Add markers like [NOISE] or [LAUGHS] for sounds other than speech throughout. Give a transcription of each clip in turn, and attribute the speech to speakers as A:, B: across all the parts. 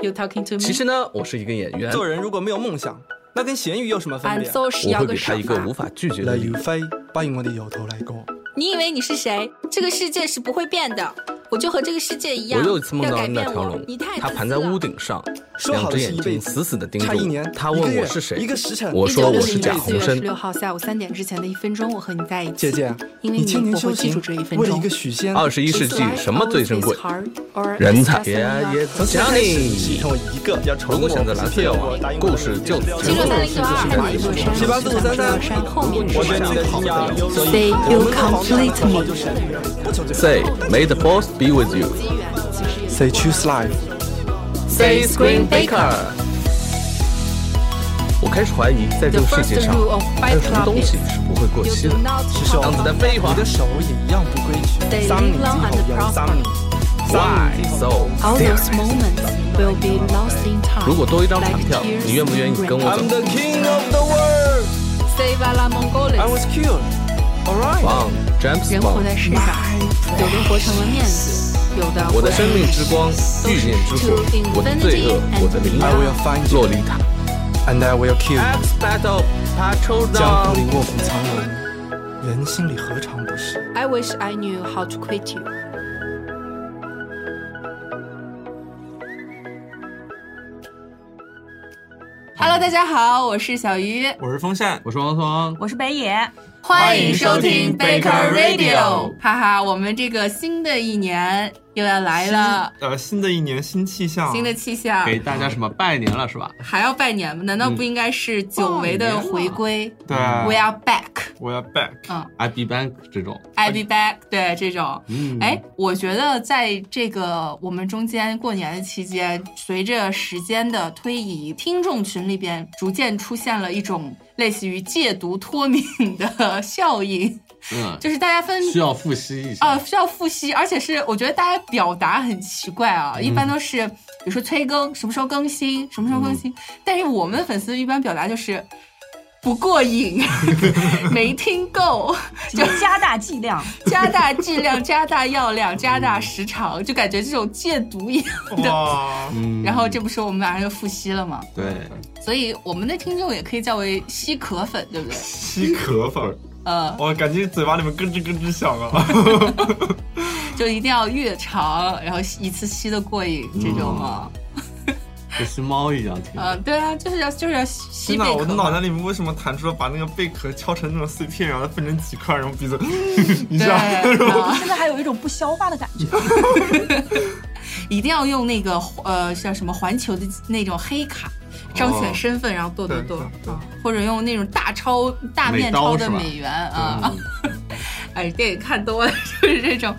A: You talking to me？
B: 其实呢，我是一个演员，
C: 做人如果没有梦想，那跟咸鱼有什么分
A: I'm
C: 别？
A: so 是
B: 我
A: 要
B: 会
A: 个
B: 给他
A: 什
B: 一个
A: 么
B: 无？法拒绝的
C: 来
B: 理由
C: 如。飞，不要我哋由头来过。
D: 你以为你是谁？这个世界是不会变的，我就和这个世界一样。
B: 我又一次梦
D: 要
B: 到
D: 改
B: 那
D: 变
B: 条
D: 我
B: 龙
D: 你太，
B: 它
D: 自
B: 盘
D: 私啊
B: 在
D: 了
B: 屋顶上，
C: [LAUGHS] 说
B: 两
C: 好
B: 只
C: 了是
B: 眼
C: 一辈
B: 睛
C: 子，
B: 死死的盯
C: 差
B: 着
C: 一年
B: 我。，他
C: 一个
B: 问
C: 月
B: 我是谁
C: 一，个时辰，
B: 我说我是贾
A: 四
B: 宏
A: 月十
B: 生。
A: 六号下午三点之前的一分钟，我和你在一起。
C: 姐姐，
A: 因为
C: 你千年
A: 我
C: 修
A: 会记住
C: 行
A: 这一，分
C: 为了
A: 钟
C: 一个。许仙，
B: 二十一世
A: Since
B: 纪
A: life
B: 什么最珍
A: always？
B: 贵
A: is hard or
B: 人才
A: less
D: 啊
A: than
B: 也
A: enough
B: 从
C: 从
B: 小
C: 开始只
B: 你
C: 听。我一个，要承
B: 如果选择
C: 我
B: 蓝
C: 是
B: 色药
C: 骗我
B: 丸
C: 答应，过
B: 故
C: 我
B: 事
C: 的
B: 就
C: 结束
B: 此
D: 七六三零
B: 结
D: 九二
B: 束。
A: 看哪座山，
C: 十八四五三三
A: 山后面
B: 我
A: 是
B: 选
A: 山
B: 择。
C: 好的
A: Say you complete me。
B: Say, may the force be with you.
C: Say choose life。
B: Say, Screen Baker。我开始怀疑，在
A: The
B: 这个世
A: first
B: 界上
A: rule of
B: 还
A: Fight
B: 有什么
A: Club
B: [LAUGHS] 东
A: is
B: 西是不会过
D: You
B: 期的
D: do。not
C: 师兄
D: talk
B: 当子弹飞一会
C: 你
B: 儿
C: 的手也一样不规矩，
A: They
C: 三米
A: live
C: 之
A: long and
C: 后有三米。
B: Why so
A: All those
B: serious？
A: moments will be lost in time.
B: 如果多一张船票
A: like tears
B: 你愿不愿意
A: in
B: 跟我
A: rain.
C: I'm the king of the world.
D: Say vala
C: I
D: Mongolia。
C: was killed. All right.
B: Bond, James
A: 人活
B: Bond。
A: 在世上，有的活成了面子，有的活
B: 我的
A: 成
B: 生
A: 了
B: 命之光，欲念之火
D: To，infinity
B: 我的罪恶，
D: and
B: 我的灵
C: I will
B: 魂，
C: find
B: 洛
C: you
B: 丽塔。
C: and I will kill. you.
B: X Battle 他抽
C: 江湖
B: 到
C: 里卧虎藏龙，人心里何尝不是？
A: I wish I knew how to quit you.
D: Hello，大家好，我是小鱼，
C: 我是风扇，
B: 我是王双，
E: 我是北野，
D: 欢迎收听
B: 欢迎收
D: Baker
B: 听 Baker
D: Radio
B: Radio。
D: 哈哈，我们这个新的一年又要来了，
F: 呃，新的一年新气象，
D: 新的气象，
B: 给大家什么拜年了是吧？
D: 还要拜年吗？难道不应该是久违的回归、
F: 对，
C: 啊
D: w e are back，
F: 我要 back，
D: 嗯
B: i b Bank 这种，
D: ，I be back，对这种。
B: 嗯
D: 哎，我觉得在这个我们中间过年的期间，随着时间的推移，听众群里边逐渐出现了一种类似于戒毒脱敏的效应，
B: 嗯，
D: 就是大家分
B: 需要复习一
D: 啊、
B: 下。
D: 需要复习，而且是我觉得大家表达很奇怪啊，
F: 嗯
D: 一般都是比如说催更，什么时候更新，什么时候更
F: 嗯
D: 新，但是我们的粉丝一般表达就是不过
F: [LAUGHS]
D: 瘾，没听够，
E: 就加大剂量，
D: [LAUGHS] 加大质量，加大药量，加大时长，就感觉这种戒毒一样的。
F: 哇，
B: 嗯
D: 然后这不是我们马上就复吸了吗？
B: 对，
D: 所以我们的听众也可以叫为吸壳粉，对不对？
F: 吸壳粉，
D: 呃，
F: 我感觉嘴巴里面咯吱咯吱响啊，
D: [LAUGHS] 就一定要越长，然后一次吸的过瘾这种啊。
B: 就像猫一样听
D: 嗯、对啊，就是要就是要吸吸
F: 真
D: 贝
F: 的，我
D: 壳
F: 的脑
D: 嘛。
F: 袋里面为什么弹出了把那个贝壳敲成那种碎片，然后分成几块，然后鼻子一
D: 对，
F: 下，
D: [LAUGHS] 啊
E: 现在还有一种不消化的感觉。
D: [LAUGHS] 一定要用那个呃，像什么环球的那种黑卡，彰显身份，然后剁剁剁，
F: 哦对
D: 啊或者用那种大钞大面钞的美元啊。 [LAUGHS] 哎，电影看多了 [LAUGHS] 就是这种。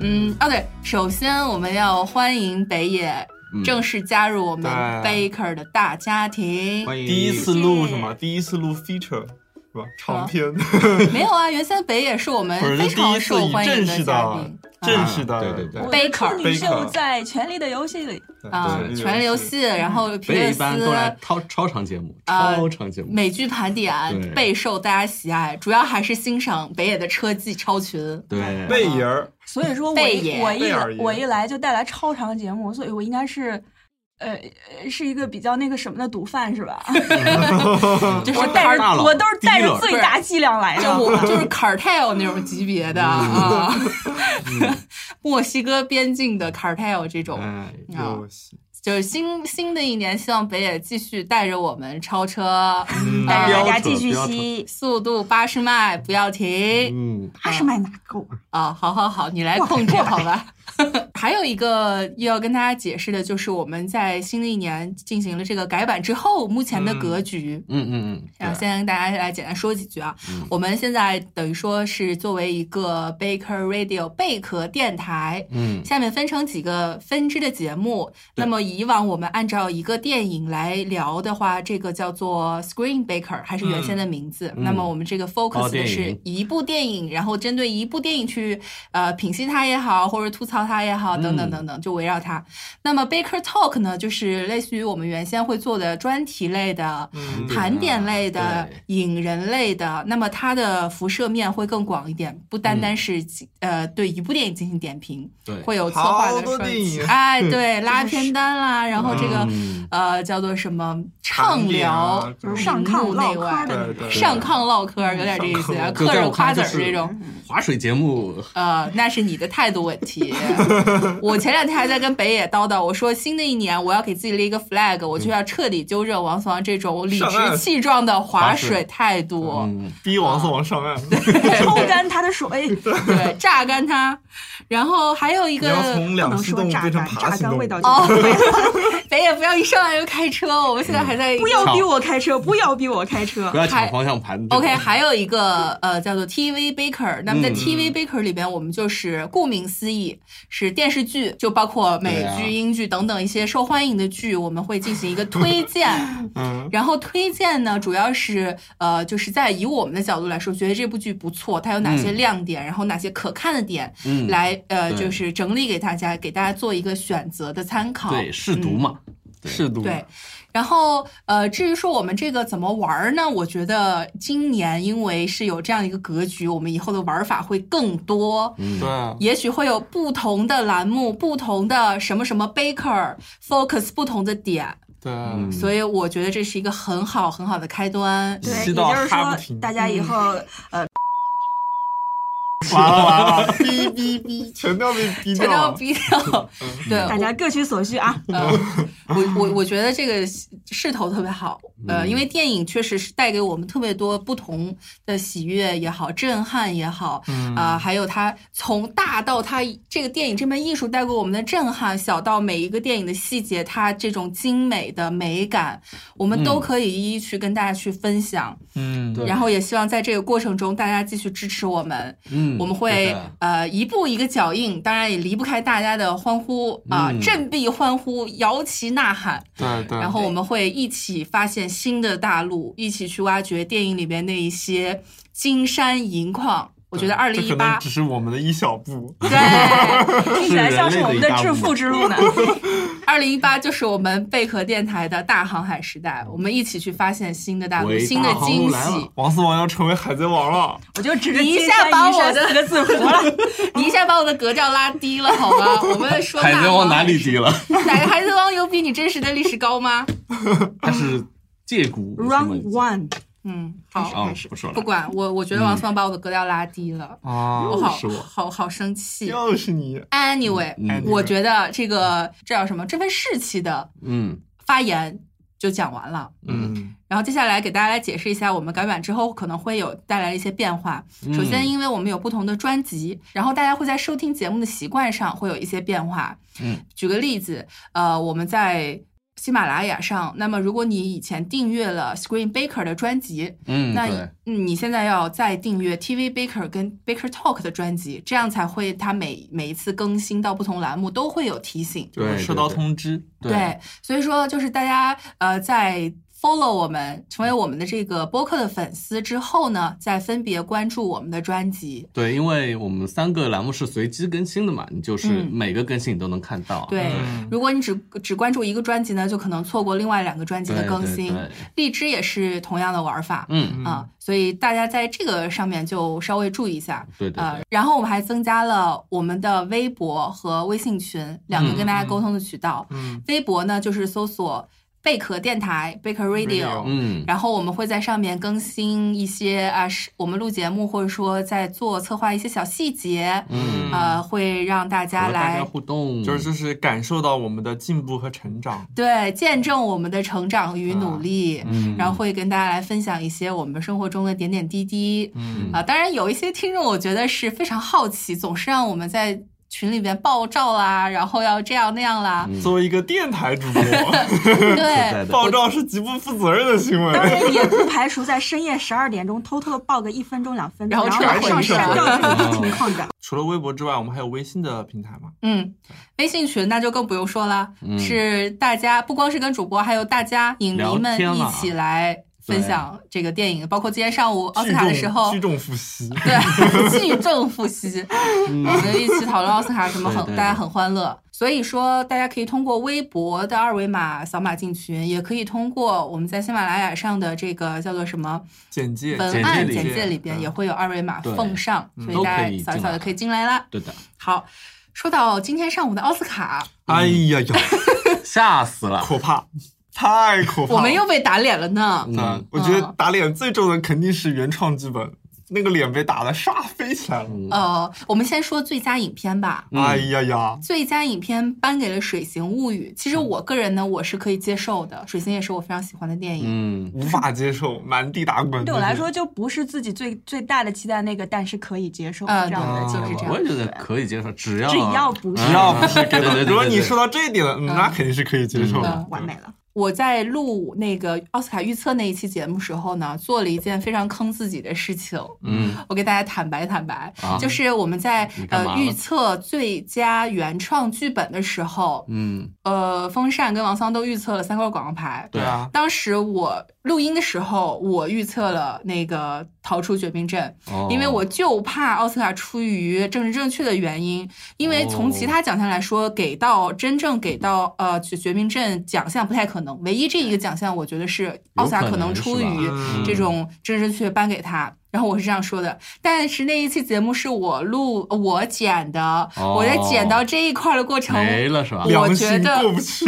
D: 嗯，哦对，首先我们要欢迎北野
B: 嗯
D: 正式加入我们
F: 对
D: Baker 的大家庭。
B: 欢迎
F: 第一次录什么？
B: 嗯
F: 第一次录 feature 是吧？长篇，
D: [LAUGHS] 没有啊，原先北野是我们
F: 不是
D: 非
F: 这第
D: 常
F: 一次
D: 受
F: 以
D: 欢迎
F: 正
D: 的
F: 式
D: 嘉
F: 的
D: 宾。
F: [LAUGHS] 正式
B: 啊
F: 的，
B: 对对对
E: 我的
D: Baker
E: 处女秀在《权力的游戏》里，
D: 啊，
F: 对
D: 《权力游戏》，然后皮
B: 北野
D: 克
B: 一
D: 斯
B: 般都来超超长节目，
D: 啊
B: 超长节目。
D: 美剧盘
B: 对
D: 点备受大家喜爱，主要还是欣赏北野的车技超群。
B: 对，
F: 贝爷儿，
E: 所以说我
D: 贝
E: 一
D: 爷
E: 我一
F: 贝尔爷
E: 我一来就带来超长节目，所以我应该是。呃，是一个比较那个什么的毒贩是吧？
D: 就是
E: 我带
B: 大佬
E: 着我都是带着
B: dealer
E: 最大剂量来
D: 就
E: 的。
D: 我就是 cartel 那种级别
B: 嗯
D: 的啊， [LAUGHS] 墨西哥边境的 cartel 这种，
F: 哎，
B: 嗯
D: 啊
F: 又是
D: 就是新新的一年，希望北野继续带着我们超车，哎
F: 嗯
E: 带着哎大家
B: 标准
E: 继续
B: 标准
E: 吸，
D: 速度八十迈不要停
B: 嗯，
E: 八十迈哪够？
D: 啊！好好好，你来控制好吧。 [LAUGHS] 还有一个又要跟大家解释的，就是我们在新的一年进行了这个改版之后，目前的格局，
B: 嗯嗯
D: 然
B: 嗯，
D: 后先跟大家来简单说几句啊
B: 嗯。
D: 我们现在等于说是作为一个 Baker Radio 贝壳电台，
B: 嗯，
D: 下面分成几个分支的节目。那么以往我们按照一个电影来聊的话，这个叫做 Screen Baker，还是原先的名字。
B: 嗯
D: 那么我们这个
B: 哦
D: focus
B: 电
D: 的
B: 影
D: 是一部电影，然后针对一部电影去呃品析它也好，或者吐槽它也好等
B: 嗯
D: 等等等，就围绕它。那么 Baker Talk 呢，就是类似于我们原先会做的专题类的、
F: 嗯
D: 盘点类的
B: 对、
D: 引人类的，那么它的辐射面会更广一点，不
F: 嗯
D: 单单是几呃对一部电影进行点评，
B: 对，
D: 会有策划
F: 好
D: 的
F: 多
D: 说
F: 电影啊
D: 哎，
F: [LAUGHS]
D: 对，拉片单啦，然后这个
B: 嗯
D: 呃叫做什么畅聊
F: 啊、各种
E: 上炕唠嗑嗯儿
F: 对
E: 的
F: 对，
D: 上炕唠嗑儿，有点这意思，啊
F: 上炕
D: 嗑着瓜子儿
B: 就在我看来就是
D: 这种。
B: 划水节目，
D: 呃，那是你的态度问
F: [LAUGHS]
D: 题。我前两天还在跟北野叨叨，我说新的一年我要给自己立一个 flag，我就要彻底纠正王思王这种理
F: 上岸
D: 直气壮的划
B: 划水
D: 水态度。
B: 嗯，
F: 逼王思王上岸，
D: 嗯
E: 抽干他的哎水，
D: 对，榨干它。然后还有一
F: [LAUGHS] 你
D: 个
F: 要从
E: 不
F: 两
E: 能
F: 栖
E: 说
F: 动物
E: 榨
F: 变成
E: 干，
F: 爬
E: 榨
F: 行
E: 干
F: 动
E: 味
F: 物 [LAUGHS]
E: 道。就
D: 哦，
E: [LAUGHS]
D: 北野不要一上来就开车，我们现在还在一个
E: 不要逼我开车，不要逼我开车
B: 不。要抢方向盘。
D: OK，还有一个呃叫做 TV Baker，那么在 TV Baker 里边，我们就是顾名思义是电视剧，就包括美
B: 对啊
D: 剧、英剧等等一些受欢迎的剧，我们会进行一个推荐。
F: 嗯，
D: 然后推荐呢，主要是呃就是在以我们的角度来说，觉得这部剧不错，它有哪些
B: 嗯
D: 亮点，然后哪些可看的点，
B: 嗯，
D: 来呃
B: 对
D: 就是整理给大家，给大家做一个选择的参考。
B: 对试毒
D: 嗯
B: 嘛，对
C: 适度
D: 对，然后呃，至于说我们这个怎么玩儿呢？我觉得今年因为是有这样一个格局，我们以后的玩法会更多。
B: 嗯，
F: 对，
D: 也许会有不同的栏目，不同的呃什么什么 baker focus 不同的点，
F: 对，
B: 嗯
D: 所以我觉得这是一个很好很好的开端。 [LAUGHS]
E: 对，也
F: 吸
E: 就
F: 到
E: 是
F: 哈不
E: 说，
F: 停嗯
E: 大家以后
F: 完
D: [LAUGHS]
F: 了完了，逼逼逼，全都被逼
D: 全都要
F: 掉了。
D: 逼掉，对，
E: 大家各取所需啊。
D: 呃，我我我觉得这个势头特别好，呃，因为电影确实是带给我们特别多不同的喜悦也好，震撼也好，
B: 嗯
F: 嗯
D: 啊、还有它从大到它这个电影这门艺术带给我们的震撼，小到每一个电影的细节，它这种精美的美感，我们都可以一一去跟大家去分享。
F: 嗯，
B: 对
D: 然后也希望在这个过程中，大家继续支持我们，
B: 嗯，
D: 我们会呃一步一个脚印，当然也离不开大家的欢呼啊，
B: 嗯
D: 振臂欢呼，摇旗呐喊。
F: 对对，
D: 然后我们会一起发现新的大陆，一起去挖掘电影里边那一些金山银矿。我觉得二零
F: 这
D: 一
F: 可能
D: 八
F: 只是我们的一小步，
D: [LAUGHS] 对
E: 听起来像是我们的致富之
F: [LAUGHS]
E: 路呢。
D: 二零一八就是我们贝壳电台的大航海时代，我们一起去发现新的大陆、
B: 喂
D: 新的
B: 大航
D: 惊
B: 啊路来
D: 喜。
F: 王思王要成为海贼王了，
E: 我就指着
D: 你一
E: 金
D: 下
E: 山
D: 把
E: 银
D: 我
E: 山
D: 的
E: 四个字糊了。
D: 你一下把我的格调拉低了，好吗？我们说
B: 海贼
D: 大
B: 王
D: 航
B: 哪
D: 海
B: 里低
D: [LAUGHS]
B: 了？
D: 哪个海贼王有比你真实的历史高吗？
B: 它是借古
E: Round one，
D: 嗯，好，
B: 啊，不说
D: 不
B: 了，
D: 管我，我觉得王思王把我的格调拉低了，
F: 啊
D: 我好
B: 嗯是我
D: 好好生气。
F: 又是你，
D: Anyway，、
B: 嗯
D: 我觉得这个这叫什么？这份士气的
B: 嗯
D: 发言就讲完了。
F: 嗯，
D: 然后接下来给大家来解释一下，我们改版之后可能会有带来一些变化。首先，
B: 嗯
D: 因为我们有不同的专辑，然后大家会在收听节目的习惯上会有一些变化。
B: 嗯，
D: 举个例子，呃，我们在喜马拉雅上，那么如果你以前订阅了 Screen Baker 的专辑，
B: 嗯，
D: 那
B: 对
D: 嗯你现在要再订阅 TV Baker 跟 Baker Talk 的专辑，这样才会它每每一次更新到不同栏目都会有提醒。
F: 就
B: 对
F: 是
B: 对
F: 收到
B: 对
F: 通知，
B: 嗯
D: 对，所以说就是大家呃在 follow 我们，成为我们的这个播客的粉丝之后呢，再分别关注我们的专辑。
B: 对，因为我们三个栏目是随机更新的嘛，你就是
D: 嗯
B: 每个更新你都能看到。啊
D: 对，
F: 嗯
D: 如果你只只关注一个专辑呢，就可能错过另外两个专辑
B: 对，
D: 的更
B: 对
D: 新。
B: 对
D: 荔枝也是同样的玩法。
B: 嗯，
D: 啊，所以大家在这个上面就稍微注意一下。
B: 对对
D: 呃
B: 对，，
D: 然后我们还增加了我们的微博和微信群两
B: 嗯
D: 个跟大家沟通的渠道。
F: 嗯，
D: 微博呢，就是搜索“贝壳电台 ”（Baker Radio），、
F: Radio
B: 嗯，
D: 然后我们会在上面更新一些啊，是我们录节目或者说在做策划一些小细节，
B: 嗯
D: 呃，会让大家
B: 和大
D: 来
B: 家互动，
F: 就是就是感受到我们的进步和成长，
D: 对见证我们的成长与努力。
B: 嗯，
D: 然后会跟大家来分享一些我们生活中的点点滴滴，
F: 嗯
D: 啊，当然有一些听众，我觉得是非常好奇，总是让我们在群里边爆照啦，然后要这样那样啦，
B: 嗯
F: 作为一个电台主 [LAUGHS] 播，
D: 对
B: 在。嗯的
F: 爆照是极不负责任的行
E: 当
F: 为。
E: 然也不排除在深夜十二点钟偷偷的报个一分钟两分钟，
D: 然后
E: 然
D: 传
E: 后马
D: 回
E: 上
D: 去
E: 删掉这种情况的。
F: 除了微博之外，我们还有微信的平台嘛？
D: 嗯，微信群那就更不用说了，
B: 嗯
D: 是大家不光是跟主播，还有大家影迷
B: 聊
D: 们
B: 天
D: 一
B: 了
D: 起来分享这个电影，包括今天上午奥斯卡的时候
F: 聚，众复习，
D: 对， [LAUGHS] 聚众复习，我们一起讨论奥斯卡，什么很
B: 对对对
D: 大家很欢乐。所以说，大家可以通过微博的二维码扫码进群，也可以通过我们在喜马拉雅上的这个叫做什么
F: 简介嗯
D: 文案
B: 简介里
D: 简介里边也会有二维码
B: 对
D: 奉上，所以
B: 都
D: 大
B: 可以
D: 家扫一
B: 进
D: 扫
B: 来
D: 就可以进来啦。
B: 对的，
D: 好，说到今天上午的奥斯卡，
F: 哎呀呀，
B: 吓死
D: [LAUGHS]
B: 了。
F: 可怕，太可怕！
D: 我们又被打脸了呢。
F: 啊
B: 嗯，
F: 我觉得打脸最重的肯定是原创剧本，那个脸被打的唰飞起来了。
D: 呃，我们先说最佳影片吧。
B: 嗯
F: 哎呀呀，
D: 最佳影片颁给了《水形物语》，其实我个人呢，我是可以接受的，《水形》也是我非常喜欢的电影。
B: 嗯，
F: 无法接受，满地打滚。
E: 对我来说，就不是自己最最大的期待那个，但是可以接受
D: 啊
E: 这样的
F: 对
E: 结
F: 就是
E: 果。
F: 这
B: 我也觉得可以接受，只要
E: 只要不是
B: 嗯
F: 只要啊不是
B: 对
F: 给
B: 对对
F: 的，
B: 对
F: 如果
B: 对
F: 你
B: 对
F: 说到这一点了，嗯那肯定是可以接受的
D: 嗯。
E: 完美了，
D: 我在录那个奥斯卡预测那一期节目时候呢，做了一件非常坑自己的事情。
B: 嗯
D: 我给大家坦白坦白，
B: 啊
D: 就是我们在
B: 你干嘛
D: 呃
B: 了
D: 预测最佳原创剧本的时候，
B: 嗯，
D: 呃，风扇跟王桑都预测了三块广告牌。
B: 对
F: 啊，
D: 当时我录音的时候，我预测了那个《逃出绝命镇》，
B: 哦
D: 因为我就怕奥斯卡出于政治正确的原因，因为从
B: 哦
D: 其他奖项来说，给到真正给到呃绝绝命镇奖项不太可能，唯一这一个奖项，我觉得是奥斯卡可能出
B: 有可能
D: 于
B: 是吧
F: 嗯
D: 这种政治正确颁给他。然后我是这样说的，但是那一期节目是我录呃我剪的，
B: 哦
D: 我在剪到这一块儿的过程，
B: 没了是吧？
D: 我
F: 良
D: 觉
F: 心
D: 得
F: 过
B: [LAUGHS]
F: 不去。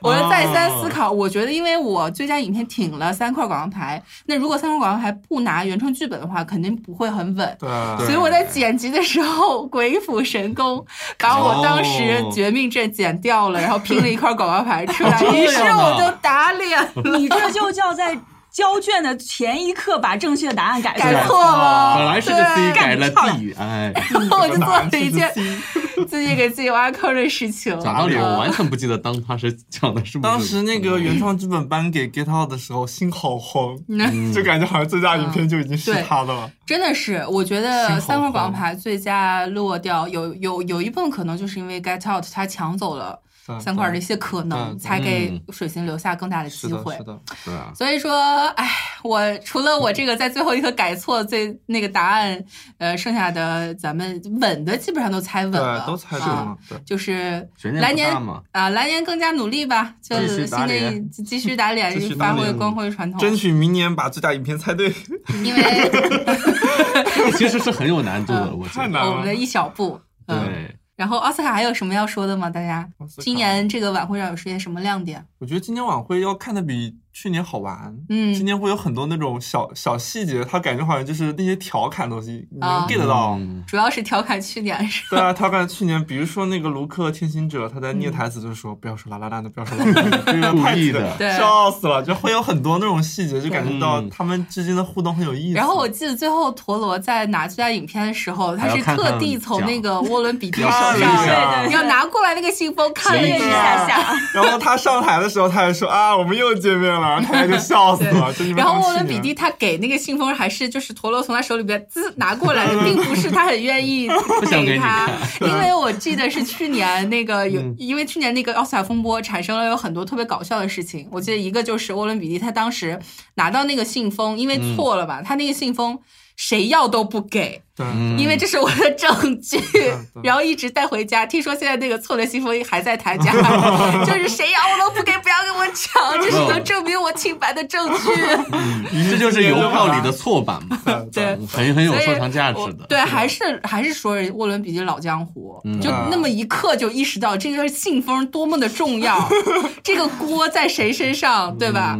D: 我是再三
B: 嗯
D: 思考，我觉得因为我最佳影片挺了三块广告牌，那如果三块广告牌不拿原创剧本的话，肯定不会很稳。
F: 对，啊
D: 所以我在剪辑的时候鬼斧神工，把我当时
B: 哦
D: 《绝命镇》剪掉了，然后拼了一块广告牌出
F: 哦
D: 来，于是
B: 这样啊
D: 我就打脸 [LAUGHS] 了，
E: 你这就叫在交卷的前一刻把正确答案改
D: 改
E: 错。
D: 错
F: 啊
D: 了。
B: 本来是个 C 改了 D，哎，
D: 我就做了一件
F: 这个男生是 C
D: [LAUGHS] 自己给自己挖坑的事
F: [LAUGHS]
D: 情。
B: 讲道理我完全不记得当当时讲的是不是
F: 当时那个原创剧本颁给 Get Out 的时候，心好慌，
B: 嗯
F: [LAUGHS] 就感觉好像最佳影片就已经是
D: 嗯对
F: 他的了。
D: 真的是，我觉
F: 心
D: 得
F: 好
D: 三块广告牌最佳落掉，有有有一部分可能就是因为 Get Out 它抢走了
F: 啊对
D: 三块的一些可能，
F: 对
D: 才给水星留下更大的
F: 嗯是
D: 机
F: 的，
D: 会
F: 是。的，
B: 对啊，
D: 所以说，哎，我除了我这个在最后一刻改错最那个答案，呃，剩下的咱们稳的基本上都猜稳了，
F: 对，都猜中
D: 啊
F: 了。对，
D: 就是
B: 悬念
D: 来
B: 不
D: 年
B: 大嘛，
D: 啊，来年更加努力吧，就
F: 继
D: 是
F: 续
D: 新
F: 打
D: 的
F: 脸
D: 一继续打脸
F: 继续，打
D: 发
F: 脸
D: 挥光辉传统。
F: 争取明年把最佳影片猜对，
D: 因
F: [LAUGHS]
D: 为
B: 其实是很有难度
D: 嗯
B: 的，我觉
F: 太
B: 得。
F: 难
D: 我们的
F: 了。
D: 一小步，嗯。
B: 对，
D: 然后奥斯卡还有什么要说的吗？大家
F: 奥斯卡
D: 今年这个晚会上有出现什么亮点？
F: 我觉得今年晚会要看的比去年好玩，
D: 嗯
F: 今年会有很多那种小小细节，它感觉好像就是那些调侃的东西你
D: 啊
F: 能 get 得到。
B: 嗯
D: 主要是调侃去年是
B: [LAUGHS]
F: 对啊，调侃去年，比如说那个卢克天行者，他在念台词就说：“不要说拉拉烂的，不要说拉拉烂的，这
B: [LAUGHS]
F: 个
B: 嗯
F: 太
B: 故意
F: 气
B: 的
F: 了
D: 对
F: 笑死了。”就会有很多那种细节，就感觉到
B: 嗯
F: 他们之间的互动很有意思。
D: 然后我记得最后陀螺在拿最佳影片的时候，他
B: 还要
D: 是
B: 看看
D: 特地从那
B: [LAUGHS]
D: 个沃伦比蒂手
F: 看
D: 上
F: 了一
D: [LAUGHS]
E: 下
D: 要拿过来那个信封看了一
E: 略
B: 对对
E: 一下
D: 下。
E: 下，
F: 然后他上台的时候，他还说啊，我们又见面了，大家就笑死了。就因为
D: 然后
F: 他
D: 沃
F: 们
D: 伦
F: 去
D: 比
F: 年
D: 蒂他给那个信封还是就是陀螺从他手里边滋拿过来
B: [LAUGHS]
D: 的，并不是他很愿意
B: 想给你
D: 他
B: 看，嗯
D: 因为我记得是去年那个有，因为去年那个奥斯卡风波产生了有很多特别搞笑的事情。我记得一个就是沃伦比蒂他当时拿到那个信封，因为
B: 嗯
D: 错了吧，他那个信封谁要都不给，
F: 对
B: 嗯
D: 因为这是我的证据
F: 对，
D: 然后一直带回家。听说现在那个错的信封还在他家，就是谁要我都不给，不要跟我抢，这是
B: 嗯
D: 能证明我清白的证
B: [LAUGHS]
D: 据。
B: 这就是邮票里的错版嘛，
F: 对
D: 对，
B: 很很有
D: 所以
B: 收藏价
D: 我
B: 值的。
D: 对，还是还是说沃伦比基老江湖，
B: 嗯
D: 就那么一刻就意识到这个信封多么的重要， [LAUGHS] 这个锅在谁身上，对吧？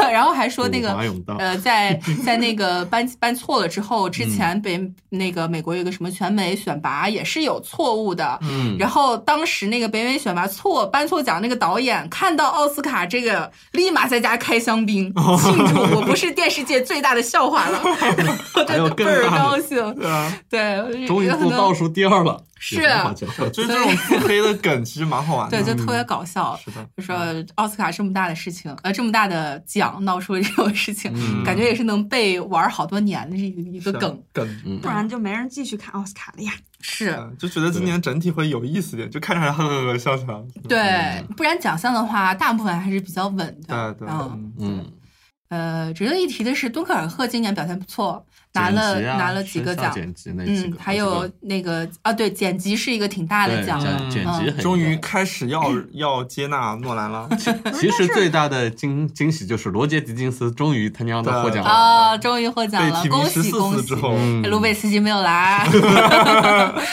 D: [LAUGHS] 然后还说那个
B: 嗯古华永道
D: 呃，在在那个搬搬错了之后，之前北、那个美国有一个什么全美选拔也是有错误的，
B: 嗯，
D: 然后当时那个北美选拔错颁错奖那个导演看到奥斯卡这个，立马在家开香槟
B: 哦
D: 庆祝，我不是电视界最大的笑话
B: [LAUGHS]
D: 了，我
B: 还
D: 真
B: 有
D: 的
B: 更
D: 倍儿
B: 大的
D: 高兴。
F: 对啊，
D: 对，
B: 终于
D: 有很
B: 做
D: 多
B: 倒数第二了，
D: 是
B: 也很好嗯讲
F: 就是这种腹黑的梗其实蛮好玩的。
D: 对，就特别搞笑。
F: 是的，
D: 就
B: 嗯
D: 说奥斯卡这么大的事情，呃，这么大的奖闹出了这种事情，
B: 嗯啊
D: 感觉也是能被玩好多年的一个一个
F: 是的
D: 梗。
F: 梗。
E: 不然就没人继续看奥斯卡了呀。
D: 是，
F: 嗯就觉得今年整体会有意思点，就看着呵呵呵
D: 嗯
F: 笑起来了。
D: 对，不然奖项的话，大部分还是比较稳的。
F: 对对，
D: 嗯，
F: 嗯
B: 嗯，
D: 呃，值得一提的是，敦刻尔赫今年表现不错，拿了、
B: 剪辑啊
D: 拿了几个
B: 学校
D: 奖，
B: 剪辑那几
D: 嗯
B: 个，，
D: 还
B: 好
D: 有
B: 几个
D: 那个啊，对，剪辑是一个挺大的嗯
B: 对
D: 奖，
B: 剪剪辑很
F: 终于开
D: [LAUGHS]
F: 始要要接纳诺兰了。
D: 嗯
B: 其实最大的惊惊喜就是罗杰·狄金斯终于他娘的获奖了，
D: 啊，终于获奖
F: 被
D: 了，
F: 提名
D: 恭
F: 十
D: 喜
F: 四
D: 恭
F: 次
D: 喜
F: 之！后，
B: 嗯
D: 哎卢
B: [LAUGHS]
D: 贝斯基没有来，啊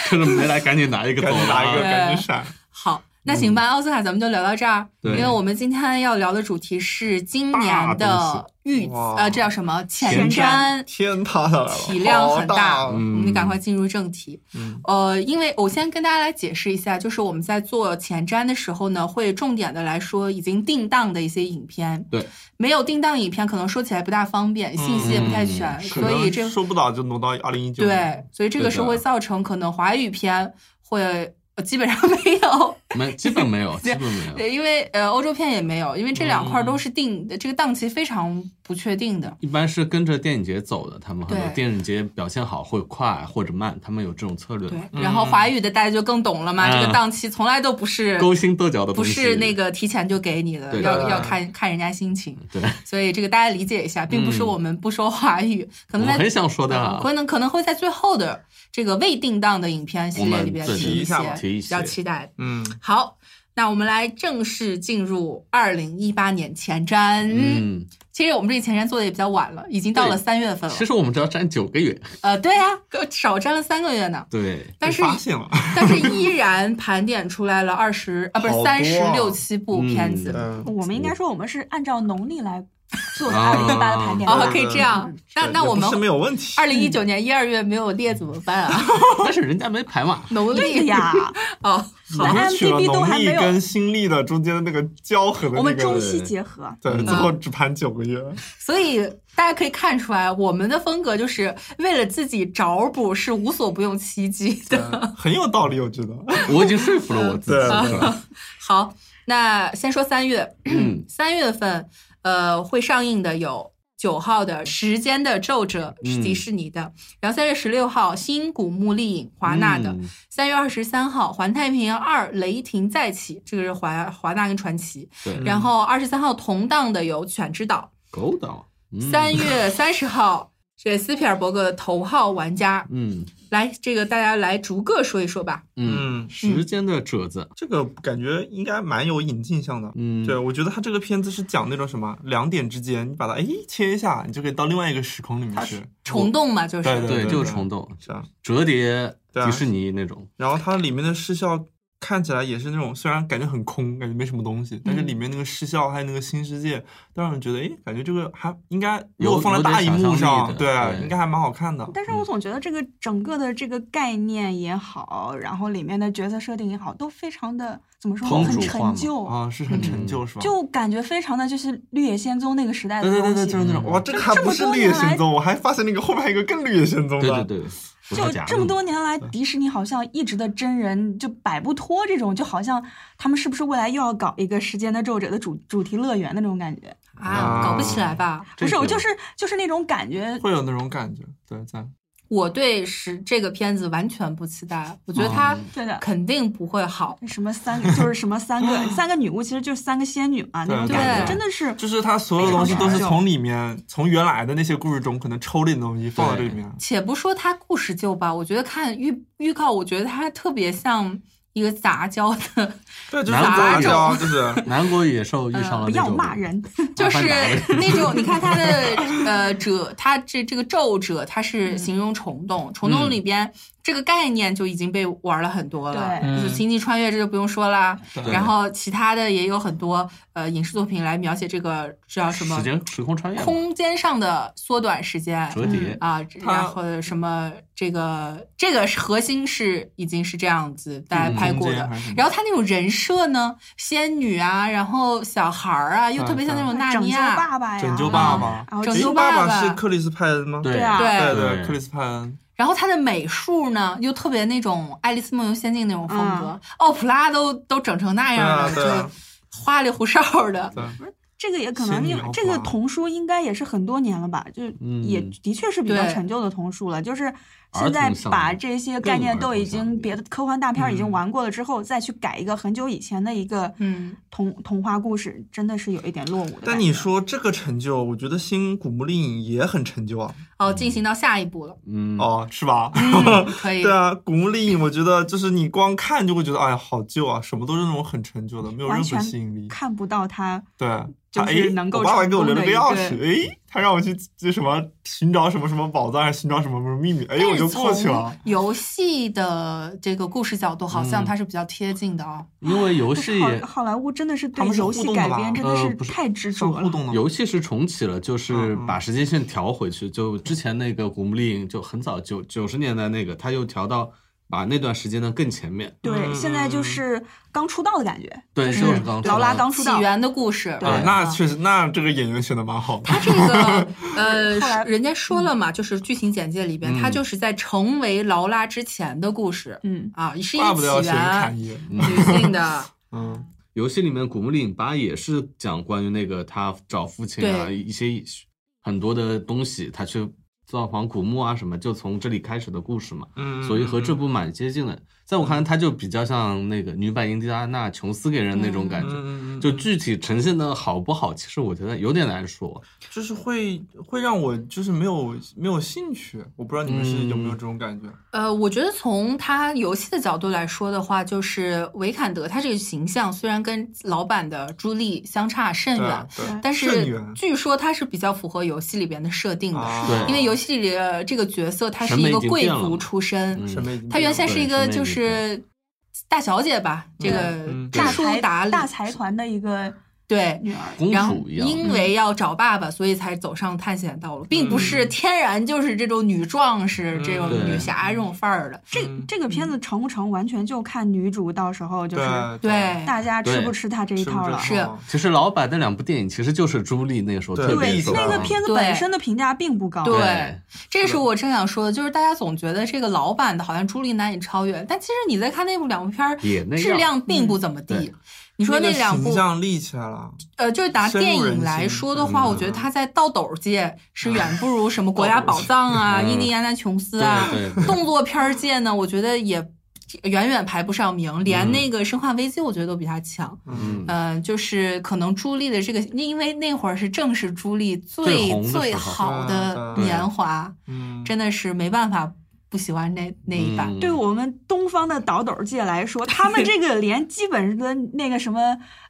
B: 就是没来赶紧拿一个走
F: 赶紧拿一个，
B: 了啊。
F: 赶紧闪。
D: 好，那行吧，奥斯卡咱们就聊到这儿，
B: 对
D: 因为我们今天要聊的主题是今年
F: 大东
D: 的预
F: 哇
D: 呃，这叫什么前
B: 前
D: 瞻
E: 瞻
F: 天塌下来了，
D: 体量很
F: 好
D: 大，嗯
F: 大
D: 我
F: 哦。
B: 嗯
D: 们赶快进入正题。
F: 嗯
D: 呃，因为我先跟大家来解释一下，就是我们在做前瞻的时候呢，会重点的来说已经定档的一些影片。
B: 对，
D: 没有定档影片，可能说起来不大方便，信息也不太全，
F: 嗯可
D: 所以
F: 能
D: 这
F: 说不到就挪到二零一九。，
D: 对，所以这个是
B: 对的
D: 会造成可能华语片会。呃 [LAUGHS] 基本上没有，
B: 没，基本
D: [LAUGHS]
B: 没有，基本没有。
D: 对，因为呃，欧洲片也没有，因为这两块儿都是定、这个档期非常不确定的。
B: 一般是跟着电影节走的，他们很多
D: 对
B: 电影节表现好会快或者慢，他们有这种策略
D: 对
B: 嘛，，
D: 然后华语的大家就更懂了嘛，
B: 嗯
D: 这个档期从来都不是
B: 勾心斗角的
D: 不
B: 东西。
D: 是那个提前就给你的，
B: 对
D: 要
F: 的
D: 要看看人家心情，
B: 对，嗯
D: 所以这个大家理解一下，并不是我们不说华语，可
B: 我
D: 能
B: 们
D: 在
B: 很想说的
D: 嗯
B: 啊，
D: 可能可能会在最后的这个未定档的影片系列里边
B: 我们
D: 提
F: 提一下吧
B: 提一
D: 比
B: 些
D: 较期待。
F: 嗯，
D: 好，那我们来正式进入二零一八年前瞻。
B: 嗯，
D: 其实我们这个前瞻做的也比较晚了，已经到了
B: 对
D: 三月份了
B: 其。实我们只要占九个月，
D: 呃，对啊，少占了三个月呢，
B: 对，
D: 但
F: 被
D: 是
F: 发现了，
D: 但
B: [LAUGHS]
D: 是依然盘点出来了二十啊，不是
F: 好多啊
D: 三十六七部片子。
F: 嗯，
E: 我们应该说我们是按照农历来做
B: 啊
E: 二零一八的盘点
D: 哦，
E: 的。
D: 可以这样。那那
F: 也
D: 我
F: 不
D: 们
F: 嗯是没有问题。
D: 二零一九年一二月没有列怎么办
F: [LAUGHS]
D: 啊？
B: 但是人家没排嘛，
D: 农
E: 对
D: 历
E: 呀，
D: 哦，
F: 我
D: 好，
F: 们取了
E: IMDb 都
F: 农
E: 还
F: 历
E: 没有
F: 跟新历的中间的那个交合的那个，
E: 我们中西结合。
F: 对，
B: 嗯
F: 最后只盘九个月。
D: 所以大家可以看出来，我们的风格就是为了自己找补，是无所不用其极的。
F: 很有道理，我觉得。
B: 我已经说服了我自己
F: [LAUGHS] 对
B: 是吧，
D: 好，那先说三月，
B: 嗯，
D: 三月份呃会上映的有。九号的《时间的皱褶》是
B: 嗯
D: 迪士尼的，然后三月十六号《新古墓丽影》华纳的，
B: 嗯
D: 三月二十三号《环太平洋二：雷霆再起》，这个是华华纳跟传奇。
B: 对
D: 然后二十三号同档的有《犬之岛
B: 狗岛》，嗯
D: 三月三十号这斯皮尔伯格的头号玩家。
B: 嗯
D: 来，这个大家来逐个说一说吧。
B: 嗯，
F: 嗯，
B: 时间的褶子，
F: 这个感觉应该蛮有引进项的。
B: 嗯，
F: 对，我觉得他这个片子是讲那种什么两点之间，你把它哎切一下，你就可以到另外一个时空里面去。
D: 虫洞嘛，就是
F: 对
B: 对，就是虫洞
F: 是啊，
B: 折叠
F: 对啊
B: 迪士尼那种，
F: 然后它里面的视效看起来也是那种，虽然感觉很空，感觉没什么东西，但
B: 嗯
F: 是里面那个视效还有那个新世界，都让人觉得，哎，感觉这个还应该，如
B: 有
F: 果放在
B: 有点
F: 大荧幕
B: 想象力
F: 上，
B: 的
F: 对，
B: 对
F: 应该还蛮好看的。
E: 但是我总觉得这个整个的这个概念也好，然后里面的角色设定也好，都非常的怎么说呢，
B: 通
E: 很
B: 俗化嘛
E: 陈旧，
F: 啊，是很陈
B: 嗯
F: 旧，是吧？
E: 就感觉非常的就是《绿野仙踪》那个时代的
F: 对
E: 东
F: 对对对，
E: 西。
F: 就是那种，
B: 嗯
F: 哇，这个还
E: 这么
F: 不是
E: 多
F: 绿野
E: 年来
F: 仙踪，我还发现那个后面还有一个更绿野仙踪
B: 对
F: 的。
B: 对对，葡萄
E: 就
B: 夹
E: 这么多年来，迪士尼好像一直的真人就摆不脱这种，就好像他们是不是未来又要搞一个《时间的皱褶》的主主题乐园的那种感觉？
D: 啊，
F: 啊
D: 搞不起来吧？
B: 这
E: 不是，
B: 个
E: 我就是就是那种感觉，
F: 会有那种感觉，对，在
D: 我对是这个片子完全不期待，我觉得它
B: 嗯
E: 对的。
D: 肯定不会好。
E: 什么三个就是什么三个三个女巫，其实就是三个仙女嘛，那种
F: 对
E: 感
D: 对
E: 觉真的是
F: 就是它所有东西都是从里面，从原来的那些故事中可能抽点东西放到这里面。
D: 且不说它故事旧吧，我觉得看预预告，我觉得它特别像一个杂交的，
F: 对，就是
B: 南瓜
F: 杂
B: 种
F: 交，就是
B: 南国野兽遇上了
E: 不
B: 那
E: 呃要
B: 种
E: 骂人，
D: 就
B: 阿
D: 是
B: 凡达
D: 那种你看它
B: [LAUGHS]
D: 的呃褶，它这这个皱褶，它是形容虫洞，虫
B: 嗯
D: 洞里边这个概念就已经被玩了很多了，
E: 对
D: 就是星际穿越这就不用说啦。
B: 嗯对
D: 然后其他的也有很多呃影视作品来描写这个叫什么
B: 时间时空穿越嘛
D: 空间上的缩短时间
B: 折叠，
E: 嗯
D: 啊，
F: 它
D: 然后什么这个这个是核心是已经是这样子大家
B: 嗯
D: 拍
F: 空
D: 过的
F: 间，还是什么
D: 然后他那种人设呢，仙女啊，然后小孩儿啊，又
F: 对
D: 特别像那种纳
E: 拯
D: 尼
E: 救
D: 亚，
E: 爸爸呀，
F: 拯救爸爸
E: 然后
D: 拯
F: 拯
D: 救
F: 救
D: 爸
F: 爸
D: 爸哎
F: 爸是克里斯派恩吗？
B: 对
E: 对啊
F: 对
D: 对。
B: 对
F: 对，克里斯派恩。
D: 然后他的美术呢，又特别那种《爱丽丝梦游仙境》那种风
E: 嗯
D: 哦格，奥普拉都都整成那样
F: 啊
D: 了，
F: 对啊
D: 就花里胡哨的
F: 对，
E: 这个也可能
F: 仙女
E: 因为
F: 摇
E: 这个
F: 花
E: 童书应该也是很多年了吧，就也
B: 嗯
E: 的确是比较
D: 对
E: 陈旧的童书了。就是
B: 儿
E: 现在
B: 童向
E: 把
B: 的
E: 这些
B: 更
E: 概念
B: 儿
E: 都
B: 童
E: 已
B: 向
E: 经
B: 一
E: 别
B: 点
E: 的科幻大片儿已经
F: 嗯
E: 玩过了之后，再去改一个很久以前的一个
D: 嗯
E: 童童话故事，真的是有一点落伍的感觉。
F: 但你说这个成就，我觉得新古墓丽影也很成就啊，
D: 哦，进行到下一
F: [LAUGHS]
D: 步了，
B: 嗯，
F: 哦，是吧？
D: 嗯，可以
F: 对，啊，古墓丽影，我觉得就是你光看就会觉得，哎呀，好旧啊，什么都是那种很陈旧的，没有任
E: 完
F: 何
E: 全
F: 吸引力。
E: 看不到它，
F: 对，
E: 就
F: 他
E: 是
F: 诶
E: 能够
F: 我爸爸给我留了
E: 成功的
F: 钥
E: 一
F: 匙，诶，他让我去这什么寻找什么什么宝藏，还是寻找什么什么秘密，哎诶，我就过去了。。
D: 游戏的这个故事角度，好
F: 嗯
D: 像它是比较贴近的啊。
B: 因为游
E: 就
B: 戏
E: 是好好莱坞真的是对
F: 他们是
E: 游
F: 互
E: 戏
F: 动的
E: 改
F: 吧
E: 编真的
B: 呃
E: 是
B: 不是
E: 太执
F: 是
E: 着
F: 互
E: 了。
F: 动的吗，
B: 游戏是重启了，就是
F: 嗯嗯
B: 把时间线调回去。就之前那个《古墓丽影》，就很早九九十年代那个，它又调到把那段时间的更前面。
E: 对，现在就
F: 嗯
E: 是刚出道的感觉，
B: 对，
E: 是
B: 就是刚
E: 劳拉
B: 出来的
E: 刚出
D: 起
E: 道，
D: 源的故事，
E: 对嗯
F: 啊，
E: 对
F: 那确实，那这个演员选的蛮好的。
D: 他这
E: [LAUGHS]
D: 个呃
E: 后来，嗯
D: 人家说了嘛，就是剧情简介里边，
B: 嗯
D: 他就是在成为劳拉之前的故事
E: 嗯，
D: 啊，也是一
F: 怪
D: 个
F: 不得要
D: 起
F: 选
D: 源
F: 侃爷，
D: 女性
B: [LAUGHS]
D: 的，
F: 嗯，
B: 游戏里面《古墓丽影八》也是讲关于那个他找父亲啊
D: 对
B: 一些很多的东西，他去造访古墓啊什么，就从这里开始的故事嘛。
F: 嗯
B: 所以和这部蛮接近的，在我看来，它就比较像那个女版印第安纳琼斯给人那种感觉。
F: 嗯
B: 就具体呈现的好不好，其实我觉得有点难说。
F: 就是会会让我就是没有没有兴趣，我不知道你们是有没有这种感觉。
D: 呃，我觉得从他游戏的角度来说的话，就是维坎德他这个形象虽然跟老版的朱莉相差甚
F: 对
D: 远
F: 啊，对啊，
D: 但
F: 甚
D: 是
F: 远
D: 据说他是比较符合游戏里边的设定的，
F: 啊
B: 对
D: 因为游戏里的这个角色她是
B: 审美
D: 一个
B: 已经
D: 贵
B: 变了
D: 族
B: 嘛
D: 出身，
B: 嗯
F: 审美已经
D: 她
F: 变
D: 原
F: 了
D: 先是一个
B: 对
D: 就
B: 审美
D: 是大小姐吧，这个
F: 嗯
D: 知
E: 大
D: 书
E: 财
D: 达理，
E: 大财团的一个
D: 对。
E: 女儿，
B: 公
D: 然后
B: 主一样，嗯
D: 因为要找爸爸，所以才走上探险道路，并不是天然就是这种女壮士、这种
B: 嗯对
D: 女侠这种范儿的。
E: 这
F: 嗯
E: 这个片子成不成，完全就看女主到时候就是
D: 对，
E: 大家吃
B: 对
E: 不吃她这一
F: 是不
E: 套了。
D: 是
F: 哦
B: 其实老版那两部电影其实就是朱莉那个时候
F: 对
B: 特别
E: 对
B: 受
F: 是
E: 那
F: 吧
E: 个
B: 欢
E: 片子
D: 对
E: 本身的评价并不高，
D: 对
B: 对
D: 这是我正想说的，就是大家总觉得这个老版的好像朱莉难以超越，但其实你在看那部两部片儿，
B: 也那样
D: 质量并不怎么
B: 嗯
D: 地
B: 对。
D: 你说
F: 那
D: 那
F: 个
D: 两
F: 形
D: 部，
F: 象立起来了，
D: 呃，就是拿
F: 深入
D: 电影
F: 人
D: 来
F: 心
D: 说的话，
F: 嗯
D: 我觉得它在倒斗界是远不如
F: [LAUGHS]
D: 什么《国家宝藏》
F: 嗯
D: 啊、《印第安纳琼斯》啊。
B: 对对对
D: 动作片儿界呢，我觉得也远远排不上名，连
F: 嗯
D: 那个《生化危机》我觉得都比它强。
B: 嗯，
D: 嗯、就是可能朱莉的这个，因为那会儿是正是朱莉
B: 最
D: 最
B: 红的时候
D: 最好的
F: 对啊
D: 年华，
F: 嗯，
D: 真的是没办法不喜欢那那一版。
B: 嗯
E: 对我们东方的倒斗界来说，他们这个连基本的那个什么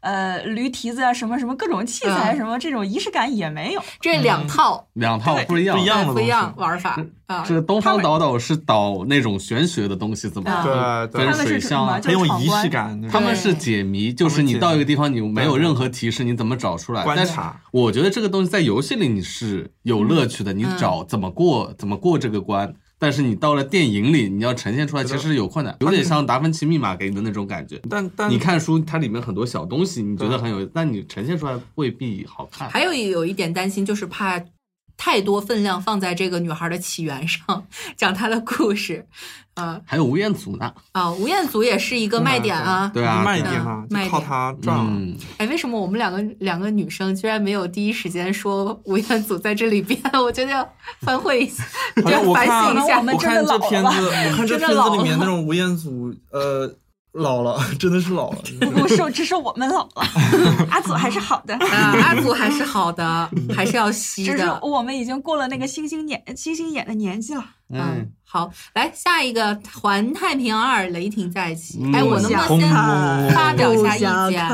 E: 呃驴蹄子啊，什么什么各种器材
D: 嗯
E: 什么这种仪式感也没有。
D: 这两套呃
B: 两套不一样，
F: 不嗯一样的
D: 对不一样
F: 东西
D: 玩法啊
B: 这。个东方倒斗是倒那种玄学的东西，怎么
F: 对对
B: 分水象啊？
E: 就
F: 很有
E: 闯
F: 仪
E: 关
F: 式感那种。
B: 他们是解谜，就是你到一个地方，你没有任何提示，你怎么找出来？
F: 观
B: 但是
F: 察
B: 我觉得这个东西在游戏里你是
D: 嗯
B: 有乐趣的，你找怎么过怎么过这个关。但是你到了电影里，你要呈现出来，其实有困难，有点像达芬奇密码给你的那种感觉。
F: 但但
B: 你看书，它里面很多小东西，你觉得
F: 嗯对
B: 很有，但你呈现出来未必好看。
D: 还有有一点担心，就是怕太多分量放在这个女孩的起源上，讲她的故事。啊
B: 还有吴彦祖呢，
D: 啊，吴彦祖也是一个卖点啊。
B: 对啊，
F: 慢一
B: 对啊
F: 点嘛，
D: 嗯慢一
F: 就靠
D: 点
F: 他赚了。
B: 嗯，
D: 哎，为什么我们两个两个女生居然没有第一时间说吴彦祖在这里边？我觉得要反悔一下，
F: [LAUGHS] 好像
D: 对
F: 我
D: 反
F: 看
D: 省一下。
E: 我们
F: 我
E: 真
F: 看
E: 的
F: 这
E: 老了
F: 片
E: 吧
F: 子，我
D: 真的
F: 看这片子
D: 老
F: 里面
D: 了
F: 那种吴彦祖，呃，老了， [LAUGHS] 真的是老了。
E: 不过受只是我们老了， [LAUGHS] 阿祖还是好的。
D: 啊，阿祖还是好的，还是要吸
E: 只是
D: 的。
E: 我们已经过了那个星星眼星星眼的年纪了。
D: 嗯，好，来下一个《环太平洋二》，雷霆在一起。哎，
B: 嗯。
D: 我能不能先发表一下意见？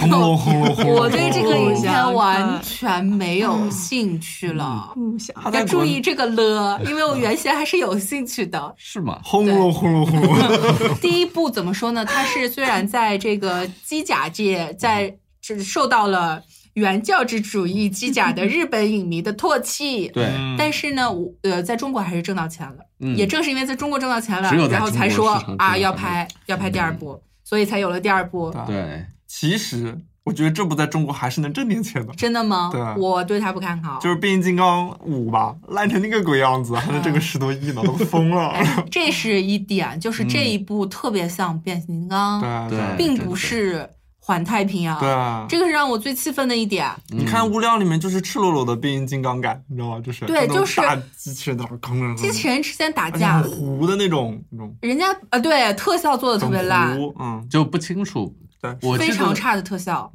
F: 轰隆轰隆轰
D: [LAUGHS]
F: 隆！
D: 我对这个
E: 不
D: 影
E: 想
D: 片
E: 看
D: 完全没有兴趣了。
E: 不想
F: 他
D: 要
F: 在
D: 注
F: 国
D: 意这个了，因为我原先还是有兴趣的
B: 是吗？
F: 轰隆轰隆轰隆，
D: 第一部怎么说呢？它是虽然在这个机甲界，在这受到了原教旨主义机甲的日本影迷的唾弃，
B: 对，
D: 但是呢，我呃，在中国还是挣到钱了。
B: 嗯
D: 也正是因为在中国挣到钱了
B: 只有，在
D: 然后
B: 中
D: 才
B: 国
D: 说
B: 市场挣
D: 啊
B: 到
D: 要
B: 钱嗯
D: 拍要拍第二部，所以才有了第二部。
B: 对，
F: [LAUGHS] 其实我觉得这部在中国还是能挣点钱的，
D: 真的吗？
F: 对啊
D: 我对他不看好。
F: 就是《变形金刚五》吧，烂成那个鬼样子，还能挣个十多亿呢，都疯了。
D: 哎这是一点，就是这一部特别像变形金刚，
F: [LAUGHS] 对
B: 嗯对
F: 对
D: 并不是环太平洋。
F: 对嗯啊，
D: 这个是让我最气愤的一点。
B: 嗯
F: 你看《无量》里面就是赤裸裸的变形金刚感，你知道吗？就是
D: 对
F: 那种
D: 就是
F: 大机器人在那儿吭吭吭，
D: 机器人之间打
B: 哎
F: 而且
D: 架
F: 很，糊的那种，那种
D: 人家呃对特效做的特别
F: 很
D: 烂，
F: 糊，嗯，
B: 就不清楚。
F: 对
B: 我
D: 非
B: 记
D: 常
B: 得
D: 差的特效。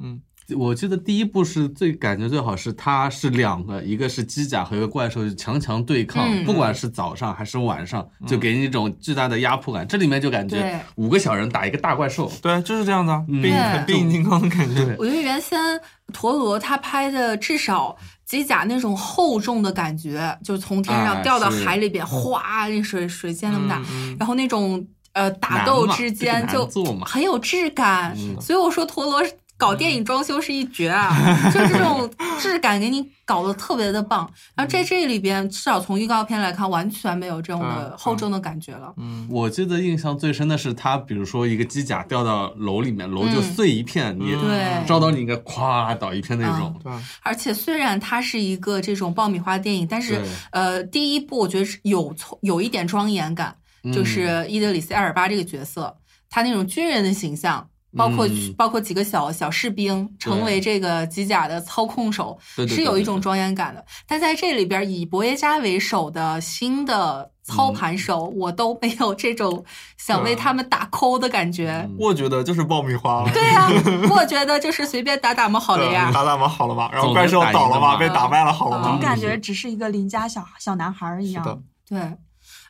B: 我记得第一部是最感觉最好是它是两个，一个是机甲和一个怪兽强强对抗，
D: 嗯
B: 不管是早上还是晚上，
F: 嗯
B: 就给你一种巨大的压迫感。这里面就感
D: 对
B: 觉五个小人打一个大怪兽，
F: 对，就是这样的啊，
B: 嗯
F: 变
D: 对
F: 很变形金刚的感觉
B: 对，
D: 我觉得原先陀螺他拍的至少机甲那种厚重的感觉，就是从天上
B: 啊
D: 掉到
B: 是
D: 海里边，哗，那水水溅那么大，
F: 嗯
D: 然后那种呃打
B: 难
D: 斗
B: 嘛
D: 之
B: 这个
D: 间
B: 难
D: 就
B: 做嘛
D: 很有质感，
B: 嗯
D: 所以我说陀螺是搞电影装修是一绝啊，
B: [LAUGHS]
D: 就这种质感给你搞得特别的棒。然后在这里边，至少从预告片来看，完全没有这种的
F: 嗯
D: 厚重的感觉了。
F: 嗯，
B: 我记得印象最深的是他，比如说一个机甲掉到楼里面，楼就
D: 嗯
B: 碎一片，你
D: 对
B: 照到你应该咵倒一片那种。
F: 对啊，
D: 而且虽然它是一个这种爆米花电影，但是
B: 对
D: 呃，第一部我觉得是有从有一点庄严感，啊
B: 嗯
D: 就是伊德里斯·艾尔巴这个角色，他那种军人的形象。包括、
B: 嗯
D: 包括几个小小士兵成为这个机甲的操控手，
B: 对对对
D: 是有一种庄严感的。但在这里边，以博耶加为首的新的
B: 嗯
D: 操盘手，我都没有这种想为
F: 对啊
D: 他们打 call 的感觉。
B: 嗯
F: 我觉得就是爆米花了。
D: 对呀、我觉得就是随便打打嘛，好了
F: 对
D: 呀。
F: 打打嘛好了嘛，然后
B: 总
F: 怪
B: 能
F: 兽
B: 打赢
F: 倒了
B: 的
F: 嘛，
B: 嘛
F: 被打败了好了
E: 总
F: 嘛
D: 嗯，
E: 感觉只是一个邻家小小男孩儿一
F: 是的
E: 样。，
D: 对，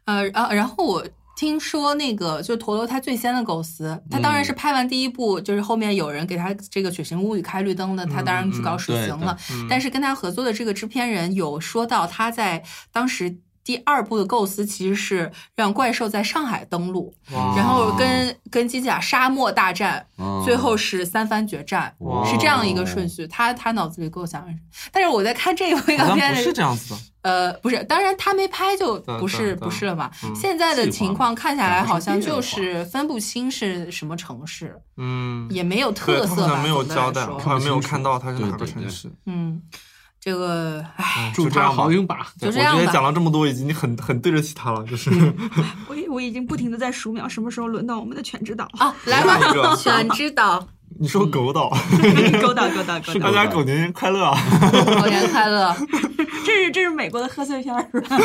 D: 呃，然然后我听说那个就是陀螺他最先的构思，他
F: 嗯
D: 当然是拍完第一部，就是后面有人给他这个《血腥物语》开绿灯的，他当然
F: 嗯
D: 举高实
B: 对
D: 行
B: 对
D: 了。但是跟他合作的这个制片人有说到，他在当时。第二部的构思其实是让怪兽在上海登陆，
F: 哇
D: 然后跟跟机甲沙漠大战，
F: 哦
B: 嗯
D: 最后是三番决战，
B: 哇
D: 是这样一个顺序。他他脑子里构想的是，但是我在看这个预
F: 好
D: 告
F: 像
D: 片
F: 不
D: 的
F: 是这样子的，
D: 呃，不是，当然他没拍就
F: 对
D: 不
F: 对
D: 是
F: 对
D: 不是了嘛。
F: 嗯
D: 现在的
B: 计划
D: 情
B: 嘛
D: 况看下
B: 赶
D: 来，
B: 不上
D: 好像
B: 毕业
D: 就
B: 的话
D: 是分不清是什么城市，
F: 嗯，
D: 也没有
F: 对
D: 特
F: 他
D: 色
F: 好
D: 吧
F: 像没有
D: 总的
F: 交
D: 来
F: 代，
D: 说
F: 我 [LAUGHS] 好像没有看到他是哪
B: 对
F: 个
B: 对
F: 城
B: 对
F: 市。
D: 嗯，这个唉，
F: 哎
B: 祝
F: 就这
B: 他
F: 样吧
B: 好。运吧。
F: 对
D: 就这
F: 我
D: 样
F: 觉得
D: 吧
F: 讲了这么多，已经很很对得起他了，就是
D: 嗯
E: 我已我已经不停的在数秒，什么时候轮到我们的
D: [LAUGHS]
E: 全指导？ [LAUGHS]
D: 啊，来
F: 下嗯一
D: 吧，
F: 个
D: 犬之岛，
F: [LAUGHS] 你
D: 嗯
F: 说狗岛，
E: 勾到勾到勾
B: 是
E: 到
F: [LAUGHS] 大！家狗年快乐啊！
D: 狗年快
F: [LAUGHS]
D: 乐，
E: 这是这是美国的贺岁片儿，是吧？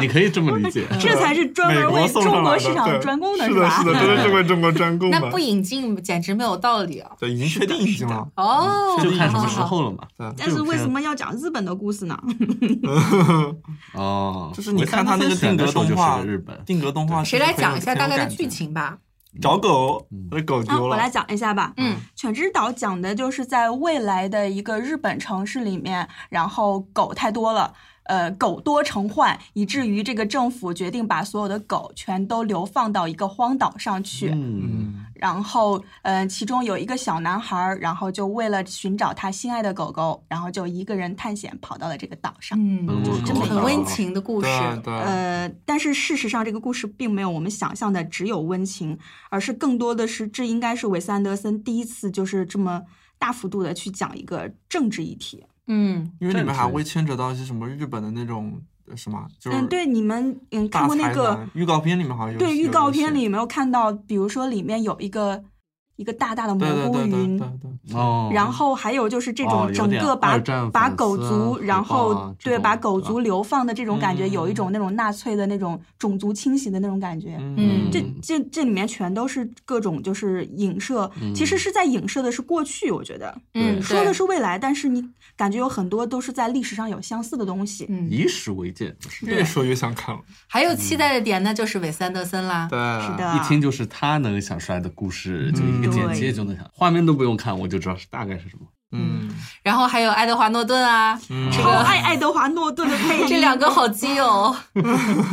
B: 你可以这么理解。
E: 这才是专
F: 美
E: 门为
F: 国送
E: 中
F: 上来
E: 国
F: 的，
E: 市场
F: 对
E: 专攻
F: 的，
E: 是
F: 是
E: 吧？
F: 是的，真的是为中国专攻
D: 嗯那
F: 的
D: 不。引进简直没有道理啊！
F: 对，已经确定已经了。
D: 哦，
B: 就看什
D: 好
B: 么
D: 好
B: 时
D: 好
B: 候了嘛。
F: 对，
E: 但是为什么要讲日本的故事呢？
B: 哦，
F: 就是你
B: 我
F: 看他那
B: 当
F: 个
B: 时选
F: 定
B: 的
F: 格
B: 时候
F: 动画
B: 就是个日本，
F: 定格动画是
D: 谁来
F: 很有
D: 讲一下
F: 很有
D: 大概的
F: 感觉
D: 剧？情吧？
F: 找狗，那狗
E: 啊，
F: 丢
E: 我
F: 了。
E: 来讲一下吧。
D: 嗯，
E: 犬之岛讲的就是在未来的一个日本城市里面，然后狗太多了。呃，狗多成患，以至于这个政府决定把所有的狗全都流放到一个荒岛上去。
B: 嗯，
F: 嗯，
E: 然后，呃，其中有一个小男孩儿，然后就为了寻找他心爱的狗狗，然后就一个人探险跑到了这个岛上。
D: 嗯，
B: 我
F: 嗯
D: 这么
B: 狗
D: 很
B: 岛
D: 温情的故事，嗯
F: 对啊对，
E: 呃，但是事实上，这个故事并没有我们想象的只有温情，而是更多的是，这应该是韦斯安德森第一次就是这么大幅度的去讲一个政治议题。
D: 嗯，
F: 因为里面
B: 政治
F: 还会牵扯到一些什么日本的那种呃什么，就是
E: 嗯，对，你们嗯看
F: 大
E: 过那
F: 财
E: 个
F: 团预告片里面好像有
E: 对
F: 有
E: 预
F: 有
E: 告
F: 写
E: 片里有没有看到？比如说里面有一个一个大大的蘑
F: 对对
E: 菇
F: 对对
E: 云，
F: 对对，
B: 哦，
E: 然后还有就是这
B: 哦
E: 种
B: 有
E: 整
B: 点
E: 个把
B: 二战
E: 把
B: 反
E: 狗
B: 思啊
E: 族，
B: 火爆啊
E: 然
F: 哦
E: 后
B: 这
E: 对
B: 种
E: 把
B: 对
E: 狗
B: 吧
E: 族流放的这种感觉，有一
F: 嗯
E: 种那种纳粹的那种种族清洗的那种感觉。
D: 嗯
E: 这这这里面全都是各种就是影射，其实是在影射的是过去，我觉得
D: 嗯，
B: 对
E: 说
D: 对
E: 的是未来，但是你感觉有很多都是在历史上有相似的东西。
D: 嗯，
B: 以史为鉴，
F: 越说越想看了。
D: 还有期待的点呢，就是韦斯安德森啦。
F: 对，
E: 是
F: 是。
E: 的，
B: 一听就是他能想出来的故事，就一个
F: 嗯
B: 简介就能想，画面都不用看，我就知道是大概是什么。
F: 嗯，
D: 然后还有爱德华诺顿啊，
F: 嗯
D: 这
E: 超
D: 个
E: 爱爱德华诺顿的 [LAUGHS] 配
D: [LAUGHS]
E: 音，
D: 这两个好基友， [LAUGHS]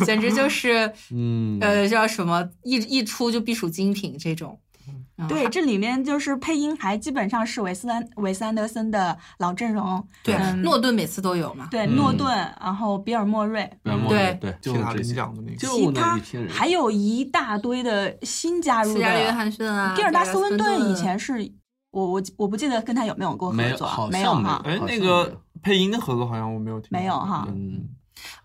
D: 简直就是
B: 嗯，
D: 呃叫什么一一出就必属精品这种。嗯
E: 对，这里面就是配音还基本上是韦斯安韦斯安德森的老阵容，
D: 对，
E: 嗯
D: 诺顿每次都有嘛。
E: 对
B: 嗯
E: 诺顿，然后比尔莫瑞，
B: 不要忘
D: 对
B: 了对，就
F: 其他
B: 这
F: 领
B: 些，
F: 奖的那个，
E: 其
B: 就那
E: 他
B: 一批人。
E: 还有一大堆的新加入
D: 斯嘉丽·约
E: 的，
D: 翰逊啊，
E: 蒂尔达·
D: 斯
E: 斯温顿以前是我我我不记得跟他有没有过
B: 没
E: 合
B: 有，
E: 作，啊
B: 好
E: 没有
B: 像没有
E: 哈。
F: 哎
B: 好，
F: 那
B: 像
F: 个配音的合作好像我没有听到，
E: 没有哈
F: 对
B: 嗯，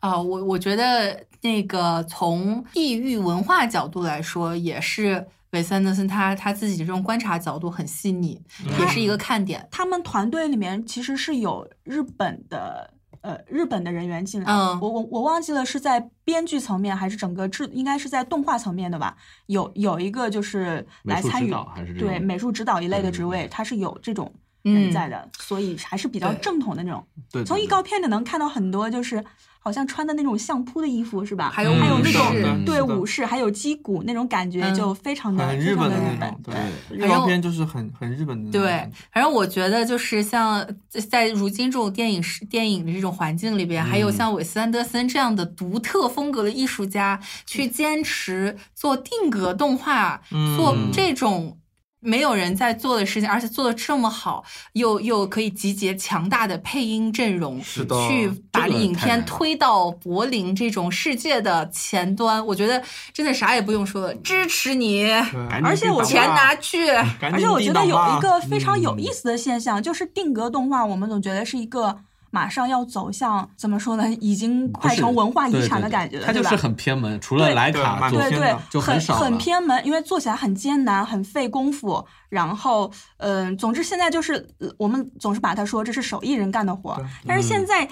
D: 啊、我我觉得那个从地域文化角度来说，也是。韦斯安德森他他自己这种观察角度很细腻，
E: 嗯
D: 也是一个看点。
E: 他们团队里面其实是有日本的。呃，日本的人员进来，
D: 嗯
E: 我我我忘记了是在编剧层面还是整个制，应该是在动画层面的吧。有有一个就是来
B: 美术
E: 参
B: 指
E: 与
B: 导还是这种
E: 对美术指导一类的职位，
B: 嗯
E: 他是有这种
D: 嗯
E: 人在的，所以还是比较
D: 对
E: 正统的那种。
B: 对，
E: 从
B: 对
E: 预告片里能看到很多，就是好像穿的那种相扑的衣服是吧？
D: 还有
E: 还有
D: 武
E: 那
D: 士
E: 种
B: 嗯
E: 对
F: 是的
E: 武士，还有击鼓那种感觉，
D: 嗯
E: 就非常的
F: 很
E: 非
F: 日
E: 常
F: 本
E: 的
F: 的
E: 日
F: 那
E: 本
F: 种，。
E: 对
F: 对，
D: 还
F: 预
D: 有
F: 告片就是很很日本的那种
D: 对
B: 嗯
F: 感觉，，
D: 反正我觉得就是像在如今这种电影是电影的这种环境里边，还
B: 嗯
D: 有像韦斯安德森这样的独特风格的艺术家，去坚持做定格动画，
F: 嗯
D: 做这种。没有人在做的事情，而且做的这么好，又又可以集结强大的配音阵容，
F: 是的
D: 去把
B: 这个
D: 影
B: 太难
D: 片
B: 了
D: 推到柏林这种世界的前端。我觉得真的啥也不用说了，支持你，
F: 对
B: 赶紧
D: 而且我钱拿去。
F: 赶
E: 而
F: 紧
E: 且我
F: 定
E: 觉得
F: 档
E: 有
F: 吧
E: 一个非常有意思的现象，就是定格动画，我们总觉得是一个马上要走向怎么说呢，已经
B: 不
E: 快
B: 是
E: 成文化遗
B: 对
E: 产的
B: 对
E: 感觉了，
B: 它就
E: 对吧
B: 是很偏门，除了
E: 对
B: 莱
F: 对
B: 卡
F: 蛮
B: 做
E: 对
F: 偏的
E: 对，
B: 就
E: 很
B: 很少了
E: 偏门，因为做起来很艰难，很费功夫。然后，嗯、总之现在就是呃我们总是把它说这是手艺人干的活儿
F: 对，
E: 但是现在。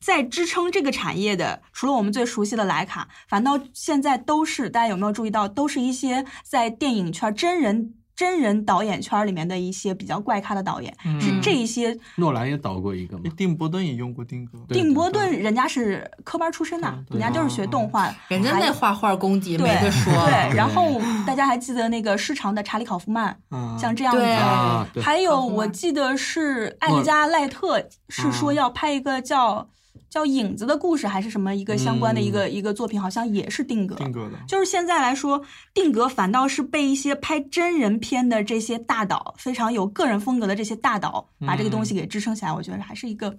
E: 在支撑这个产业的，除了我们最熟悉的徕卡，反倒现在都是大家有没有注意到，都是一些在电影圈、真人真人导演圈里面的一些比较怪咖的导演。
D: 嗯
E: 是这一些，
B: 诺兰也导过一个
F: 哎
B: 嘛，
F: 定波顿也用过定格，
B: 对
E: 定波顿人家是科班出身呐、
F: 对
E: 人家就是学动画的，
D: 人家那画画功底没
E: 对
D: 得说，
E: 对，然后大家还记得那个市场的查理考夫曼，
F: 嗯
E: 像这样子
D: 对
B: 啊
E: 的，
B: 对
E: 还有
D: 考夫曼
E: 我记得是艾丽加赖特是说要拍一个叫叫影子的故事，还是什么一个相关的一个一个作品，好像也是定格。
F: 定格的，
E: 就是现在来说，定格反倒是被一些拍真人片的这些大导，非常有个人风格的这些大导，把这个东西给支撑起来，我觉得还是一个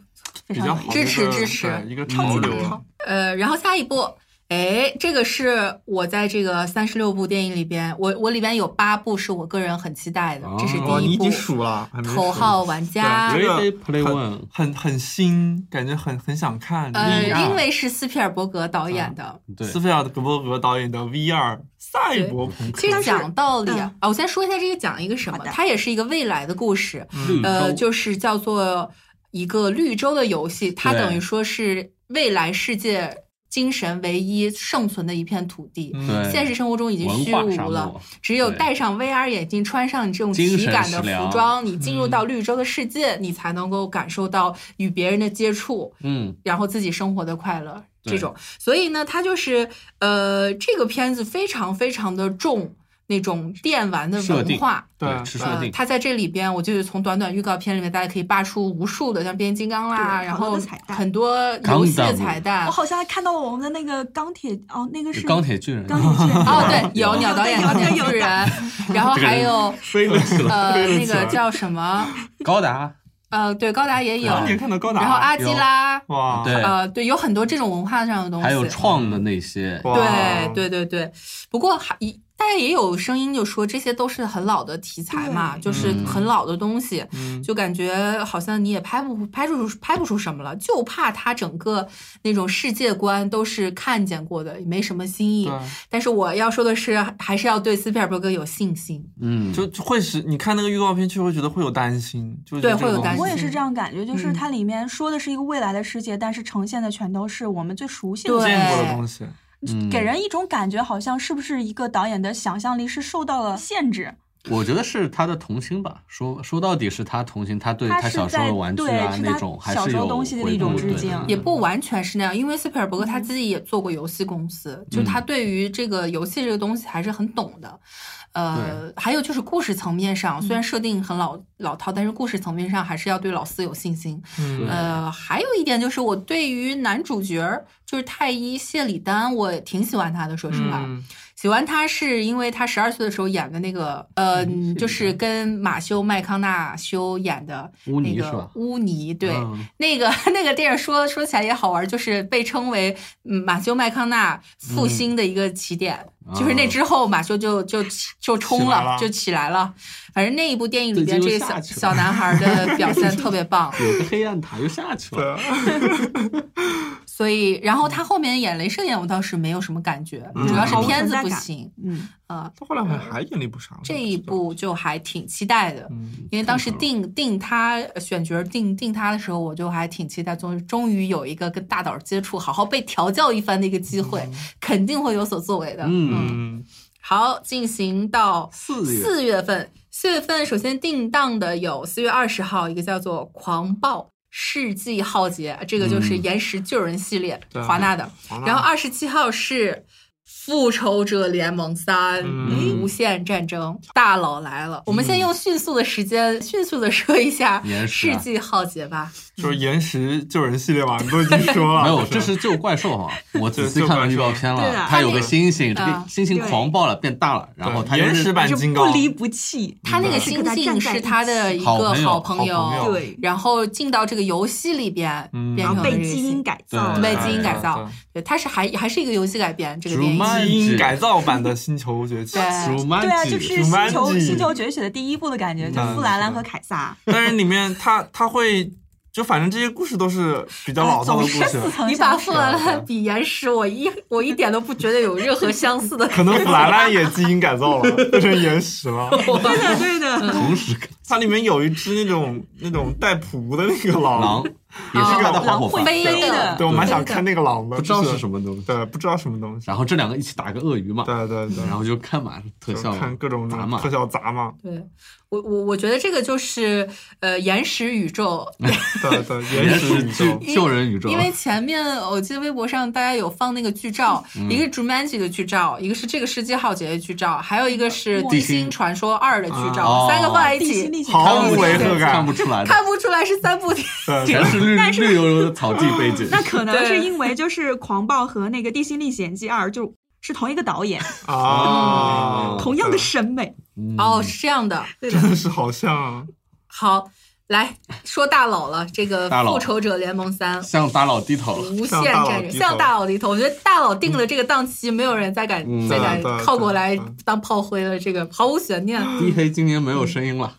F: 比
E: 非常
F: 较
E: 有
F: 好
E: 意
F: 的
E: 思。
D: 支持
F: 一个
D: 支持
F: 对一个
E: 超
F: 潮
E: 级大
F: 流啊
E: 潮
F: 了，
D: [LAUGHS] 呃，然后下一步，哎，这个是我在这个三十六部电影里边，我我里边有八部是我个人很期待的，这是
B: 哦
F: 哇，
D: 第
F: 你
D: 一
F: 已
D: 部
F: 经数了，还没
D: 《
F: 数
D: 头号玩家》
F: 对这个
B: Ready Play
F: 很
B: One
F: 很很新，感觉很很想看。
D: 呃，
F: VR
D: 因为是斯皮尔伯格导演的。
B: 对，
F: 斯菲尔德伯格导演的 VR 赛博朋克
D: 其，实讲道理啊
E: 嗯，
D: 啊我先说一下这个讲一个什么
E: 好，的
D: 它也是一个未来的故事，
B: 绿
F: 嗯
D: 呃，
B: 洲
D: 就是叫做一个绿洲的游戏，它
B: 对
D: 等于说是未来世界精神唯一生存的一片土地。
F: 嗯
B: 对
D: 现实生活中已经
B: 文
D: 虚
B: 化
D: 无
B: 沙
D: 了
B: 漠，
D: 只有
B: 对
D: 戴上 VR 眼镜，穿上你这种
B: 精
D: 体
B: 神
D: 感
B: 食
D: 的服
B: 粮
D: 装，你进入到绿洲的世界，你才能够感受到与别人的接触，
B: 嗯，
D: 然后自己生活的快乐
B: 对
D: 这种。所以呢，它就是呃，这个片子非常非常的重那种电玩的
B: 设
D: 文
B: 定
D: 化。
F: 对
B: 吃设
D: 呃，
B: 定，
D: 它在这里边，我就是从短短预告片里面，大家可以扒出无数的像变形金刚啦，
E: 对
D: 然
E: 好多
D: 后
E: 的彩蛋
D: 很多游戏的
B: Gundam
D: 彩蛋
E: 我。好像还看到了我们的那个钢铁哦，那个是
B: 钢铁巨人，
E: 钢铁
D: [LAUGHS]
E: 巨人
D: 哦，对，有
E: 有
D: 鸟导演、
E: 有
D: 钢铁
E: 有
D: 巨
E: 有
D: 人，然后
B: 这个
D: 还
B: 人
D: 有
B: 飞了起 [LAUGHS]
D: 呃，
B: 来，
D: 那个叫什么？
B: [LAUGHS] 高达，
D: 呃，对，高达也有，
F: 当年看到高达，
D: 然后阿基拉，
E: 啊
F: 哇，
B: 对
D: 呃，对，有很多这种文化上的东西。
B: 还有啊创的那些，
F: 哇
D: 对对对对，不过还一。大家也有声音就说这些都是很老的题材嘛，就是
B: 嗯
D: 很老的东西，
F: 嗯
D: 就感觉好像你也拍不拍不出拍不出什么了，就怕它整个那种世界观都是看见过的，也没什么新意
F: 对。，
D: 但是我要说的是，还是要对斯皮尔伯格有信心。
B: 嗯，
F: 就就会使你看那个预告片，就会觉得会有担心，就
D: 对会有担
E: 我
D: 心
E: 也是这样感觉，就是
D: 嗯
E: 它里面说的是一个未来的世界，但是呈现的全都是我们最熟悉
D: 对
E: 的东西，
F: 见过的东西，
B: 嗯
E: 给人一种感觉，好像是不是一个导演的想象力是受到了限制？
B: 我觉得是他的童心吧，说说到底是他童心，他对
E: 他
B: 他
E: 是
B: 小时候
E: 在
B: 的玩具
E: 对
B: 啊
E: 是
B: 那
E: 他
B: 种还
E: 小
B: 是
E: 时候
B: 有
E: 东西的
B: 回
E: 一种
B: 顾
E: 致
B: 对
E: 敬
B: 对
D: 也
B: 对
D: 不完全是那样，因为斯皮尔伯格
B: 嗯
D: 他自己也做过游戏公司，就他对于这个游戏这个东西还是很懂的。呃，还有就是故事层面上，
B: 嗯
D: 虽然设定很老老套，但是故事层面上还是要对老四有信心。
F: 嗯
B: 对
D: 呃，还有一点就是我对于男主角儿就是太医谢里丹，我挺喜欢他的，说实话。
F: 嗯
D: 喜欢他是因为他十二岁的时候演的那个，呃，
B: 嗯
D: 就是跟马修麦康纳修演的
B: 污
D: 那
B: 泥是
D: 个
B: 吧
D: 污泥，对，
B: 嗯
D: 那个 [LAUGHS] 那个电影说说起来也好玩，就是被称为嗯马修麦康纳复兴的一个起点，就是那之后马修就就就冲
F: 起来
D: 了，
F: 了
D: 就起来了。反正那一部电影里边，这
B: 对结
D: 个
B: 果
D: 小
B: 下去了，
D: 小男孩的表现特别棒
B: 有个黑暗塔又下去
F: 对
B: 了。
F: 啊，
D: 所以然后他后面演雷射眼，我倒是没有什么感觉，
F: 嗯
D: 主要是
E: 毫无
D: 片子
E: 存在
D: 不
E: 感
D: 行
E: 嗯，
D: 啊、
F: 他后来好像还演了一部啥？我
D: 这
F: 也不
D: 一
F: 知道，
D: 部就还挺期待的。
F: 嗯，
D: 因为当时
B: 看出
D: 定定他呃选角儿定定他的时候，我就还挺期待，终终于有一个跟大导接触、好好被调教一番的一个机会，肯定会有所作为的。
B: 嗯，
F: 嗯，
D: 好，进行到
B: 四月
D: 四月份，四月份首先定档的有四月二十号一个叫做《狂暴》。世纪浩劫，这个就是
B: 嗯
D: 岩石救人系列，
F: 对啊
D: 华纳的。
F: 好啦
D: 然后二十七号是《复仇者联盟三：
F: 嗯
D: 无限战争》，大佬来了。我们先用迅速的时间， [LAUGHS] 迅速的说一下《
B: 岩
D: 世
B: 石啊
D: 纪浩劫》吧。
F: 就是岩石救人系列嘛，你都已经说 [LAUGHS] 了，
B: 没有，这是救怪兽
E: [LAUGHS]
B: 哈。我仔细看了预告片
E: 对
B: 了
E: 啊，
B: 它有个猩猩，这
D: 它
B: 个
D: 那
E: 嗯
D: 个
B: 猩猩狂暴了，变大了，然后它又
F: 岩
B: 是
F: 石版
E: 就
F: 金
E: 不
F: 刚，
E: 离不弃。
D: 他那个
E: 是
D: 星
E: 跟他站
D: 星
E: 在
D: 是
E: 一
D: 他的
E: 起
D: 一
B: 好
D: 个
B: 朋友
D: 好
B: 好
D: 朋
F: 朋友
D: 友，
E: 对，
D: 然后进到这个游戏里边，
F: 嗯
D: 变
E: 然
D: 成
E: 后
D: 了这
E: 被
D: 个
E: 基因
D: 星
E: 改
B: 对
E: 造了，
D: 被基因改
F: 对
D: 造
F: 对，
D: 对，它是还还是一个游戏改编这个电影。
B: Jumanji
F: 基因改造版的星球崛起。
D: 对
E: 对啊，就是
F: 主
E: 星
F: 班
E: 球
F: 级
E: 星球崛起的第一部的感觉，就
F: 嗯
E: 富兰兰和凯撒，
F: 但是里面他他会，就反正这些故事都是比较老套的
E: 总
F: 故
E: 是 [LAUGHS]
F: 事
E: 似，曾
D: 你把
E: 相识。
D: 富兰兰比岩石，我一我一点都不觉得有任何相似的
F: 可能弗兰兰也基因改造了，变成岩石
D: [LAUGHS]
F: 了。
E: 对的，对的，
B: 同时
F: 它里面有一只那种那种带蹼的那个狼，
B: 狼也是它的好
E: 啊狼
B: 伙
E: 会
B: 伴，
D: 飞
E: 飞
D: 的
E: 的
F: 对我蛮想
D: 对
F: 看那个狼的，
B: 不知道
F: 就是
B: 什么东西。
F: 对，不知道什么东西。
B: 然后这两个一起打个鳄鱼嘛，
F: 对对对，
B: 然后就看嘛特
F: 就
B: 效嘛
F: 看各种那
B: 打
F: 种
B: 嘛
F: 特，效杂嘛，
D: 对我我我觉得这个就是呃岩石宇宙，
F: 对对，
B: [LAUGHS] 岩
F: 岩石宇宙
B: 救，救人宇宙，
D: 因为前面我记得微博上大家有放那个剧照，
B: 嗯
D: 一个是《Jumanji》的剧照，一个是这个《世纪浩劫》的剧照，还有一个是《
B: 地
D: 地
B: 心
D: 心传说二》的剧
B: 哦
D: 照，三个放在一
E: 嗯地心
D: 起，
E: 历险
F: 毫
B: 看
F: 无
B: 不出
F: 违
B: 来
F: 和
B: 看
F: 感，
B: 不出来的，
D: 看不出来是三部电影。
F: 对对
B: 全是绿
E: 但是
B: 绿油油的草地背景。
E: 那可能
D: 对
E: 是因为就是《狂暴》和那个《地心历险记二》就是同一个导演，
F: 啊，
E: 同样的审美。
B: 嗯
D: 哦，是这样的，
E: 对的
F: 真，的是好像啊
D: 好，来说大佬了，这个
B: 大
D: 《
B: 佬
D: 复仇者联盟三》
B: 向大佬低头了。
D: 无限战争，向
F: 向
D: 哦大
F: 大
D: 佬低头。我觉嗯得大佬定了这个档期，没有人再敢、
B: 嗯
D: 再敢
F: 对对
D: 靠过来
F: 对对
D: 当炮灰了，这个毫无悬 [LAUGHS] 念。
B: 低黑今年没有声音了，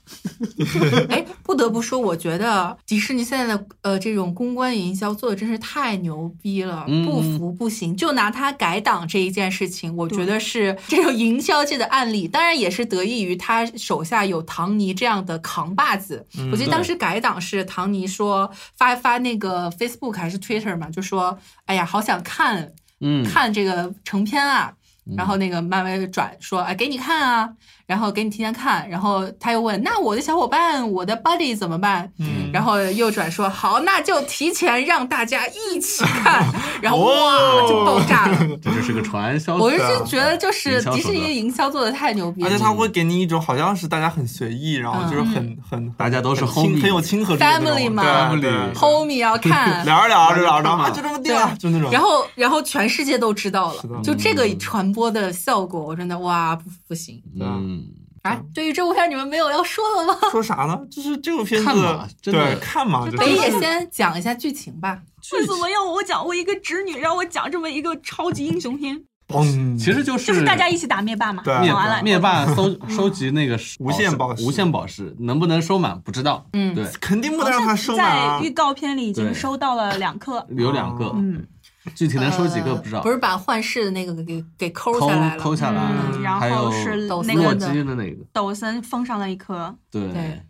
D: 哎，不得不说，我觉得迪士尼现在的呃这种公关营销做的真是太牛逼了，
B: 嗯
D: 不服不行。就拿它改档这一件事情，我觉得是这种营销界的案例，当然也是得益于他手下有唐尼这样的扛把子。我记得当时改档是唐尼说发发那个 Facebook 还是 Twitter 嘛，就说哎呀，好想看
B: 嗯，
D: 看这个成片啊。
F: 嗯
D: 然后那个漫威转说，哎，给你看啊，然后给你提前看，然后他又问，那我的小伙伴，我的 buddy 怎么办？
F: 嗯
D: 然后又转说，好，那就提前让大家一起
F: [LAUGHS]
D: 看，然后
F: 哦
D: 哇，就爆炸了。
B: 这就是个传
D: [LAUGHS]
B: 销。
D: 嗯我是觉得，就是
B: 营
F: 啊
B: 销手
D: 迪士尼
B: 段
D: 的营销做的太牛逼
F: 而且
D: 了。
B: 嗯
F: 他会给你一种好像是大家很随意，然后就是很很
B: 大家都是
F: 很亲
B: homie
F: 很有亲和力的
D: 嗯
F: 那种
D: Family 嘛
F: 对
B: Family
F: 对
D: Homie
F: [LAUGHS]
D: 要看，
F: 聊着聊着聊着，
B: 嘛 [LAUGHS]
F: 啊，就这么定了，就那种。
D: 然后然后全世界都知道
F: 是的
D: 了，就这个传播的效果，我真的哇不不行
B: 嗯，
D: 啊！对于这部片儿你们没有要说的吗？
F: 说啥呢？就是这部片子
B: 看嘛，真的
F: 对，看嘛，这
D: 北野
F: 是
D: 先讲一下剧情吧。
E: 为什么要我讲我一个直女，让我讲这么一个超级英雄片？
F: 嘣，
B: 其实就是
E: 就是大家一起打灭霸嘛，
F: 对
E: 讲
B: 灭
E: 完了。
B: 灭霸搜收集
F: [LAUGHS]
B: 那个
F: 无限宝石
B: 无限宝石能不能收满不知道，
D: 嗯
B: 对，
F: 肯定不
E: 好
F: 能让他
E: 像
F: 收满
E: 在
F: 啊
E: 预。告片里已
B: 对
E: 经收到了两颗，
B: 有两个，
E: 嗯
B: 具体能收几个不知道，
D: 呃不是把幻视的那个给给抠
B: 抠
D: 下来了，
B: 抠下来了，
E: 嗯，然
B: 还有
E: 后是
D: 抖
E: 那
D: 森
E: 个
B: 洛基的那个，
E: 抖森封上了一颗，
B: 对
D: 对，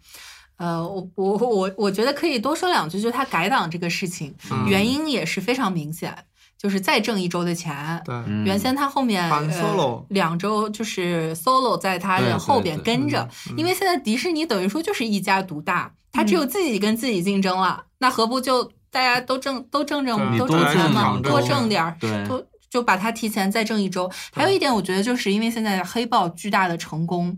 D: 呃，我我我我觉得可以多说两句，就是他改档这个事情，
F: 嗯
D: 原因也是非常明显，就是再挣一周的钱。
F: 对，
B: 嗯
D: 原先他后面、
F: 反
D: 呃
F: solo
D: 两周就是 solo 在他
B: 对
D: 的后
B: 对
D: 边
B: 对嗯
D: 跟着，因为现在迪士尼等于说就是一家独大，他只有自己跟自己竞争了，那何不就大家都挣都挣挣
F: 对
D: 都
B: 你多
D: 挣钱
B: 挣
D: 嘛，
B: 两
D: 多
B: 周
D: 挣点儿，
B: 对
D: 多就把它提前再挣一周。还有一点，我觉得就是因为现在黑豹巨大的成功，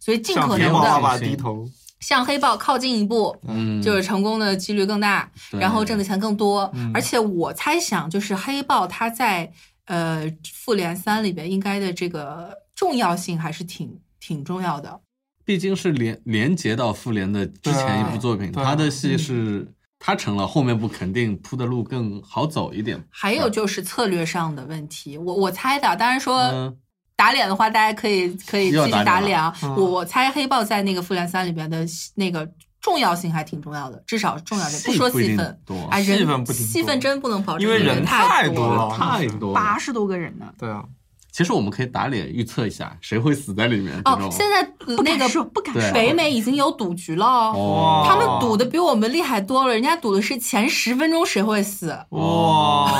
D: 所以尽
F: 向
D: 可
F: 黑
D: 能
F: 豹爸
D: 的
F: 爸低头，
D: 向黑豹靠近一步，
B: 嗯，
D: 就是成功的几率更大，
B: 对
D: 然后挣的钱更多
F: 嗯。
D: 而且我猜想，就是黑豹它在呃复联三里边应该的这个重要性还是挺挺重要的。
B: 毕竟是连连接到复联的之前一部作品，
F: 对啊
B: 他的
D: 嗯
B: 戏是他成了，后面部肯定铺的路更好走一点。
D: 还有就是策略上的问题，我我猜的，当然说
B: 嗯，
D: 打脸的话，大家可以可以继
B: 要
D: 续
B: 打脸
D: 打脸啊！
F: 嗯
D: 我我猜黑豹在那个复联三里边的那个重要性还挺重要的，至少重要点，不
B: 戏
D: 说
B: 不一
D: 戏
B: 定
D: 份
B: 多
D: 啊，人
F: 哦戏份不挺多
D: 戏份真不能跑，
F: 因为
D: 这个
F: 人
D: 太
F: 太多
D: 了。
F: 了
B: 太多
E: 八
B: 了。
E: 十多个人呢，
F: 对啊，
B: 其实我们可以打脸预测一下，谁会死在里面？这
D: 哦
B: 种，
D: 现在呃那个
E: 说不敢
B: 对
E: 说，
D: 北美已经有赌局了哦，
B: 哦，
D: 他们赌的比我们厉害多了，人家赌的是前十分钟谁会死。
B: 哦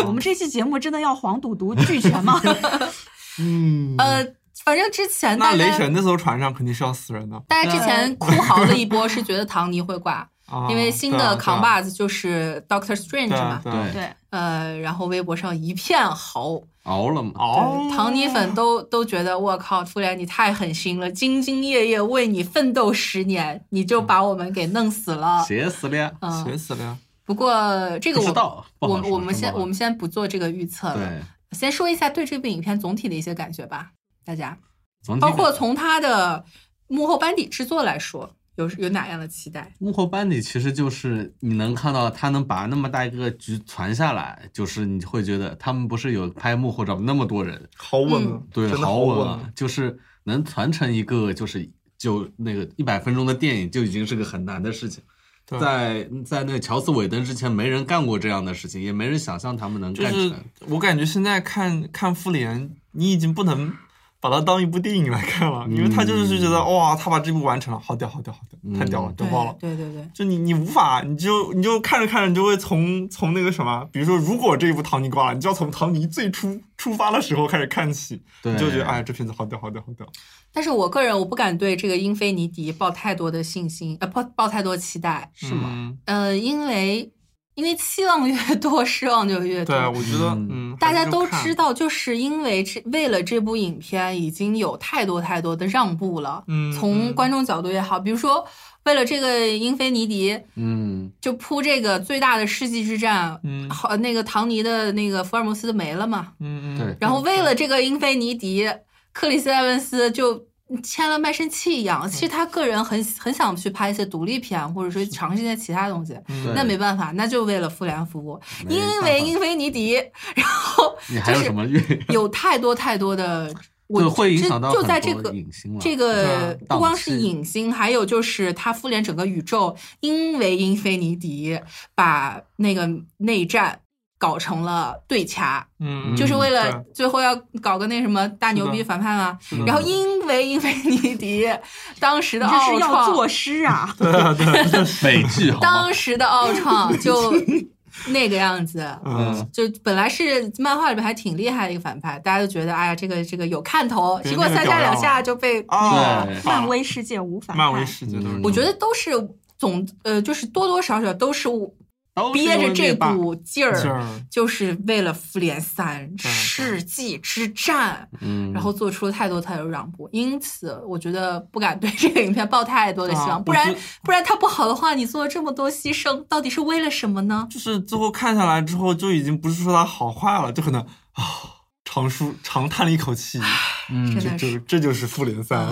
E: 我
F: 哇，
E: 们这期节目真的要黄赌毒俱全
F: [LAUGHS]
E: 吗？
F: 嗯，
D: 呃，反正之前
F: 那
D: 大
F: 雷
D: 家
F: 神那嗯艘船上肯定是要死人的，
D: 大家之前哭嚎的一波是觉得唐尼会
F: [LAUGHS]
D: 挂，
F: 啊
D: 因为新
F: 对啊
D: 的
F: 对啊
D: 扛把子就是 Doctor Strange
F: 对
D: 嘛
F: 啊，对啊
B: 对，
E: 对，
D: 呃，然后微博上一片嚎，
B: 熬了嘛，
F: 哦，
D: 唐尼粉都都觉得我靠，傅然你太狠心了，兢兢业业为你奋斗十年，你
B: 嗯
D: 就把我们给弄死了。
B: 写死了呀，
F: 写
D: 嗯，
F: 死了呀，
D: 不过啊这个
B: 不知
D: 我
B: 道，不
D: 我
B: 好说
D: 我们
B: 是
D: 先
B: 吗
D: 我们先不做这个预测了，
B: 对，
D: 先说一下对这部影片总体的一些感觉吧，大家，
B: 总体
D: 包括
B: 感
D: 从它的幕后班底制作来说，有有哪样的期待？
B: 幕后班底其实就是你能看到他能把那么大一个局传下来，就是你会觉得他们不是有拍幕后找那么多人，
F: 好稳
D: 嗯
F: 啊，
B: 对，
F: 真的
B: 好
F: 稳
B: 稳啊，，就是能传承一个就是就那个一百分钟的电影就已经是个很难的事情。
F: 对
B: 在在那个乔斯·韦登之前，没人干过这样的事情，也没人想象他们能
F: 就
B: 干起
F: 是
B: 来。
F: 我感觉现在看看复联，你已经不能把它当一部电影来看了，
B: 嗯
F: 因为他就是觉得哇，他把这部完成了，好屌，好屌，好屌，太屌了，屌爆了。
D: 对对对，
F: 就你，你无法，你就你就看着看着，你就会从从那个什么，比如说，如果这一部唐尼挂了，你就要从唐尼最初出发的时候开始看起，
B: 对
F: 你就觉得哎，这片子好屌，好屌，好屌。
D: 但是我个人我不敢对这个英菲尼迪抱太多的信心，呃，抱抱太多期待，
B: 是吗？
F: 嗯？
D: 呃，因为因为期望越多，失望就越
F: 对，啊
D: 多。
F: 我觉得，
B: 嗯
F: 嗯，
D: 大
F: 还
D: 家
F: 是
D: 都
F: 看
D: 知，道，就是因为这为了这部影片，已经有太多太多的让步了。
F: 嗯，
D: 从观众角度也好，比如说为了这个英菲尼迪，
B: 嗯，
D: 就铺这个最大的世纪之战，
F: 嗯
D: 好那个唐尼的那个福尔摩斯的没了嘛。
F: 嗯嗯，
B: 对
D: 然后为了这个英菲尼迪，克里斯埃文斯就签了卖身契一样。其
F: 嗯
D: 实他个人很很想去拍一些独立片，或者说尝试一些其他东西。
F: 嗯
B: 对
D: 那没办法，那就为了复联服务，
B: 没
D: 因
B: 办
D: 为
B: 法
D: 英菲尼迪，然后
B: 你还有
D: 就是
B: 什么乐？
D: 有太多太多
B: [LAUGHS]
D: 的，我
B: 对，会影
D: 这
B: 响到
D: 就
B: 很
D: 在这
B: 多
D: 个。
B: 影星了。
F: [LAUGHS]
D: 这
F: 对
D: 个
F: 啊
D: 不光是
B: 档期
D: 影星，还有就是他复联整个宇宙，因为英菲尼迪把那个内战搞成了对掐，
F: 嗯，
D: 就是为
F: 对
D: 了最后要搞个那什么大牛
F: 是的
D: 逼反派嘛。
B: 啊的
D: 然后因为英菲尼迪当时的
E: 你这
D: 奥
E: 是要
D: 创，
E: 作诗
F: [LAUGHS]
E: 啊！
B: 美剧好吗
D: 当？时的奥创就那个样子，
F: 嗯，
D: 就本来是漫画里面还挺厉害的一个反派，大家都觉得哎呀这个这个有看头，
F: 对
D: 结果三下两
F: 那
D: 下就被。
B: 哦
D: 嗯
F: 啊，
B: 对
E: 漫威世界无反
F: 漫威
E: 派
F: 世界都是
B: 嗯
D: 我觉得都是总呃，就是多多少少都是
B: 都是
D: 憋
B: 因
D: 着
B: 为
D: 这
B: 灭霸
D: 股劲
F: 劲
D: 儿，
F: 儿，
D: 就是为了复联三世纪之战，
B: 嗯，
D: 然后做出了太多太多让步，因此我觉得不敢对这个影片抱太多的希
F: 啊
D: 望，
F: 我
D: 不然
F: 觉
D: 不然它不好的话，你做了这么多牺牲，到底是为了什么呢？
F: 就是最后看下来之后，就已经不是说它好坏了，就可能啊，长舒长叹了一口气，
B: 嗯
D: 真的是
F: 就。这就是复联三，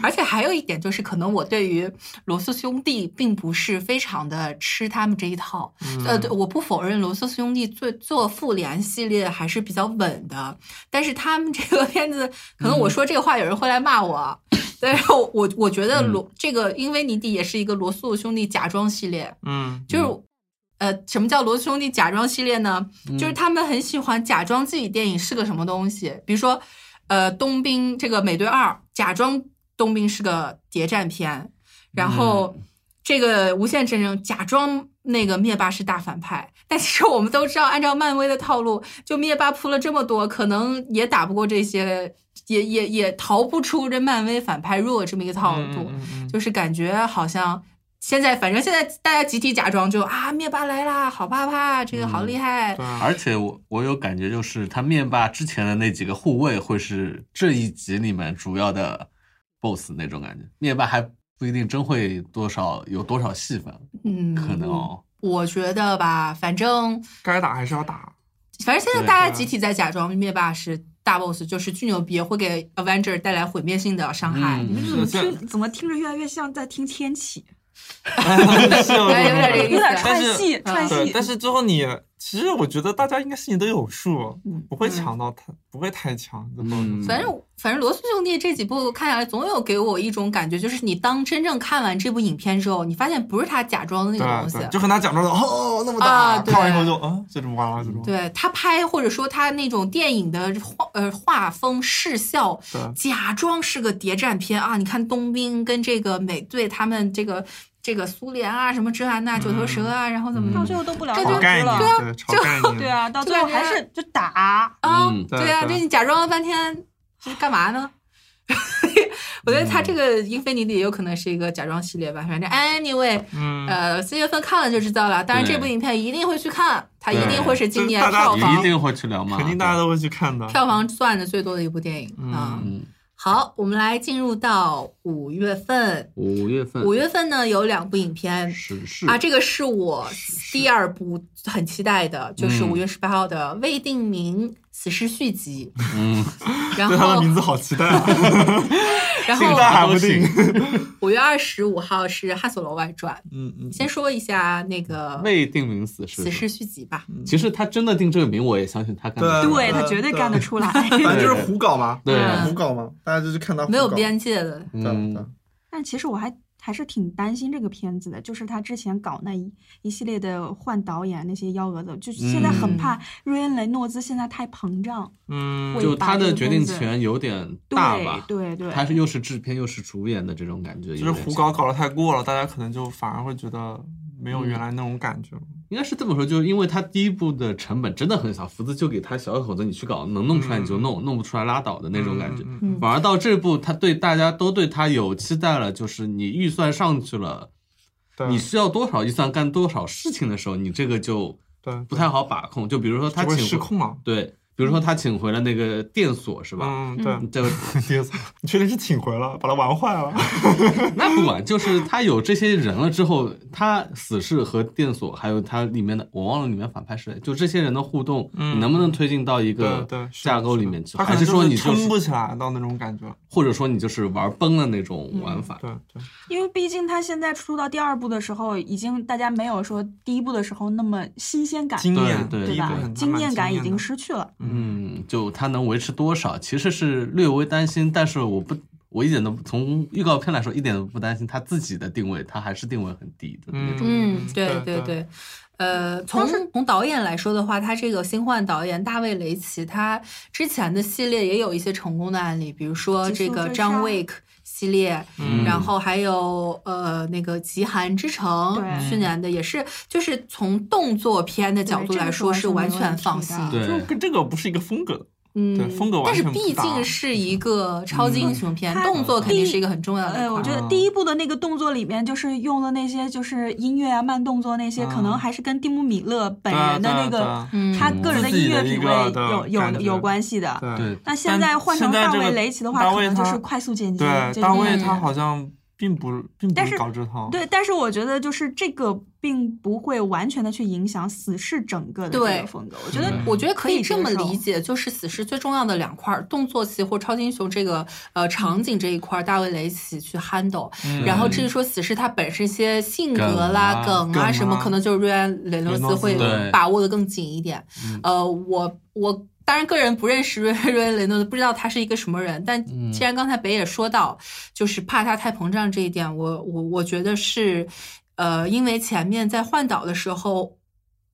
D: 而且还有一点就是，可能我对于罗素兄弟并不是非常的吃他们这一套。呃，对，我不否认罗素兄弟做做复联系列还是比较稳的，但是他们这个片子，可能我说这个话有人会来骂我，啊但是我我觉得罗、这个因为尼迪也是一个罗素兄弟假装系列，
F: 嗯，
D: 就是。呃，什么叫罗素兄弟假装系列呢？
F: 嗯
D: 就是他们很喜欢假装自己电影是个什么东西，比如说，呃，冬兵这个美队二假装冬兵是个谍战片，然后
F: 嗯
D: 这个无限真人假装那个灭霸是大反派，但其实我们都知道，按照漫威的套路，就灭霸铺了这么多，可能也打不过这些，也也也逃不出这漫威反派弱这么一个套路。
F: 嗯嗯
D: 就是感觉好像现在，反正现在大家集体假装就啊，灭霸来啦，好怕怕，这个好厉害。
F: 对啊，
B: 而且我我有感觉，就是他灭霸之前的那几个护卫会是这一集里面主要的 BOSS 那种感觉，灭霸还不一定真会多少有多少戏份，
D: 嗯，
B: 可能哦，
D: 我觉得吧，反正
F: 该打还是要打， [LAUGHS]
D: 反正现在
B: 对
D: 大家
F: 对啊
D: 集体在假装灭霸是大 boss，就是巨牛逼，会给 Avenger 带来毁灭性的伤害。
E: 你
B: 嗯
E: 怎么
F: 是
E: 听怎么听着越来越像在听天启，
F: 是有
D: 哎有点这个意思
E: 有点
F: 但
E: 串
F: 是
E: 戏串嗯
F: 对，
E: 戏
F: 但。是最后你其实我觉得大家应该心里都有数
D: 嗯，
F: 不会强到太，不会太强。怎么
B: 嗯
D: 反正反正罗素兄弟这几部看下来，总有给我一种感觉，就是你当真正看完这部影片之后，你发现不是他假装的那个东
F: 对啊
D: 西
F: 对，，就和他假装的哦那么
D: 啊
F: 大，
D: 对嗯
F: 看完以后就啊就这么完了，就这么完了
D: 对他拍或者说他那种电影的画呃画风视效，
F: 对
D: 假装是个谍战片啊！你看冬兵跟这个美队他们这个这个苏联啊什么这啊那九头蛇啊，然后怎么
E: 到
D: 着
E: 最后都不了
D: 这
E: 了
D: 就
F: 炒
E: 之
F: 概念，
E: 了。
F: 对炒概念，
E: 对啊，到
D: 就 [LAUGHS]
E: 最后
D: 感
E: 还
D: 觉
E: 是就打，
D: 啊？
B: 嗯
F: 对
D: 对啊，
F: 对
D: 就你假装了半天是干嘛呢？ [LAUGHS] 我觉得他这个《英菲尼迪》也有可能是一个假装系列吧，反正 anyway，
F: 嗯，
D: 呃，四月份看了就知道了。当然，
B: 对
D: 这部影片一定会去看，它一
B: 对
D: 定会是今
F: 就是
D: 年
F: 大家
D: 票
B: 一
D: 房
B: 定会去聊嘛，
F: 肯定大家都会去看的。
D: 票房赚的最多的一部电影啊。
B: 嗯，
D: 好，我们来进入到五月份。
B: 五月份
D: 五月份呢有两部影片
B: 是是
D: 啊，这个是我
B: 是
D: 第二部很期待的，就是
B: 嗯
D: 五月十八号的《未定名死尸续集》
B: [LAUGHS] 嗯，
D: 然
F: 对他的
D: 后
F: 名字好期
D: [LAUGHS]
F: 待啊，
D: 然
F: 现在
D: 后
F: 还不定。
D: 五月二十五号是《汉索罗外传
F: 嗯嗯》，，
D: 先说一下那个
B: 未定名死
D: 死
B: 是。
D: 尸续集吧。
B: 其实他真的定这个名，我也相信他干得
F: 对
B: 出
D: 啊
B: 来
E: 对他嗯绝对干得出来。
F: 反正就是胡搞嘛，
B: 对
D: 嗯
F: 胡搞嘛，大家就去看他胡搞
D: 没有边界的，
F: 对对
D: 啊
B: 嗯，
E: [LAUGHS] 但其实我还还是挺担心这个片子的，就是他之前搞那一一系列的换导演那些幺蛾子，就现在很怕瑞恩雷诺兹现在太膨胀，
F: 嗯
E: 会
B: 就他
D: 啊
B: 的决定权有点大吧，
E: 对对对，
B: 他是又是制片又是主演的这种感觉，
F: 就是胡搞搞得太过了，大家可能就反而会觉得没有原
E: 嗯
F: 来那种感觉了。
B: 应该是这么说，就是因为他第一部的成本真的很小，福子就给他小口子，你去搞，能弄出来你就弄，弄不出来拉倒的那种感觉。
F: 嗯
D: 嗯
B: 反而到这部，他对大家都对他有期待了，就是你预算上去了，
F: 对
B: 你需要多少预算干多少事情的时候，你这个就
F: 对
B: 不太好把控。就比如说他
F: 就会
B: 请
F: 失
B: 回
F: 控了，
B: 对，比如说他请回了那个电锁是吧？
F: 嗯，
B: [LAUGHS]
F: 对。
B: 这个
F: 爹子，你确定是请回了，把他玩坏了？
B: 那不管，就是他有这些人了之后，他死侍和电锁，还有他里面的，我忘了里面反派是谁，就这些人的互动，
F: 嗯
B: 你能不能推进到一
F: 对
B: 个
F: 对，是的
B: 架构
F: 是
B: 里
F: 的
B: 面去？
F: 他可
B: 还
F: 能
B: 是说你就
F: 撑不
B: 是，
F: 起来到那种感觉了。
B: 或者说你就是玩崩了那
F: 嗯
B: 种玩法？
F: 对对，
E: 因为毕竟他现在出到第二部的时候，已经大家没有说第一部的时候那么新鲜感，
F: 经
B: 对
F: 验
B: 对
F: 第
E: 对
F: 一部
E: 吧
F: 很？
E: 经验感已经
F: 是
E: 失去了。
B: 嗯，就他能维持多少，其实是略微担心，但是我不。我一点都不从预告片来说，一点都不担心他自己的定位，他还是定位很低的那种。
D: 嗯，对
F: 对
D: 对
F: 对
D: 对，呃，从从导演来说的话，他这个新换导演大卫雷奇，他之前的系列也有一些成功的案例，比如说这
E: 极速
D: 个
E: 追杀
D: John Wick 系列，
B: 嗯
D: 然后还有呃那个《极寒之城》，
E: 对
D: 去年的也是，就是从动作片的角
E: 对
D: 度
E: 这个
D: 来
E: 是
D: 说
E: 完
D: 是
E: 全
D: 完
E: 没问
D: 全
E: 题
D: 放
E: 的
D: 心。
B: 对
F: 就跟这个不是一个风格的。
D: 嗯
F: 对风格完
D: 但是
F: 全不嗯
D: 毕
F: 搭
D: 竟是一个超级英雄片，
E: 它
D: 动作肯定是
E: 第
D: 一个很重要的一块。
E: 呃，我觉
F: 啊
E: 得第一部的那个动作里面，就是用了那些就是音乐啊、慢动作那些，可
F: 啊
E: 能还是跟蒂姆·米勒本
F: 对啊
E: 人的
F: 对啊
E: 那
F: 对
E: 个
F: 啊
D: 嗯，
E: 他个人的音乐
F: 自己的一
E: 品味有
F: 个感
E: 有
F: 觉
E: 有关系的。
F: 对
B: 对，
E: 那现在换成
F: 但现在
E: 大
F: 这个
E: 卫·雷奇的
F: 大
E: 话，可
F: 卫
E: 能就
F: 他
E: 是快速剪辑，
F: 对，
E: 嗯就
F: 大
E: 是
F: 卫
E: 那
F: 他
E: 样
F: 好像并不并不
E: 但
F: 是
E: 是
F: 搞这套，
E: 对，但是我觉得就是这个并不会完全的去影响死侍整个的这
D: 对
E: 个风格。
F: 嗯
E: 我觉得
D: 我觉得可以
E: 可以
D: 这么
E: 接受
D: 理解，就是死侍最重要的两块儿动作戏或超级英雄这个呃场景这一块儿，大卫雷奇去 handle。
F: 嗯
D: 然后至于说死侍他本身一些性格啦、
B: 梗啊
D: 梗
F: 梗啊
D: 什么，可能就是瑞安雷诺
F: 雷
D: 斯
F: 诺斯
D: 会
B: 对
D: 把握的更紧一点。呃，我我。当然，个人不认识瑞 [LAUGHS] 瑞恩雷诺斯，不知道他是一个什么人。但既然刚才北野说到，就是怕他太膨胀这一点，我我我觉得是，呃，因为前面在换导的时候，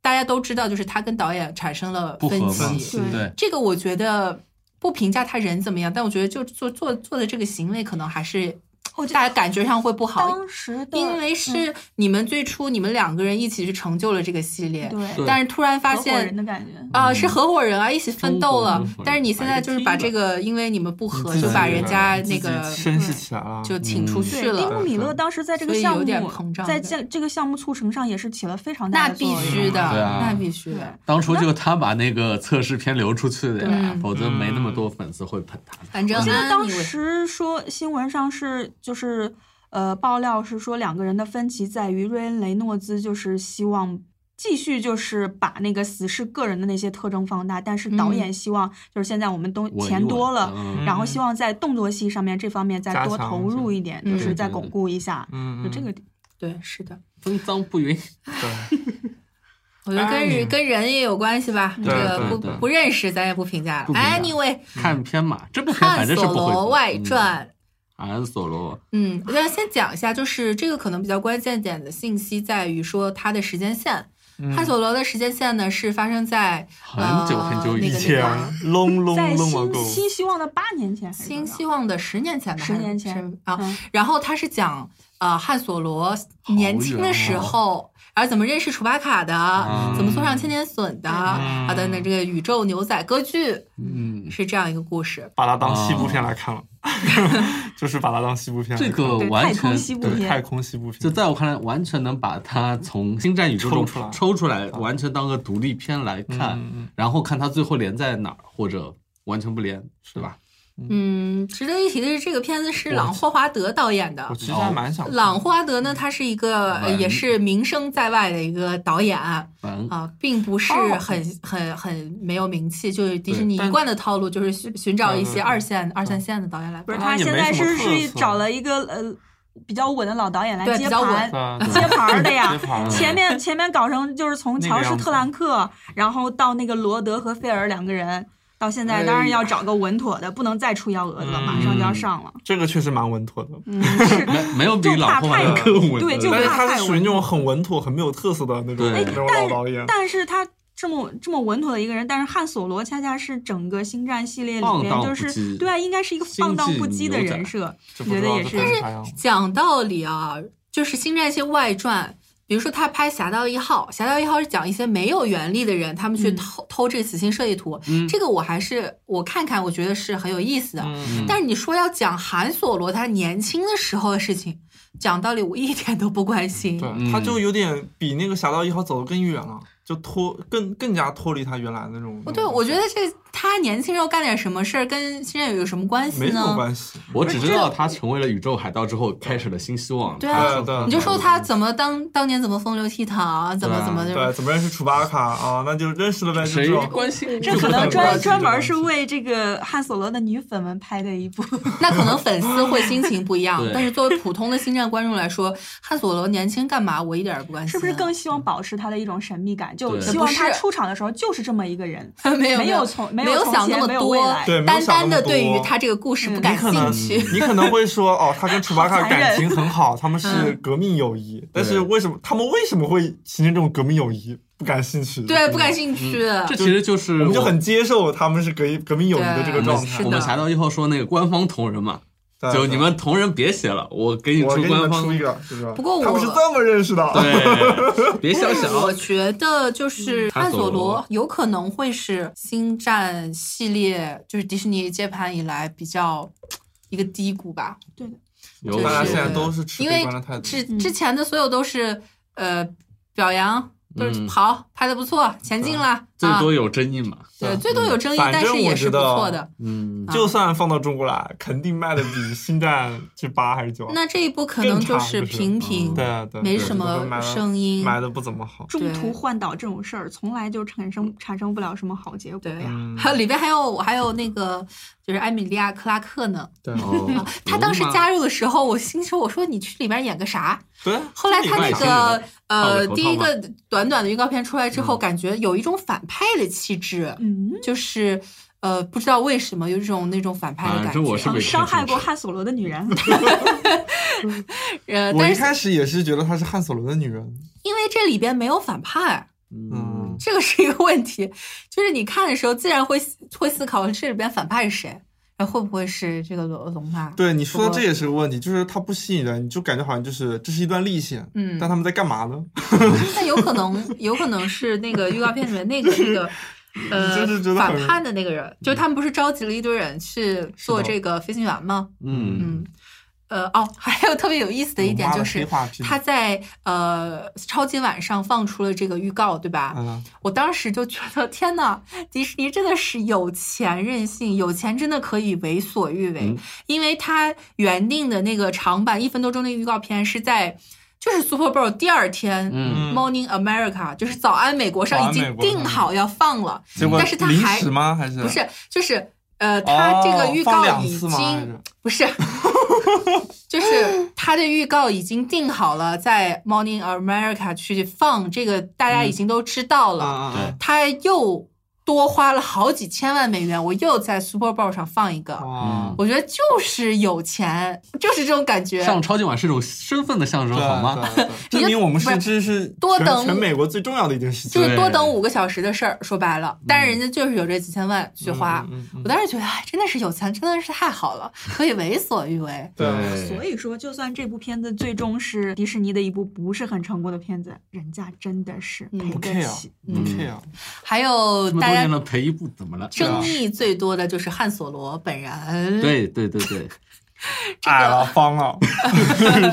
D: 大家都知道，就是他跟导演产生了
B: 不合
D: 分
B: 嘛
D: 歧，
E: 对
B: 对，
D: 这个我觉得不评价他人怎么样，但我觉得就做做做的这个行为，可能还是
E: 我觉
D: 大家感觉上会不好，
E: 当时的嗯
D: 因为是你们最初你们两个人一起去成就了这个系列，
E: 对
B: 对
D: 但是突然发
E: 合伙人
D: 现。
E: 的感觉。
D: 啊，是合伙人啊，一起奋斗了
B: 中国合伙人。
D: 但是你现在就是把这个，因为你们不
F: 你
D: 和，
F: 自己
D: 就把人家
F: 自
D: 那
F: 己
D: 个
F: 绅士起来了，
B: 嗯
D: 就请出去
E: 对，蒂
D: 了。
E: 姆·米勒当时在这个
D: 所以
E: 项
D: 有点
E: 目
D: 膨胀，
E: 在
D: 对
E: 这这个项目促成上也是起了非常大
D: 那
E: 的作
D: 必
E: 用。
D: 须的，
B: 对啊
D: 那必须
E: 对
D: 的。
B: 当初就他把那个测试片流出去的呀，
D: 对
B: 否则没那么多粉丝会捧他的。
D: 反正
E: 我记得
D: 安
E: 当
D: 妮薇
E: 时说新闻上是就是呃爆料是说两个人的分歧在于瑞恩雷诺兹就是希望。继续就是把那个死侍个人的那些特征放大，但是导
D: 嗯
E: 演希望就是现在我们都
B: 稳一
E: 钱
B: 稳
E: 多了，
B: 嗯
E: 然后希望在动作戏上面这方面再
F: 加
E: 多
F: 强
E: 投
F: 一些
E: 入一点，
D: 嗯
E: 就是再
B: 对对
E: 巩
B: 对
E: 固一下。
F: 嗯，
E: 就这个
D: 对，是的。
B: 分赃不匀。
F: 对，
D: 我觉得跟人跟人也有关系吧，这
F: 对
D: 个
F: 对
D: 不
B: 对
D: 不认识咱也不评价了
B: 不。评价
D: Anyway，
B: [LAUGHS] 看片嘛，这部片
D: 看
B: 反
D: 《
B: 正是
D: 索
B: 不会
D: 罗
B: 嗯播
D: 外传》，
B: 安索罗，
D: 嗯，我要先讲一下，就是这个可能比较关键点的信息在于说它的时间线。
B: 嗯
D: 汉索罗的时间线呢是发生在
B: 很久
D: 呃
B: 很久
D: 那
B: 以
F: 以
D: 个
E: 哦
F: 前隆隆
E: 在
F: 隆啊
E: 新
F: 够，
E: 新希望的八年前还是多
D: 新
E: 少，
D: 希望的十年前吧，
E: 十
D: 还是
E: 年前
D: 是啊。
E: 嗯
D: 然后它是讲呃汉索罗年轻的
B: 哦
D: 时候，然后怎么认识楚巴卡的，
B: 嗯
D: 怎么送上千年隼的，
F: 嗯
D: 好的，那这个宇宙牛仔歌剧
B: 嗯，
D: 是这样一个故事。
F: 把它当西部片来看了，就是把它当西部片来
B: 这
F: 看。
B: 个
E: 对
B: 完
E: 太
B: 全
E: 空西部
F: 对太
E: 片，
F: 空西部片，
B: 就在我看来，完全能把它从星战宇宙中
F: 抽出来
B: 抽出来，完全当个独立片来看，
F: 嗯嗯
B: 然后看它最后连在哪儿，或者完全不连，是吧？
D: 嗯，值得一提的是，这个片子是朗霍华德导演的
F: 我。其实还蛮想
D: 朗霍华德呢，他是一个呃
B: 嗯
D: 也是名声在外的一个导演啊，
B: 嗯，
D: 并不是
E: 哦
D: 很很很没有名气，就是迪士
B: 对
D: 尼
F: 但
D: 一贯的套路，就是寻寻找一些
F: 嗯
D: 二线二三线的导演来
E: 不是
D: 拍。
E: 他
F: 也
E: 现
F: 没
E: 在
F: 什么
E: 是
F: 特
E: 是
F: 色
E: 找了一个呃比较稳的老导演来
D: 对
E: 接
D: 比较
E: 盘
D: 稳，
F: [LAUGHS] 对
E: [LAUGHS] 接盘儿的呀
F: 接盘儿
E: 前面前面搞成就是
F: 那
E: 从
F: 个
E: 乔
F: 样
E: 什
F: 子
E: 特兰克，然后到那个罗德和菲尔两个人，到现
D: 哎
E: 在当然要找个稳妥的，不能再出幺蛾子了，马上
F: 嗯
E: 就要上了。
F: 这个确实蛮稳妥的，
E: 嗯， [LAUGHS] 是。
B: 没没有比
E: 就
B: 朗
E: 怕
B: 霍华
E: 太
B: 德更稳
E: 对
B: 的
E: 就
F: 但是
E: 怕
F: 他
E: 太
F: 是属于那种很稳妥、很没有特色的那种
B: 哎
F: 那种
E: 但
F: 老
E: 是
F: 导演。
E: 但是他这么这么稳妥的一个人，但是汉索罗恰恰是整个星战系列里
B: 放
E: 面
B: 荡
E: 就
B: 不
E: 是
B: 羁
E: 对啊，应该是一个放荡不羁
B: 星
E: 的
B: 际牛仔
E: 人设。
F: 这不知道
E: 觉得也是
F: 这是啥样
D: 讲道理啊，就是《星战》一些外传，比如说他拍《侠盗一号》，《侠盗一号》是讲一些没有原力的人，他们去
E: 嗯
D: 偷、偷这个死星设计图，
B: 嗯
D: 这个我还是我看看，我觉得是很有意思的。
F: 嗯，
D: 但是你说要讲韩索罗他年轻的时候的事情，讲道理我一点都不关心。
F: 对，
B: 嗯
F: 他就有点比那个《侠盗一号》走得更远了，就脱更更加脱离他原来那种。
D: 不哦对，我觉得这他年轻时候干点什么事儿跟现在有什么关系
F: 没什么
D: 呢？
F: 关系。
B: 我只知道他成为了宇宙海盗之后，开始了新希望。
D: 对
B: 他
D: 啊
F: 对对，
D: 你就说他怎么当当年怎么风流倜傥，啊怎么怎么就
F: 对，怎么认识楚巴卡啊？那就认识了呗，就
B: 谁
D: [LAUGHS]
F: 这种。
B: 关心？
E: 这
B: 就
E: 可
B: 不太
E: 能专
B: 关心
E: 专门是为这个汉索罗的女粉们拍
B: [LAUGHS]
E: 的一部。
D: 那可能粉丝会心情不一样
F: [LAUGHS]
B: 对，
D: 但是作为普通的星战观众来说，汉索罗年轻干嘛，我一点儿也不关心。
E: 是不是更希望保持他的一种神秘感？就
B: 嗯对
E: 希望
D: 不
E: 他
D: 是
E: 出场的时候就是这么一个人，
D: [LAUGHS] 没有
E: 没有
D: 有
E: 从
D: 没
E: 没有从
D: 想那
E: 前
D: 么
E: 没有未
D: 多
E: 来，
F: 对没有
D: 单
F: 想那
D: 单
F: 么
D: 的对于
F: 多
D: 他这个故事不
E: 嗯
D: 感
F: 你可能
D: 兴趣。
F: 你可能会说哦，他跟楚巴卡
E: 好残忍
F: 感情很好，他们是
D: 嗯
F: 革命友谊，但是为什么他们为什么会形成这种革命友谊？不感兴趣。
D: 对，不感兴趣。
F: 嗯
B: 这其实就是
F: 我们就
B: 我
F: 很接受他们是革革命友谊的这
B: 我
F: 个
D: 对
F: 状
B: 们
F: 态
D: 是。
B: 我们
D: 的
B: 侠盗一号说那个官方同人嘛，
F: 对啊
B: 就
F: 对
B: 你们同人别写了，我给你
F: 我
B: 出
F: 给你
B: 官
F: 们
B: 方
F: 出一。个，是不是？
D: 不过我
F: 他们是这么认识的。
B: 对，别想想。
D: [LAUGHS] 我觉得
F: 嗯
D: 就是
B: 汉
D: 汉
B: 索
D: 索
B: 罗
D: 罗有可能会是星战系列，就是迪士尼接盘以来比较一个低谷吧。
B: 有
F: 大家
B: 有
F: 现
D: 啊
F: 在都是持
D: 因
F: 悲
D: 为
F: 观的态度。
D: 之之前的所有都是呃表扬，都是
B: 嗯
D: 好拍的不错，前进了，
B: 最
D: 啊
B: 多有争议
D: [LAUGHS]
B: 嘛。
D: 对，
F: 嗯
D: 最多有争议，
F: 反正
D: 但是也
F: 我
D: 是
F: 觉
D: 不
F: 得
D: 错的。
B: 嗯，
D: 啊
F: 就算放到中国来，肯定卖的
D: [LAUGHS]
F: 比星战是八还是九啊？
D: 那这一部可能就是平平，
F: 对啊对啊，
D: 没
F: 对
D: 什么声
F: 卖
D: 音
F: 的。卖的不怎么好。
E: 中途换岛这种事儿，从来就产生产生不了什么好结果
D: 对
E: 呀。
F: 嗯，
D: 还有里边还有还有那个就是艾米莉亚·克拉克呢，
F: 对
B: 哦
D: 啊，她当时加入的时候，我心说我说你去里边演个啥？
F: 对，啊
D: 后来她那
B: 这里外
D: 个呃
B: 套个头套嘛
D: 第一个短短的预告片出来之
F: 嗯
D: 后，感觉有一种反派的气质，
E: 嗯，
D: 就是呃不知道为什么有一种那种反派的
F: 啊
B: 反
D: 感
B: 正我
D: 觉
B: [LAUGHS] 是。没
E: 嗯伤害过
B: 看出
E: 汉索罗的女
B: [LAUGHS]
E: 人，
D: 呃，
F: 我
D: 但
F: 一
D: 是
F: 开始也是觉得她是汉索罗的女人，
D: 因为这里边没有反派，
B: 嗯，
D: 这个是一个问题，就是你看的时候自然会思会思考这里边反派是谁，然后会不会是这个龙龙妈？
F: 对你说
D: 不
F: 的
D: 过
F: 这也是个问题，就是它不吸引人，你就感觉好像就是这是一段历险，
D: 嗯
F: 但他们在干嘛呢？
D: 那有可能，有可能是那个预告片里面那个那
F: [LAUGHS]
D: 个。呃
F: 真是觉，得
D: 反
F: 很
D: 叛的那个人，
F: 嗯
D: 就是他们不是召集了一堆人去做这个飞行员吗？
B: 嗯，
D: 嗯，呃，哦， [LAUGHS] 还有特别有意思的一点就
F: 我
D: 是
F: 妈的黑化之旅
D: 他在呃超级晚上放出了这个预告，对吧？
F: 嗯，
D: 我当时就觉得，天呐，迪士尼真的是有钱任性，有钱真的可以为所欲为，
B: 嗯
D: 因为它原定的那个长版一分多钟的预告片是在就是 Super Bowl 第二天。
B: 嗯
F: 嗯
D: Morning America 就是早安美国上已
F: 早安美
D: 经
F: 国上嗯
D: 定好要放了，
F: 结果
D: 但是他
F: 临
D: 还
F: 时吗？还是
D: 不是就是呃，它这个
F: 哦
D: 预
F: 放
D: 告
F: 两
D: 已
F: 次吗还
D: [LAUGHS]
F: 是
D: 经不是，就是它的预告已经定好了，在 Morning America 去放，这个大家已经都知道
F: 啊
B: 嗯
D: 了。
F: 啊啊！
D: 它又多花了好几千万美元，我又在 Super Bowl 上放一
B: 哦
D: 个，
F: 哇，
D: 我觉得就是有钱，就是这种感觉。
B: 上超级碗是种身份的象征，
F: 对啊
B: 好吗？？
F: 对对
D: [LAUGHS] 你就
F: 证明我们是
D: 不是
F: 这是
D: 多
F: 全
D: 等
F: 全美国最重要的一件事情，
D: 就是多
B: 对嗯
D: 等五个小时的事儿，说白了，但是人家就是有这几千万去花。
F: 嗯嗯嗯
D: 我当时觉得，哎，真的是有钱，真的是太好
B: [LAUGHS]
D: 了，可以为所欲为。
F: 对，啊
E: 所以说，就算这部片子最终是迪士尼的一部不是很成功的片子，人家真的是
D: 嗯
E: 赔
F: 不
E: 得
F: care，
E: 起。
F: 不 care，
D: 还有
B: 这么
D: 大
B: 多年
D: 家
B: 了，赔一步怎么了？
D: 争议最多的就是汉索罗本人，，
B: 对对对对，
F: 矮了
D: [LAUGHS]
F: 方了，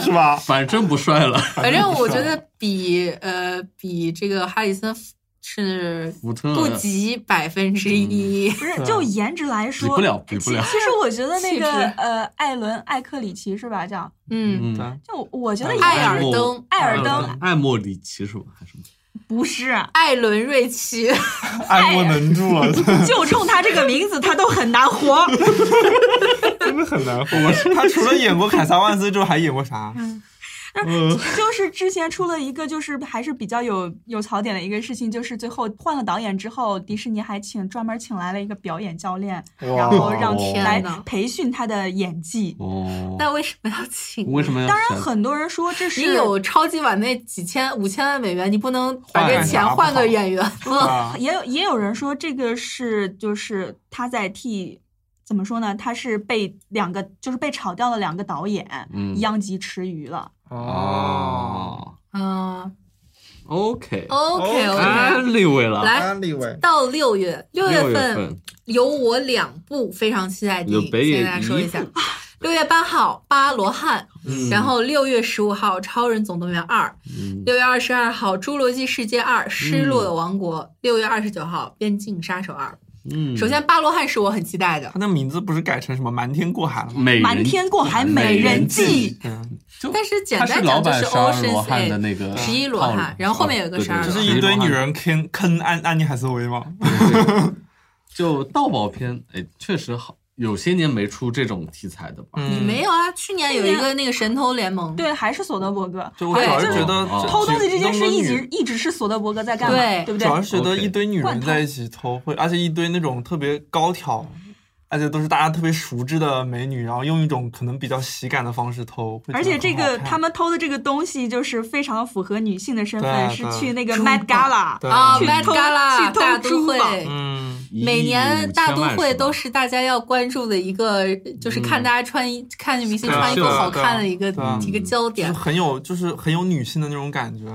F: 是吧？
B: 反正不帅了， [LAUGHS]
D: 反正我觉
B: 啊
D: 得比呃比这个哈里森是
B: 福特
D: 不及百分之
B: 嗯
D: 一。嗯
E: 不是
F: 对，
E: 就颜值来
B: 啊比
E: 说，
B: 不了，比
E: 其
B: 不了。
E: 其实我觉得那
D: 气
E: 个
D: 质
E: 呃，艾伦艾克里奇是吧？叫
D: 嗯，
B: 嗯，
F: [LAUGHS] 对，啊
E: 就我觉得也
D: 艾
E: 是
D: 尔登、
E: 艾
F: 尔
E: 尔登，
B: 爱莫里奇是吧？还是什么
E: 不是啊，
D: 艾伦瑞奇，
B: 嗯
F: 爱莫能助
D: [LAUGHS]
F: 啊了，
E: 就冲他这个名字，他都很难活。
F: [LAUGHS] 真的很难活。他除了演过凯撒万斯之后，还演过
E: [LAUGHS]
F: 啥？
E: 就是之前出了一个，就是还是比较有有槽点的一个事情，就是最后换了导演之后，迪士尼还请专门请来了一个表演教练，
F: 哇
E: 然后让
B: 天
E: 来
D: 哪
E: 培训他的演技。
B: 哦，
D: [LAUGHS] 那为什么要请？
B: 为什么要
E: 当然，
B: 选
E: 很多人说这是
D: 你有超级碗那几千五千万美元，你不能把这
F: 换
D: 钱
F: 啥
D: 换
F: 不
D: 个
F: 好
D: 演员吗？ [LAUGHS]
F: [LAUGHS] 啊，
E: 也有也有人说这个是就是他在替怎么说呢？他是被两个就是被炒掉了两个导演，
B: 嗯
E: 殃及池鱼了。
F: 哦，
B: 哦
D: 嗯
B: ，OK
D: 哦，OK OK，
B: ，anyway 了，
E: 哎
D: 来
F: 立伟，
D: [LAUGHS] 到六月，六
B: 六
D: 月
B: 月
D: 份
B: 份
D: 有我两部非常期待的
B: 有
D: 电影，
B: 北野
D: 先跟大家说
B: 一
D: 一下。啊六月八号《巴罗汉》，
B: 嗯
D: 然后六月十五号《超人总动员二》，
B: 嗯
D: 六月二十二号《侏罗纪世界二：失落的王国》，六月二十九号《边境杀手二
B: 嗯》。
D: 首先，《巴罗汉》是我很期待的
F: 他，的名字不是改成什么瞒天过海了吗？
B: 美人
E: 瞒天过海美
B: 美
E: 人计
B: 计，
F: 嗯，
D: 但是简
B: 他是
D: 单
B: 老
D: 讲就
B: 版
D: 是
B: 十二
D: Ocean's
B: 罗汉的
D: Eight。
B: 那个
D: 十一罗
B: 套路
D: 汉然后后面有个
B: 对
D: 十二
B: 对
F: 就
B: 对
F: 是
D: 罗
F: 一堆
B: 十罗汉
F: 女人坑坑安安妮海瑟薇嘛。
B: [LAUGHS] 就盗宝片，哎，确实好，有些年没出这种题材的吧？
D: 你
F: 嗯，
D: 没有啊？去年有一个那个神偷联盟，
E: 对，还是索德伯格。
F: 就我主要是
B: 对
F: 觉得
B: 就是
E: 偷东西这件事一
F: 直。
E: 直一直是索德伯格在干嘛，
D: 对
E: 对不
F: 主
E: 对？
F: 要是觉得
B: OK
F: 一堆女
E: 惯
F: 人
E: 偷
F: 在一起偷，会而且一堆那种特别高挑，而且都是大家特别熟知的美女，然后用一种可能比较喜感的方式偷，会觉得
E: 而且这
F: 很好
E: 个
F: 看
E: 他们偷的这个东西就是非常符合女性的身份，
F: 对
E: 是
F: 对
E: 去那个
D: 珠
E: Met
D: 宝
E: Gala，
F: 对
D: 啊
E: 去
D: ，Met
E: 偷
D: Gala
E: 去偷
D: 大都
E: 珠
D: 会，
E: 宝
F: 嗯，
D: 每年大都会都
B: 是嗯
D: 是大家要关注的一个，就是看大家穿衣、看明星穿衣服
B: 对啊嗯
D: 好看的一个
F: 对啊
D: 一个焦
F: 就是
D: 点。
F: 很有就是很有女性的那种感觉，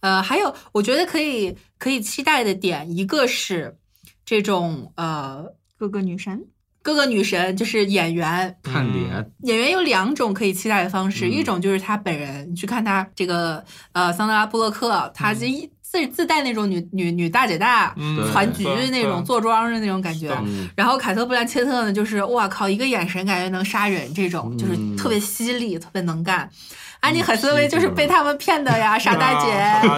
D: 呃，还有我觉得可以可以期待的点，一个是这种呃
E: 各个女神。
F: [LAUGHS]
D: 各个女神，就是演员，
B: 看脸，
D: 演员有两种可以期待的方
B: 嗯
D: 式，一种就是她本人，你去看她这个呃桑德拉布洛克，她自
B: 嗯
D: 自自带那种女女女大姐大
F: 嗯，
D: 团局
F: 对
D: 那种
F: 对
D: 坐庄的那种感觉
F: 是，
B: 嗯，
D: 然后凯特·布兰切特呢，就是哇靠，一个眼神感觉能杀人，这种
B: 嗯
D: 就是特别犀利，特别能干。安妮·海瑟薇就是被他们骗的
B: [LAUGHS]
D: 呀，傻大
F: 啊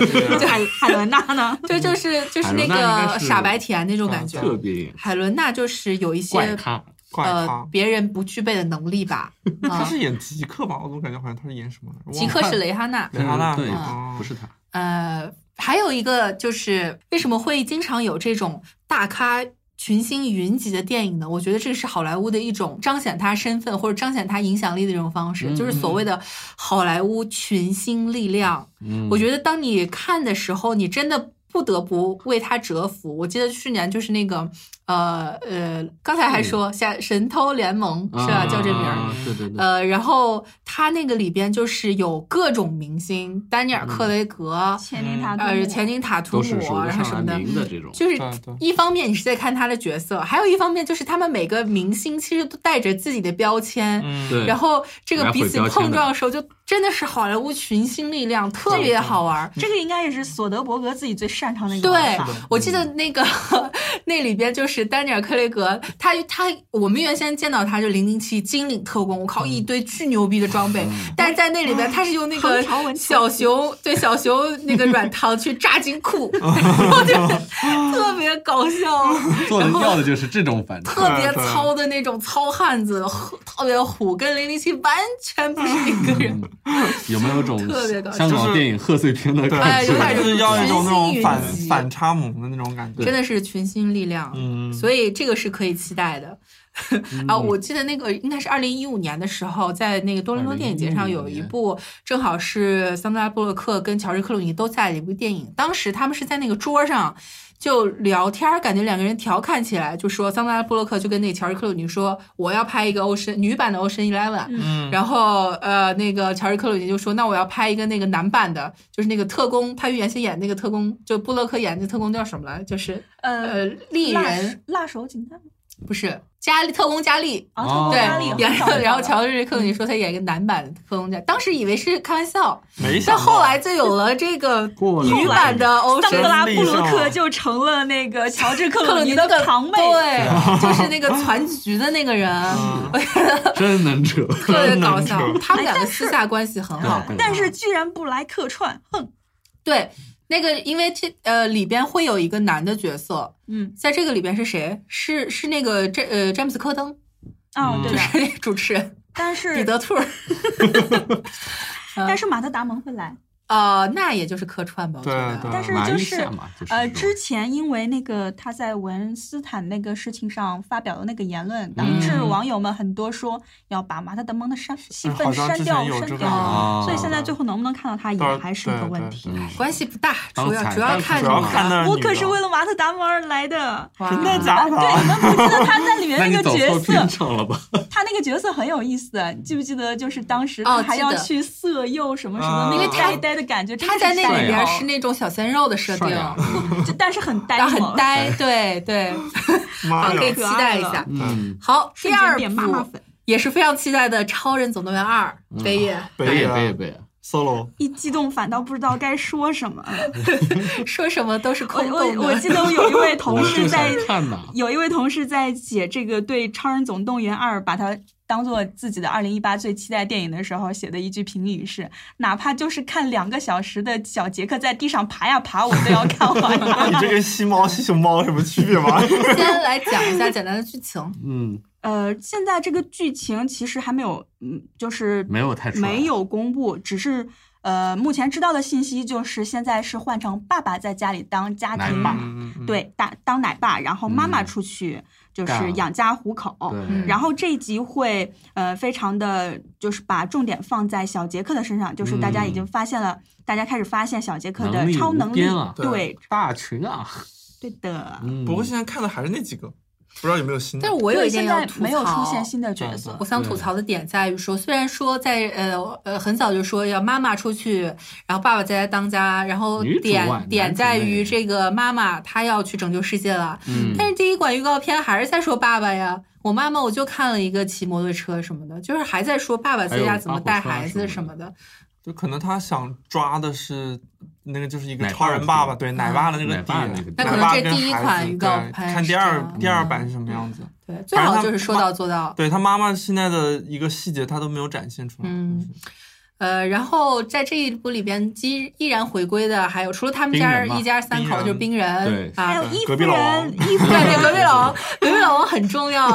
D: 姐，[LAUGHS]
E: 那
F: 姐，
E: 海海伦娜呢？
D: 就就是就是那
B: 海伦娜应
D: 个
B: 该是啊
D: 傻白甜那种感觉。
B: 特别
D: 海伦娜就是有一些
B: 怪咖，
F: 怪
D: 呃
F: 咖。
D: 别人不具备的能力吧。
F: 他
D: 啊，
F: 是演极客吧？我怎么感觉好像他是演什么来着？
D: 极客是雷哈娜。
B: 嗯
F: 蕾哈娜，
B: 对
F: 哦，
B: 不是他，
D: 呃，还有一个就是为什么会经常有这种大咖群星云集的电影呢？我觉得这是好莱坞的一种彰显他身份或者彰显他影响力的一种方式，
B: 嗯
D: 就是所谓的好莱坞群星力量。
B: 嗯，
D: 我觉得当你看的时候，你真的。不得不为他折服。我记得去年就是那个，呃呃，刚才还说下《神偷联盟》是吧？
B: 啊
D: 叫这名儿，
B: 啊对对对，
D: 呃，然后他那个里边就是有各种明星，丹尼尔·克雷格，
E: 前琳塔图
D: 呃，
E: 姆
D: 前景塔图
B: 嗯都是
D: 姆
B: 说
D: 啊，
B: 得
D: 然后什
B: 上
D: 么
B: 来
D: 的，
B: 名的这种，
D: 就是
F: 对对
D: 一方面你是在看他的角色，还有一方面就是他们每个明星其实都带着自己的标签。
F: 嗯，
B: 对
D: 然后这
B: 来
D: 个
B: 回
D: 彼此
B: 标签
D: 碰
B: 的
D: 撞的时候，就真的是好莱坞群星力量，特别好玩儿。
E: 这个应该也是索德伯格自己最擅长的一个
D: 对
E: 玩法。
D: 我记得那个 [LAUGHS] 那里边就是丹尼尔·克雷格，他他我们原先见到他就零零七金领特工，我靠一堆巨牛逼的装备，但是在那里边他是用那个
E: 哎唐朝文
D: 小熊对小熊那个软糖去炸金库，我觉得特别搞笑。
B: 做的要的就是这种反差，
D: 特别糙的那种糙汉子，呵特别虎，跟零零七完全不是一个人。
B: 有没有种
D: 特别搞笑
B: 香港
F: 就是
B: 电影贺岁片的
F: 对，
B: 感
D: 哎有点
B: 觉？
F: 就是要一种那种反
D: 群星云集
F: 反差萌的那种感觉。
D: 真的是群星力量。
F: 嗯，
D: 所以这个是可以期待的。啊，
B: 嗯
D: 我记得那个应该是二零一五年的时候，在那个多伦多电影节上有一部，正好是桑德拉布洛克跟乔治克鲁尼都在的一部电影。当时他们是在那个桌上就聊天儿，感觉两个人调侃起来，就说桑德拉布洛克就跟那个乔治克鲁尼说：“我要拍一个 Ocean 女版的 Ocean Eleven。”
F: 嗯，
D: 然后呃，那个乔治克鲁尼就说：“那我要拍一个那个男版的，就是那个特工，潘越原先演那个特工，就布洛克演那特工叫什么来？就是
E: 呃，
D: 呃，丽
E: 辣
D: 人。”
E: 辣手警探
D: 不是加利特工加利，
E: 啊，
B: 哦
E: 透过
D: 对
E: 压力，
D: 然
E: 很少
D: 后
E: 看
D: 然后
E: 到
D: 乔治克鲁尼说他演一个男版特工加，当时以为是开玩笑，
F: 没想
D: 但
F: 到嗯
D: 后来就有了这个
B: 过了
D: 女版的欧
E: 桑
D: 神
E: 德拉布
F: 真
E: 罗
F: 厉害
E: 克就成了那个乔治克
D: 克鲁
E: 鲁
D: 尼
E: 尼
D: 的
E: 的堂妹，
D: 对， [LAUGHS] 就是那个攒局的那个人，
F: 啊嗯
B: 真能扯，
D: 特别搞笑
F: 真能。扯
D: 他们
E: 哎
D: 两个私下关系很好
B: 哎，对
E: 但是居然不来客串，哼，
D: 对那个因为这呃里边会有一个男的角色，
E: 嗯，
D: 在这个里边是谁？是是那个詹呃詹姆斯科登， [LAUGHS]
E: 哦
F: 嗯
E: 对
D: 就
E: 的，
D: 是那个主持人
E: 但
D: 彼
E: 是
D: 得兔儿，
E: 但是马特达蒙会来，
D: 呃，那也就是客串吧，我觉
F: 对
D: 得。
F: 对
E: 但是
B: 瞒
E: 就
B: 一
E: 是
B: 下嘛就是
E: 呃，
B: 说
E: 之前因为那个他在韦恩斯坦那个事情上发表的那个言论，导致
D: 嗯
E: 网友们很多说要把马特·德蒙的删戏
F: 好
E: 份
F: 像
E: 删
F: 之
E: 掉
F: 前有这
E: 删
F: 个
E: 掉，
B: 啊嗯
E: 所以现在最后能不能看到他
F: 到
E: 也还是一个问题
F: 对。对
D: 关系不大，
B: 当
D: 主要
B: 彩
D: 主要
B: 蛋
D: 看
B: 是
F: 主
D: 你
B: 吧
F: 要
D: 的
F: 看那
E: 我可是为
F: 了
E: 了马特·达蒙而来的，
D: 哇
F: 真的假的？
E: 对，你们不记得他在里面
B: 啊 [LAUGHS] 那你
E: 那个
B: 走
E: 角
B: 错
E: 色
B: 片，场了吧？
E: 他那个角色很有意思，你记不记得？就是当时
D: 哦
E: 他还
D: 记
E: 要
D: 得
E: 去色诱什么什么，
F: 啊
E: 那
F: 因为
E: 个
F: 他
E: 呆呆的感觉，真
D: 他
E: 的
D: 在
E: 是
D: 那里
E: 呆
D: 边
E: 萌
D: 是那种小鲜肉的设定
B: 啊帅，啊呀，
E: 就但是很呆
D: 然后
E: 萌
D: 很，呆，对
B: [LAUGHS]
D: 对，好
B: 哎
F: 妈
D: 可以
F: 呀！
D: 期待一下。
B: 嗯，
D: 好，第
E: 瞬间
D: 二
E: 变妈妈
D: 部
E: 粉，
D: 也是非常期待的《超人总动员二》
B: 嗯
D: 北野，
B: 北
F: 北
B: 野
F: 野
B: 北野北野，
F: solo
E: 一激动反倒不知道该说什么了。
D: [LAUGHS] 说什么都是
E: 我
D: 空洞
E: 我我
D: 的。
E: 记得我有一位同
B: 我
E: 事
B: 就想
E: 在，
B: 看呐，
E: 有一位同事在写这个对《超人总动员二》把它当做自己的二零一八最期待电影的时候写的一句评语是：哪怕就是看两个小时的小杰克在地上爬呀爬，我都要看
B: [LAUGHS]
F: 那
E: 完。
F: 你这跟吸猫吸熊猫有什么区别吗？
D: [LAUGHS] 先来讲一下简单的剧情，
B: 嗯，
E: 呃，现在这个剧情其实还没有，嗯，就是
B: 没有太出来
E: 没有公布，只是。呃，目前知道的信息就是，现在是换成爸爸在家里当家
B: 奶
E: 庭
B: 爸
F: [LAUGHS] 嗯，嗯，
E: 对，当当奶爸，然后妈妈
B: 嗯
E: 出去就
B: 干
E: 是养家糊口。
D: 哦嗯
B: 对，
E: 然后这一集会呃非常的就是把重点放在小杰克的身上，就是大家已经发现了，大家开始发现小杰克
B: 嗯能
E: 的
B: 力
E: 超
B: 无
E: 能力。
B: 边啊
E: 对
B: 大群啊，
E: 对的，
B: 嗯，
F: 不过现在看的还是那几个，不知道有没有新的
D: 但。是我有
E: 对
D: 一点
E: 现
D: 要
E: 在
D: 吐
E: 没有出
D: 槽
E: 现新的角色
D: 我。想
B: 嗯
D: 吐槽的点在于说，虽然说在呃呃很早就说要妈妈出去，然后爸爸在家当家，然后
B: 女主
D: 点
B: 外
D: 点
B: 男主
D: 在
B: 内
D: 于这个妈妈她要去拯救世界了，
B: 嗯
D: 但是第一款预告片还是在说爸爸呀，我妈妈我就看了一个骑摩托车什么的，就是还在说爸爸在家怎么带孩子什么的。
F: 就可能他想抓的是那个，就是一个
B: 奶爸
F: 超人爸爸，
B: 是
F: 对奶爸的那个
B: 奶
F: 点
B: 爸那个点
D: 那
F: 奶
D: 可能
F: 爸
D: 这
F: 跟
D: 第一
F: 孩
D: 款
F: 子
D: 预告
F: 对
D: 拍
F: 看
D: 是
F: 第
D: 这
F: 二
D: 样嗯
F: 第二版是什么样子？
D: 对，最好就是说到做到。
F: 对他妈妈现在的一个细节，他都没有展现出来。
D: 嗯，呃，然后在这一部里边，依依然回归的还有除了他们
B: 冰
D: 家
B: 人嘛
D: 一家三口就是冰人
B: 对
E: 还
D: 啊
E: 有。伊夫
F: 隔壁老
E: 人，伊夫
D: 对对， [LAUGHS]
E: 人
D: 隔壁老王，隔壁老王很重要，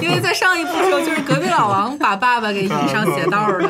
D: 因为在上一部的时候，就是隔壁老王把爸 [LAUGHS] 爸给引上邪道 [LAUGHS] 了。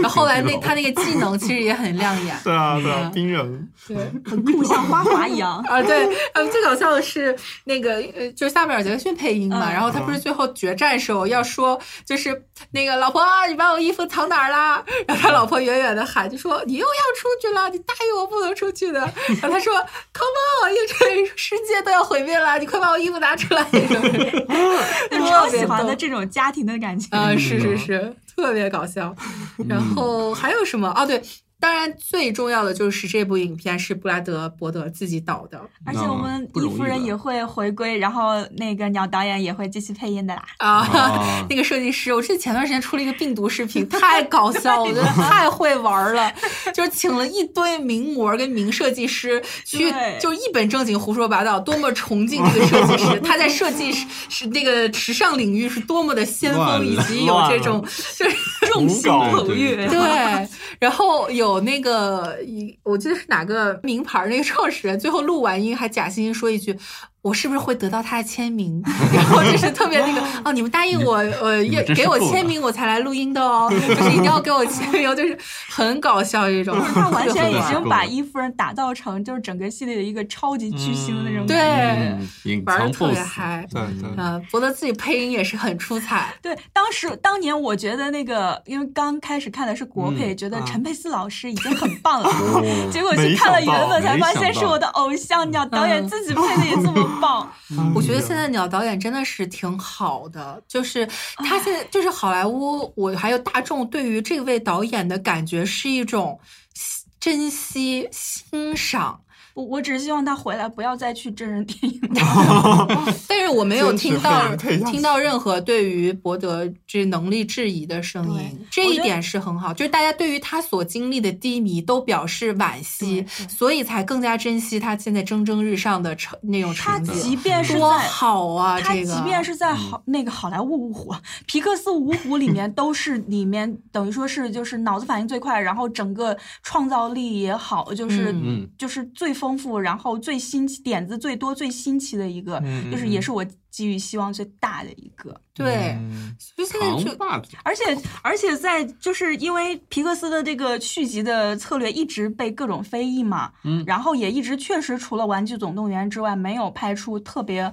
D: 然后后来那他那个技能其实也很亮眼，
F: 对啊，
D: 对啊嗯
F: 冰人
D: 对，。
E: 很酷，像花滑一样
D: [LAUGHS] 啊，对，呃，最搞笑的是那个，呃，就是萨米尔杰克逊配音嘛，
E: 嗯
D: 然后他不是最后决战时候要说，就是那个老婆，啊你把我衣服藏哪儿啦？然后他老婆远远的喊，就说你又要出去了，你答应我不能出去的。然后他说，Come on，因为这世界都要毁灭了，你快把我衣服拿
E: [LAUGHS]
D: 出来。
E: 我超
D: 特
E: 喜
D: 别
E: 欢
D: 逗
E: 的这种家庭的感觉。
D: 啊，是是是，特别搞笑。 [LAUGHS] 然后还有什么？哦，对。当然，最重要的就是这部影片是布拉德伯德自己导的
E: 而且我们伊夫人也会回归，然后那个鸟导演也会继续配音的啦。
D: [LAUGHS] 啊，
B: 啊
D: 那个设计师，我记得前段时间出了一个病毒视
B: [LAUGHS]
D: 频，太搞笑了，我觉得太会玩了，就是请了一堆名模跟名设计师去，
E: 对
D: 就一本正经胡说八道，多么崇敬这个设计
B: [LAUGHS]
D: 师，他在设计是是那个时尚领域是多么的先锋，
B: 乱
D: 以
B: 了
D: 及有这
B: [LAUGHS]
D: 种就是
E: 众星
F: 搞
E: 捧
B: 对 [LAUGHS]
E: 月，
D: 对，然后有那个一，我记得是哪个名牌儿那个创始人，最后录完音还假惺惺说一句：“我是不是会得到他的签名？然后就是特别那
B: [LAUGHS]
D: 个哦，你们答应我，呃，
B: 你
D: 要
B: 们真是
D: 给我
B: 够了
D: 签名我才来录音的哦，就是一定要给我签名，就是很搞笑这
B: [LAUGHS]
D: 种。
E: 他完
D: [LAUGHS]
E: 全已
B: 是
E: 经
B: 的
E: 把伊夫人打造成就是整个系列的一个超级巨星的那种
F: 嗯
E: 感觉。
D: 对，
B: 嗯，隐
D: 玩的
B: 藏
D: 特别
B: BOSS，
D: 嗨。
F: 对
B: 嗯
F: 对，
D: 呃，博德自己配音也是很出彩，
E: 对，当时当年我觉得那个，因为刚开始看的是国配，
B: 嗯
E: 觉得
F: 啊
E: 陈佩斯老师已经很棒
B: [LAUGHS]
E: 了，[LAUGHS]
B: 哦
E: 结果去看了原本才发现
B: 没想到嗯
E: 是我的偶像，鸟导演自己配的也
B: [LAUGHS]
E: 这么棒，
D: 嗯我
E: 嗯
D: 觉得现在鸟导演真的是挺好的，就是他现在就是好莱坞，我还有大众对于这位导演的感觉是一种欣珍惜、欣赏，
E: 我我只是希望他回来不要再去真人电影了。
D: 但是我没有
F: 坚持
D: 听到
F: 被人配下去
D: 听到任何对于博德这能力质疑的声音，这
E: 我
D: 一
E: 觉得
D: 点是很好。就是大家对于他所经历的低迷都表示惋惜，
E: 对对
D: 所以才更加珍惜他现在蒸蒸日上的成那种
E: 他
D: 成绩。
E: 即便是
D: 多
E: 在。
D: 好啊！
E: 他
D: 这个
E: 即便是在好、那个好莱坞五虎、皮克斯五虎里
D: [LAUGHS]
E: 面，都是里面等于说是就是脑子反应最快，然后整个创造力也好，就是、
D: 嗯
E: 就是最丰富，然后最新奇点子最多、最新奇的一个，
F: 嗯
E: 就是也是我寄予希望最大的一个。
D: 对，
F: 嗯
D: 所以现在
B: 扛
D: 就
B: 把子，
E: 而且而且在就是因为皮克斯的这个续集的策略一直被各种非议嘛，
B: 嗯
E: 然后也一直确实除了《玩具总动员》之外，没有拍出特别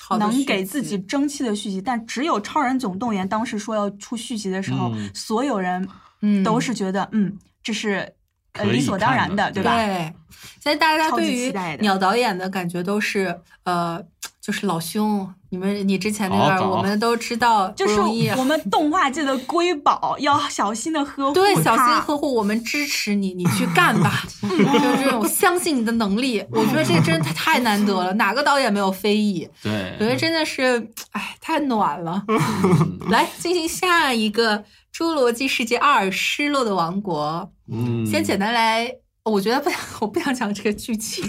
D: 好的
E: 能
D: 续
E: 给自
D: 集
E: 己争气的续集，但只有《超人总动员》当时说要出续集的时候，
B: 嗯
E: 所有人
D: 嗯
E: 都是觉得嗯，这是
B: 可
E: 呃
B: 以
E: 理所当然
B: 看的
E: 对
D: 对
E: 吧？。
D: 现在大家
E: 超级
D: 对
E: 期
D: 于
E: 待的
D: 鸟导演的感觉都是呃，就是老兄，你们你之前那段
B: 好
D: 儿
B: 搞
D: 我们都知道不
E: 就是
D: 容易，啊
E: 我们动画界的瑰宝，要小心的呵护
D: 对
E: 它
D: 小心呵护，我们支持你，你去干
E: [LAUGHS]
D: 吧，嗯就是我相信你的能力。我觉得这真的太难得了，哪个导演没有非议？我觉
B: 对，
D: 得真的是，哎，太暖
B: [LAUGHS]
D: 了。
B: 嗯
D: 来进行下一个《侏罗纪世界二：失落的王国》。
B: 嗯，
D: 先简单来，我觉得不想，我不想讲这个剧
B: [LAUGHS]
D: 情，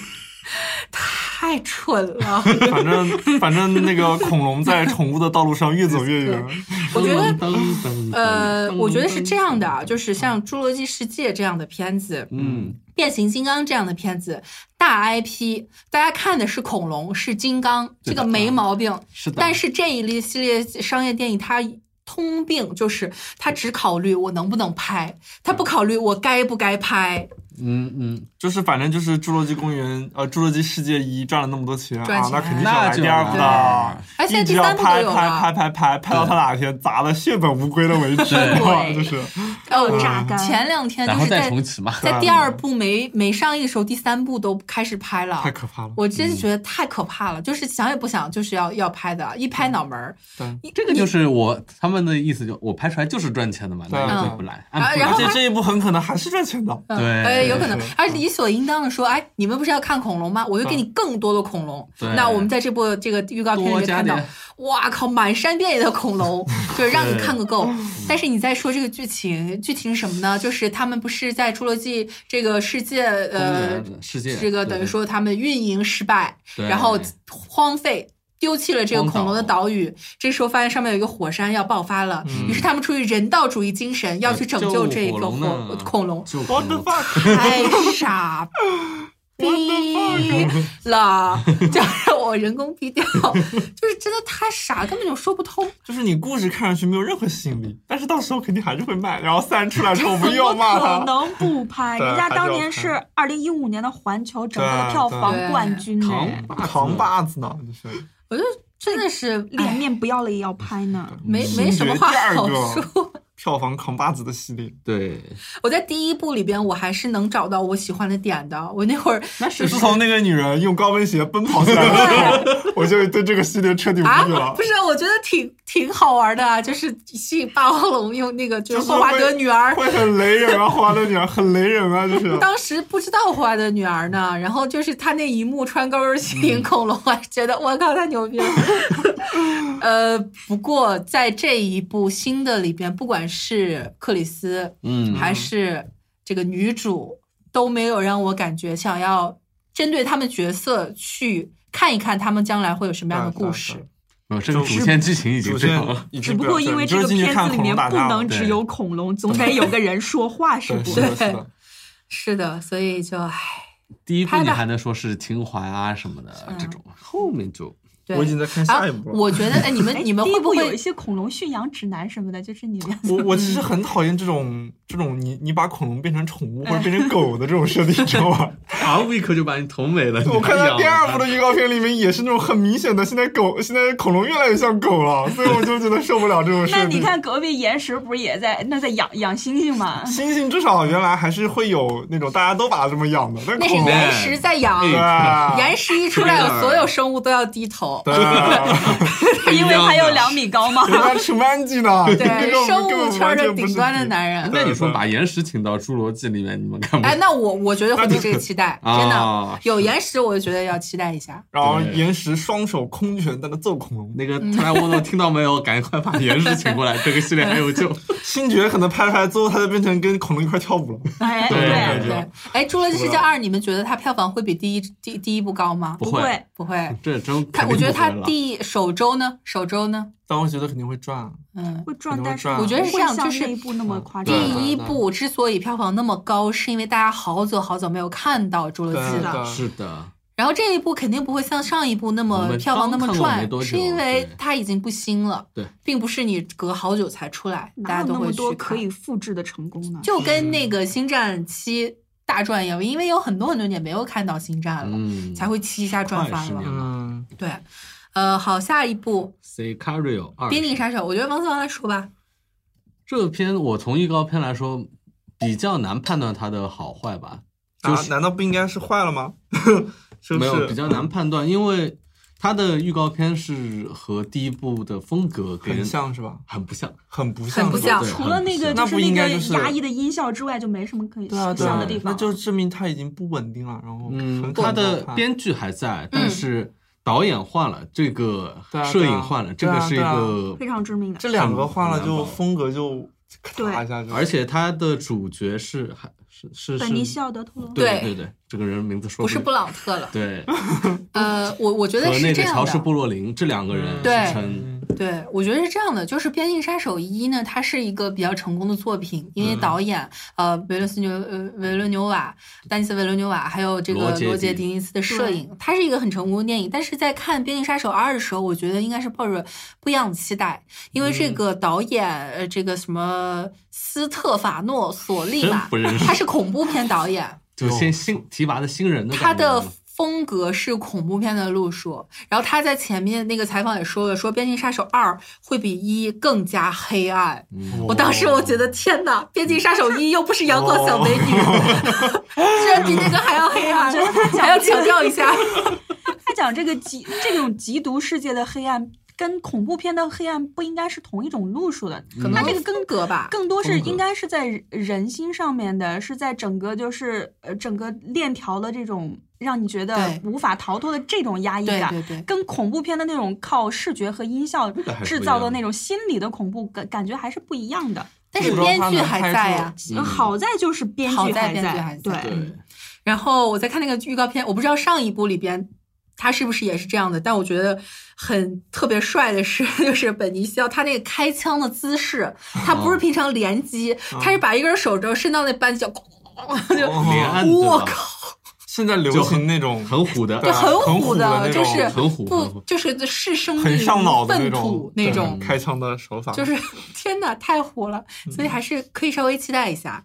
D: 太蠢了。
F: 反正反正那个恐龙在宠物的道路上越走越远，
D: 我觉得
B: 噔噔噔噔
D: 呃，
B: 嗯
D: 我觉得是这样的啊，
B: 噔
D: 就是像《侏罗纪世界》这样的片子，
B: 嗯
D: 《变形金刚》这样的片子，大 IP，大家看的是恐龙，是金刚，这
B: 对的
D: 个没毛病。
B: 是的，
D: 但是这一类系列商业电影，它通病就是它只考虑我能不能拍，它不考虑我该不该拍。
B: 嗯嗯，
F: 就是反正就是《侏罗纪公园》呃，《侏罗纪世界一》赚了那么多钱
D: 赚
F: 啊
D: 钱，
F: 那肯定是要来
B: 就
F: 第二部的。啊
D: 而且哎
F: 一直
D: 第
F: 要
D: 三部都
F: 拍
D: 有
F: 拍拍
D: 了，
F: 拍拍，拍到他哪天砸的血本无归的为止，
B: 对
F: 哇就是
D: 哦，
E: 榨干
D: 前两天
B: 嗯然
D: 就
B: 后
D: 是
B: 再
D: 在
B: 重启嘛，
D: 在第二部没没上映的时候，第三部都开始拍了
F: 太。可怕了。
D: 我真是觉得太可怕
B: 嗯
D: 了，就是想也不想，就是要要拍的，一拍脑门儿。
F: 对，
D: 一
B: 这个就是我他们的意思，就我拍出来就是赚钱的嘛，
F: 对
B: 那
D: 嗯
B: 就不来，
D: 然后
B: 按
D: 然
F: 而
D: 后
F: 且这一部很可能还是赚钱的。
D: 嗯，
B: 对
D: 呃，有可能
F: 是，
D: 而理所应当的说，哎，你们不是要看恐龙吗？我就给你更多的恐龙。
B: 嗯对
D: 那我们在这部这个预告片里
B: 多
D: 面
B: 加
D: 看到
B: 点，
D: 哇靠，满山遍野的恐
B: [LAUGHS]
D: 龙，就是让你
B: 对
D: 看个够。但是你在说这个剧情，剧情是什么呢？就是他们不是在侏罗纪这个世界，呃，
B: 公园世界
D: 这个等于说他们运营失败，
B: 对
D: 然后荒废。丢弃了这个
B: 荒岛
D: 恐龙的岛屿，这时候发现上面有一个火山要爆发了，于是他们出于人道主义精神要去拯救这
B: 嗯
D: 个
B: 救火
D: 火
B: 龙呢
D: 恐
B: [LAUGHS]
D: 龙，
B: 就
F: What the fuck？
D: 太傻逼
B: [LAUGHS]
D: 了，就是我人工逼掉，就是真的太傻，根本就说不通。
F: 就是你故事看上去没有任何吸引力，但是到时候肯定还是会卖。然后三出来之后，我们又要
D: [LAUGHS]
F: 骂
E: [LAUGHS] 可
F: 他。
E: 能不拍，
F: 对嗯
E: 人家
F: 还是
E: 当
F: 要
E: 年
F: 拍
E: 是二零一五年的环球整个的
F: 对
E: 票
F: 对
E: 房
D: 对
E: 冠军呢，
B: 扛把子
F: 扛把子呢，就是
D: 我就真的是
E: 脸
D: 哎
E: 面不要了也要拍
F: 哎
E: 呢。
D: 没
B: 嗯
D: 没什么话好
F: 第二
D: 说。 [LAUGHS]
F: 票房扛把子的系列。
B: 对，
D: 我在第一部里边，我还是能找到我喜欢的点的。我那会
B: [LAUGHS]
D: 儿
B: 那
F: 就
B: 谁
F: 自从那个女人用高跟鞋奔跑起来的时候，我就对这个系列彻底无
D: 啊
F: [LAUGHS] 语了，
D: 不。是，我觉得挺挺好玩的啊， [LAUGHS] 就是吸引霸王龙用那个就是
F: 就是
D: 霍华德女儿
F: 会很雷人啊，花的女儿很雷人啊，就是。
D: 当时不知道怀的女儿呢，然后就是他那一幕穿高跟鞋
F: 嗯
D: 引 [LAUGHS] 恐龙，我还觉得我靠太牛逼了。 [LAUGHS] 呃，不过在这一部新的里边，不管是克里斯
B: 嗯
D: 还是这个女主，都没有让我感觉想要针对他们角色去看一看他们将来会有什么样的故事。
B: 哦这个主线剧情已经
F: 主
B: 这
F: 线
B: 样了，
F: 已
E: 只
F: 经
E: 不过因为这个
F: 就是进去
E: 片
F: 看
E: 子里面
F: 恐龙打
E: 不
F: 架
E: 能
F: 了
E: 只
B: 对
E: 有恐龙，总得有个人说话，是
F: 对
E: 不
F: 是？的，是的，
D: 是的，所以就唉，
B: 第一部
D: 拍
B: 你
D: 吧
B: 还能说是情怀啊什么的这种，后面就
D: 对
F: 我已经在看
D: 啊
F: 下一部，了。
D: 我觉得哎，你
E: 哎
D: 们你们
E: 第一
D: 会不
E: 部有
D: 会
E: 一些恐龙驯养指南什么的，就是你
F: [LAUGHS]
E: 们
F: 我我其实很讨厌这种这种你你把恐龙变成宠物或者变成狗的这种设定，你知道
E: [LAUGHS]
F: 吧？
B: 啊，我一口就把你捅没了。
F: 我看到
B: 到
F: 第二部的预告片里面也是那种很明显的，现在狗现在恐龙越来越像狗了，所以我就觉得受不了这种设
E: 那
F: 定。
E: 你看隔壁岩石不是也在那在养养猩
F: [LAUGHS]
E: 猩吗？
F: 猩猩至少原来还是会有那种大家都把它这么养的，但
D: 那是
F: 恐龙
D: 岩石在养，
F: 对
B: 哎
F: 啊
D: 岩石一出来，我所有生物都要低头。
F: 对
E: [LAUGHS]
F: 啊，
E: 因为它有两米 [LAUGHS] 高嘛。
F: 人家吃曼吉呢，
D: 对
F: 这种，
D: 生
F: 根
D: 物
F: 本
D: 圈
F: 完
D: 的
F: 全不
D: 顶
F: 是
D: 端的
F: 比
D: 男人。
B: 那你说把岩石请到《侏罗纪》里面，你们看不？
D: 哎，那我我觉得会对这个期待，
B: 啊
D: 真的有岩石，我就觉得要期待一下。
F: 然后
B: 对
F: 岩石双手空拳在那揍恐龙，
B: 那个
D: 嗯
B: 特莱沃诺听到没有？赶快把岩石请过来，这个系列还有
F: [LAUGHS]
B: 救。
F: 星爵可能拍着拍着最后它就变成跟恐龙一块跳舞
B: [LAUGHS]
F: 了。
E: 哎，
B: 对
E: 对，
B: 对
D: 对，哎，《侏罗纪世界二》，你们觉得它票房会比第一第第一部高吗？
B: 不
E: 不
B: 会，
E: 会，
D: 不会，
B: 这真
D: 它
B: 肯定
D: 我觉得
B: 不会
D: 它
B: 了
D: 第首周呢，首周呢，
F: 但我觉得肯定会
B: 啊
F: 赚，
D: 嗯，
E: 会赚
F: 可能会
E: 但是
F: 赚
D: 我觉得是这
E: 不会
D: 样
E: 像
D: 就是
E: 那一部那么夸
D: 第
E: 张。
F: 对
D: 一部之所以票房那么高，是因为大家好久好久没有看到《侏罗纪》
E: 是
D: 了
E: 的。
B: 是的，
D: 然后这一部肯定不会像上一部那
B: 我
D: 么
B: 们
D: 票房那么
B: 刚看过没
D: 赚
B: 多，久
D: 是因为
B: 对
D: 它已经不新了，
B: 对，
D: 并不是你隔好久才出来，大家
E: 哪有
D: 都
E: 那
D: 会
E: 么
D: 去
E: 多
D: 看
E: 可以复制的成功呢？
D: 就
B: 嗯
D: 跟那个《星战七》大赚一样，因为有很多很多年没有看到《星战》了，
B: 嗯，
D: 呃才会七一下赚
B: 快
D: 翻
B: 十年
D: 了。
B: 了
F: 嗯，
D: 对，呃，好，下一部
B: Sicario
D: 《
B: 二
D: 边境杀手》，我觉得王思王来说吧，
B: 这篇，我从预告片来说比较难判断它的好坏吧，就
F: 啊，
B: 是
F: 难道不应该是坏了吗？ [LAUGHS] 是不
B: 没
F: 是
B: 有比较难判断，因为它的预告片是和第一部的风格给
F: 很
B: 人
F: 像是吧？
B: 很不像，
F: 很不像，
D: 很不像
B: 对
E: 啊除了那个
B: 很
F: 那
E: 就
F: 不
E: 是
F: 应该
E: 个
F: 就是
E: 压抑的音效之外，就没什么可以
F: 对啊，对
E: 想
F: 啊
E: 的地，
F: 那
E: 方。
F: 就证明它已经不稳定了。然后
B: 不像嗯，
F: 很啊
B: 它
F: 可能
B: 的
F: 好看
B: 编剧还
D: 嗯
B: 在，但是导演换了，这个
F: 对啊对啊
B: 摄影换了，这
F: 对啊
B: 个是一
F: 对啊
B: 个
E: 非常致命的。
F: 这两个换了
B: 很难
F: 就
B: 吧
F: 风格就咔一下就，
B: 而且他的主角是还是是
E: 本尼
B: 是
E: 西，奥德托罗，
B: 对
D: 对
B: 对对，这个人名字说
D: 不是布
B: 朗，
D: 朗特了，
B: 对，
D: 呃，我我觉得
B: 和那
D: 是这
B: 个
D: 样
B: 乔什
D: 的
B: ·布，洛林这两个人
F: 嗯
D: 对
B: 是称
F: 嗯
D: 对我觉得是这样的，就是《边境杀手一》呢，它是一个比较成功的作品，因
B: 嗯
D: 为导演、呃维伦斯纽呃维伦纽瓦、丹尼斯维伦纽瓦，还有这
B: 罗
D: 个
B: 杰
D: 罗杰
B: 迪
D: 迪尼斯的摄影，它是一个很成功的电影。但是在看《边境杀手二》的时候，我觉得应该是抱着不一样的期待，因为
B: 嗯
D: 这个导演、呃这个什么斯特法诺索利
B: 真
D: 马
B: 不认，识
D: 他是恐怖片导演，
F: 哦
B: 就先新提拔的新人的
D: 他
B: 感觉啊
D: 的
B: 嘛
D: 风格是恐怖片的路数，然后他在前面那个采访也说了，说《边境杀手二》会比一更加黑暗。
B: 嗯
D: 我当时我觉得天哪，《边境杀手一》又不是阳光小美女，
B: 哦
D: [LAUGHS] 居然比那个还要黑暗，还要强调一下。
E: 他讲这个极这种极毒世界的黑暗，跟恐怖片的黑暗不应该是同一种路数的，
B: 可能
E: 它这个更
D: 格吧，
E: 更多是
B: 风格
E: 应该是在人人心上面的，是在整个就是呃整个链条的这种让你觉得
D: 对
E: 无法逃脱的这种压抑
D: 对
E: 感。
D: 对对。
E: 跟恐怖片的那种靠视觉和音效
B: 个还是不
E: 制
B: 一
E: 造
B: 样
E: 的那种心理的恐怖感感觉还是不一样的。
D: 但是编剧还在呀、
B: 嗯
E: 好在就是编剧
D: 好在
E: 还
D: 编剧还在
E: 对，
B: 对
D: 然后我在看那个预告片，我不知道上一部里边他是不是也是这样的，但我觉得很特别帅的是， [LAUGHS] 就是本尼西奥他那个开枪的姿势，他
F: 啊
D: 不是平常连击，他是把一根手肘伸到那扳机，咣咣咣咣
F: 哦
B: 连按
D: 就
B: 对
D: 我
B: 吧
D: 靠，
F: 现在流
B: 就很
F: 行那种
B: 很虎的
F: 对
D: 就
F: 啊
D: 很虎
F: 的
D: 的，
F: 那
D: 就
F: 种
D: 是
B: 很虎很
D: 不
B: 虎
D: 就是是生
F: 很
D: 命
F: 上脑的
D: 粪
F: 种
D: 土那
F: 对
D: 种，
F: 开枪的手法，
D: 就是 [LAUGHS] 天哪，太虎了，
F: 嗯
D: 所以还是可以稍微期待一下。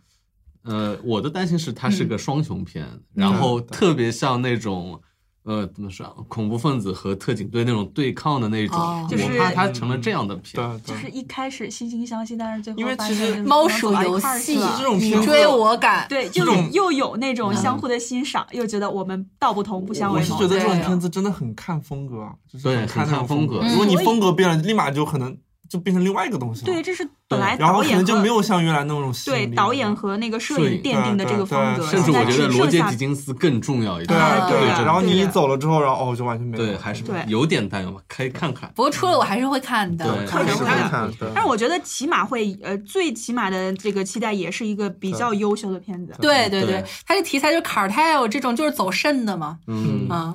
B: 呃，我的担心是它是
D: 嗯
B: 个双雄片，
F: 嗯
B: 然后特别像那种。呃，怎么说啊？恐怖分子和特警队那种对抗的那种，
D: 哦
E: 就是
B: 我怕它成了这样的片。
F: 对
E: 就是
F: 对。
E: 一开始惺惺相惜，但是最后
F: 因为
E: 发
F: 其
E: 现
F: 实
E: 就是
D: 猫
E: 嗯可能
D: 鼠
E: 走到一
D: 游
E: 块儿去
D: 戏
E: 了
F: 这，种
D: 你
F: 片子
D: 追我赶，
E: 对，
F: 这
E: 又
F: 种嗯
E: 有又有那种相互的欣赏，又觉得我们道不同不相
F: 我
E: 为
F: 是
E: 谋。
F: 觉得
D: 对
F: 这种片子真的很看风格啊，就是
B: 对
F: 很看
B: 很
F: 那
B: 看
F: 种
B: 风格。
F: 格
D: 嗯
F: 如果你
E: 所以
F: 风格变了，立马就可能就变成另外一个东西了。
E: 对，这是本来
F: 然后
E: 导
F: 可
E: 演
F: 能
E: 和
F: 就没有像原来那种吸
E: 对
F: 引力
E: 导
F: 了
E: 演和那个摄
B: 摄
E: 影
B: 影
E: 奠定的
F: 对
E: 这个
F: 对
E: 风格，
F: 对
B: 甚至
E: 现在
B: 我觉得
E: 只
B: 罗
E: 剩
B: 杰·
E: 下
B: 迪金斯更重要一
F: 对
B: 点。
D: 啊
F: 对，
D: 对
B: 啊
F: 然后你
D: 对
F: 一
D: 啊
F: 走了之后，然后哦，就完全没有了。
B: 对，还是
E: 对
B: 有点担忧吧，可以看看。
D: 不过出了我还是会看的，
B: 对，
E: 看
B: 还
E: 着
B: 是
E: 会
B: 看
E: 看
B: 看。对
E: 但是我觉得起码会呃，最起码的这个期待也是一个比较优秀的片子。
D: 对对
B: 对
D: 对，它这题材就是卡尔泰尔这种就是走肾的嘛，
B: 嗯，
D: 啊，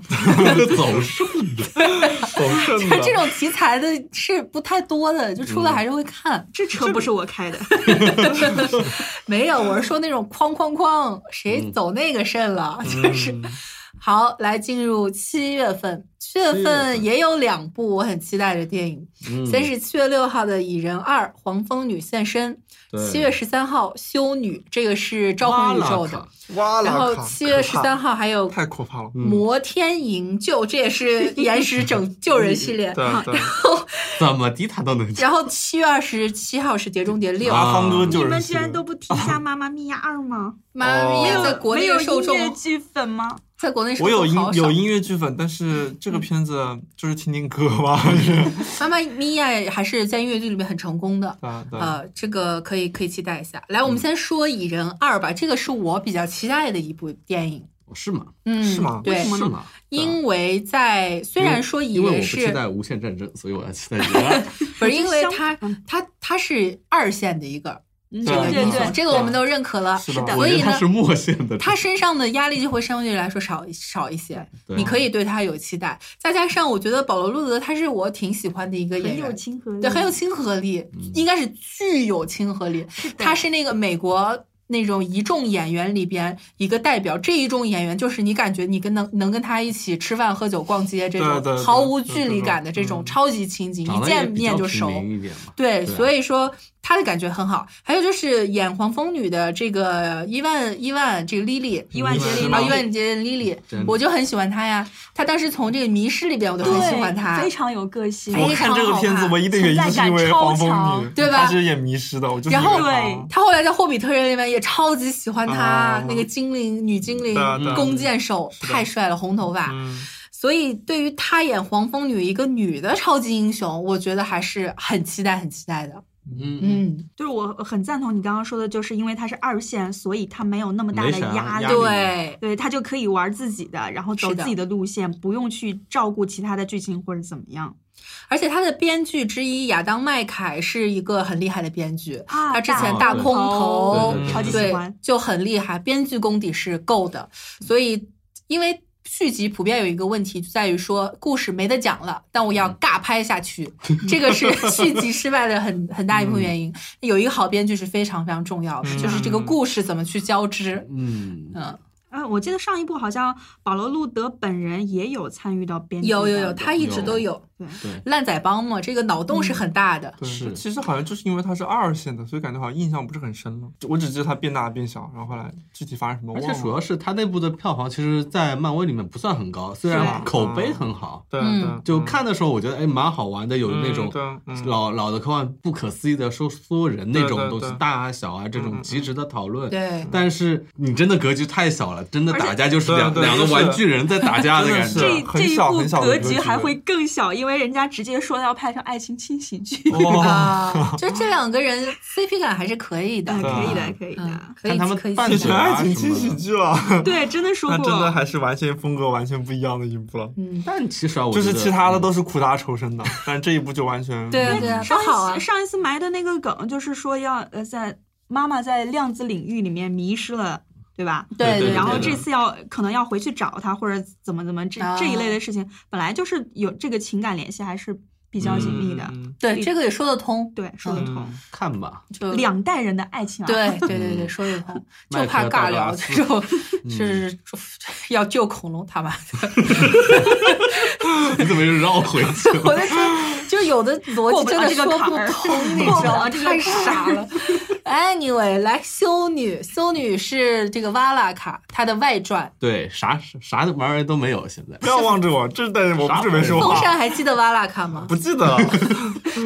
B: 走顺的，
D: [LAUGHS]
F: 走肾嗯
D: 它这种题材的是不太多的，的，就出了还是会
F: 嗯
D: 看。
E: 这车不是我开的，
D: 没有，我是说那
F: [LAUGHS]
D: 种哐哐哐，
F: 嗯
D: 谁走那个肾了，就是。好，来进入七月份，七月
B: 七
D: 份
B: 月份
D: 也有两部我很期待的电影，
B: 嗯
F: 嗯
D: 先是七月六号的《蚁人二：黄蜂女现身》，七月十三号《修女》，这个是招魂宇宙的，
F: 哇
D: 然
F: 啦
D: 后
F: 卡，
D: 七月十三号还有
F: [LAUGHS] 太嗯可怕了。
D: 摩天营救，这也是岩石
F: [LAUGHS]
D: 拯救人系列。
F: 对啊对，
B: 怎么的他都能讲。
D: 然后七月二十七号是《碟中谍六》，
B: 啊
F: 阿汤哥
B: 你
F: 救
E: 你
F: 人
E: 们
F: 系
E: 居
F: 列，
E: 然都不提一下《妈妈咪呀二》
F: [LAUGHS]
E: 吗？
D: 妈
F: 哦
D: 耶，
F: 没
D: 在
F: 有
D: 国
E: 没
D: 内
E: 有
D: 的受
E: 音
D: 众啊
E: 乐剧粉吗？
D: 在国内受
F: 我有
D: 众
F: 音
D: 好少
F: 有。音乐剧粉，但是这个片子就是听听歌吧，就是
D: 妈妈咪呀还是在音乐剧里面很成功的。
F: [LAUGHS] 对对，
D: 呃，这个可以可以期待一下。来，我们先说《蚁人二》吧，这个是我比较期待的一部电影。
B: 是吗？
D: 嗯，
F: 是吗
D: 对，
B: 是吗？
D: 因为在虽然说蚁
B: 因为我
D: 人
B: 不
D: 是
B: 期待无限战争，所以我要期待
D: [LAUGHS]
B: 人。
D: 不是因为它
E: 嗯
D: 它它是二线的一个
F: 嗯
E: 对
D: 这个
E: 对
D: 英
E: 对
D: 雄，，这个我们都认可了。
F: 啊是的
B: 我
D: 所
B: 觉
D: 以
B: 得他
D: 呢，
B: 是末线的，
D: 他身上的压力就会相对来说少一少一些，
B: 对
D: 你可以对他有期待。再加上我觉得保罗·路德他是我挺喜欢的一个演
E: 很有
D: 员，
E: 亲和力，
D: 对，很有亲和力，应该是具有亲和力。他是那个美国。那种一众演员里边一个代表，这一众演员就是你感觉你跟能能跟他一起吃饭、喝酒、逛街这
F: 对对
D: 种
F: 对
D: 毫无距离感的
F: 对
D: 这
F: 对
D: 种
F: 嗯
D: 超级亲近，
B: 长
D: 一
B: 得也
D: 见
B: 比
D: 面
B: 较
D: 就
B: 平
D: 熟。
B: 民一点嘛。
D: 对，
B: 对啊
D: 所以说他的感觉很好。还有就是演黄蜂女的这个伊万伊万这个 Lily。
E: 一万
F: 你
E: 杰
F: 是
E: 里
D: 啊，
F: 吗
D: 伊万杰莉莉
B: 真的，
D: 我就很喜欢她呀。她当时从这个迷失里边，我都
E: 对
D: 很喜欢她
E: 非。常有个性。
D: 哎
F: 我看这个片子唯一的原因是因为黄蜂女，
D: 对吧
F: 她是演迷失的，我就是
D: 然后
F: 以为她
E: 对
D: 她后来在《霍比特人》里面也超级喜欢她
F: 啊，
D: 那个精灵女精灵
F: 对啊对啊
D: 弓箭手
F: 是的
D: 太帅了，红头发。
F: 嗯，
D: 所以对于她演黄蜂女一个女的超级英雄，我觉得还是很期待很期待的。
B: 嗯，
D: 嗯，
E: 就是我很赞同你刚刚说的，就是因为它是二线，所以它没有那么大的
F: 没啥
E: 压
F: 压力
D: 对，
E: 对他就可以玩自己的，然后走
D: 是的
E: 自己的路线，不用去照顾其他的剧情或者怎么样
D: 而且他的编剧之一亚当麦凯是一个很厉害的编剧，
E: 啊
D: 他之前大
B: 大空
D: 空头
E: 头
B: 对对对
E: 超级喜
D: 对
E: 欢
D: 就很厉害，编剧功底是够的。所以，因为续集普遍有一个问题，就在于说故事没得讲了，但我要尬拍下去，这个是续集失败的很很大一部分原因。有一个好编剧是非常非常重要的，
F: 嗯
D: 就是这个故事怎么去交织。
B: 嗯，
D: 嗯，
E: 啊！我记得上一部好像保罗·路德本人也有参与到编剧
D: 有有
E: 当
D: 有，
E: 中
D: 他一直都有。
B: 对，
D: 烂仔帮嘛，这个脑洞是很大的。
F: 对，
B: 是
F: 其实好像就是因为她是二线的，所以感觉好像印象不是很深了。我只知道她变大变小，然后后来具体发生什么
B: 而
F: 忘
B: 且
F: 了。
B: 主要是他那部的票房，其实，在漫威里面不算很高，虽然
F: 是
B: 口碑很好，
F: 对
D: 嗯
F: 对，
B: 就
F: 嗯
B: 看的时候我觉得哎蛮好玩的，有那种
F: 嗯对 [LAUGHS] 嗯
B: 老老的科幻不可思议的说所有人那种
F: 对对
B: 东西
F: 对，
B: 大啊小啊这
F: 嗯
B: 种
F: 嗯
B: 极致的讨论。
D: 对，
B: 但是你真的格局太小了，真的打架就是
F: 对
B: 两
F: 对
B: 两个
F: 就是
B: 玩具人在打架的
F: 真的
B: 感
F: 是
B: 觉。
E: 这
F: 很
E: 这一
F: 小
E: 部
F: 很小的
E: 格
F: 格
E: 局
F: 局
E: 还会更小，因为人家直接说要拍成爱情轻喜剧，
F: 哦，
D: 啊，就这两个人 CP 感还是可以的
E: 哎，，可以
F: 对啊
E: 的，可以
D: 嗯，
E: 的。
D: 可以
B: 看他们
D: 可以
B: 拌
F: 变
B: 嘴
F: 成
B: 啊
F: 爱
B: 什
F: 情轻
B: 么
F: 喜
B: 的。
F: 剧 [LAUGHS] 了。
D: 嗯
E: 对，真的说
F: 那
E: 过，
B: [LAUGHS]
F: 真的还是完全风格完全不一样的一部了。
D: 嗯，
B: 但其实啊，我
F: 就是
B: 觉得
F: 其他的都是苦大仇深的，但这一部就
B: [LAUGHS]
F: 完全嗯
D: 对啊对啊，不
E: 上一
D: 好啊
E: 次，上一次埋的那个梗就是说要呃，在妈妈在量子领域里面迷失了，对吧？
D: 对
B: 对
E: 然后
B: 对
E: 这次要可能要回去找他，或者怎么怎么这
D: 啊
E: 这一类的事情，本来就是有这个情感联系，还是比较紧密的。
F: 嗯
D: 对这个也说得通，
E: 对，说得通，
F: 嗯
B: 看
F: [LAUGHS]
B: 吧，
D: 就
E: 两代人的爱情啊，
D: 对对对对，说得通，
B: 麦
D: 就
B: 克
D: 怕尬聊
B: 道格拉斯
D: 这种，是是要救恐龙他妈的，
B: 你怎么又绕回去了？
D: 我在说，就有的逻
E: 过
D: 辑
E: 不
D: 真
E: 了
D: 的
E: 这个
D: 说
E: 坎
D: 不
E: 儿
D: 通，你知道
E: 过不
D: 吗？
E: 了这个
D: 太傻了。Anyway，来修女，修女是这个瓦拉卡她的外传，
B: 对，啥啥玩意儿都没有，现在
F: 不要望着我，这但是我不准备说
D: 风扇
F: 话，
D: 还记得瓦拉卡吗？
F: 不记得了，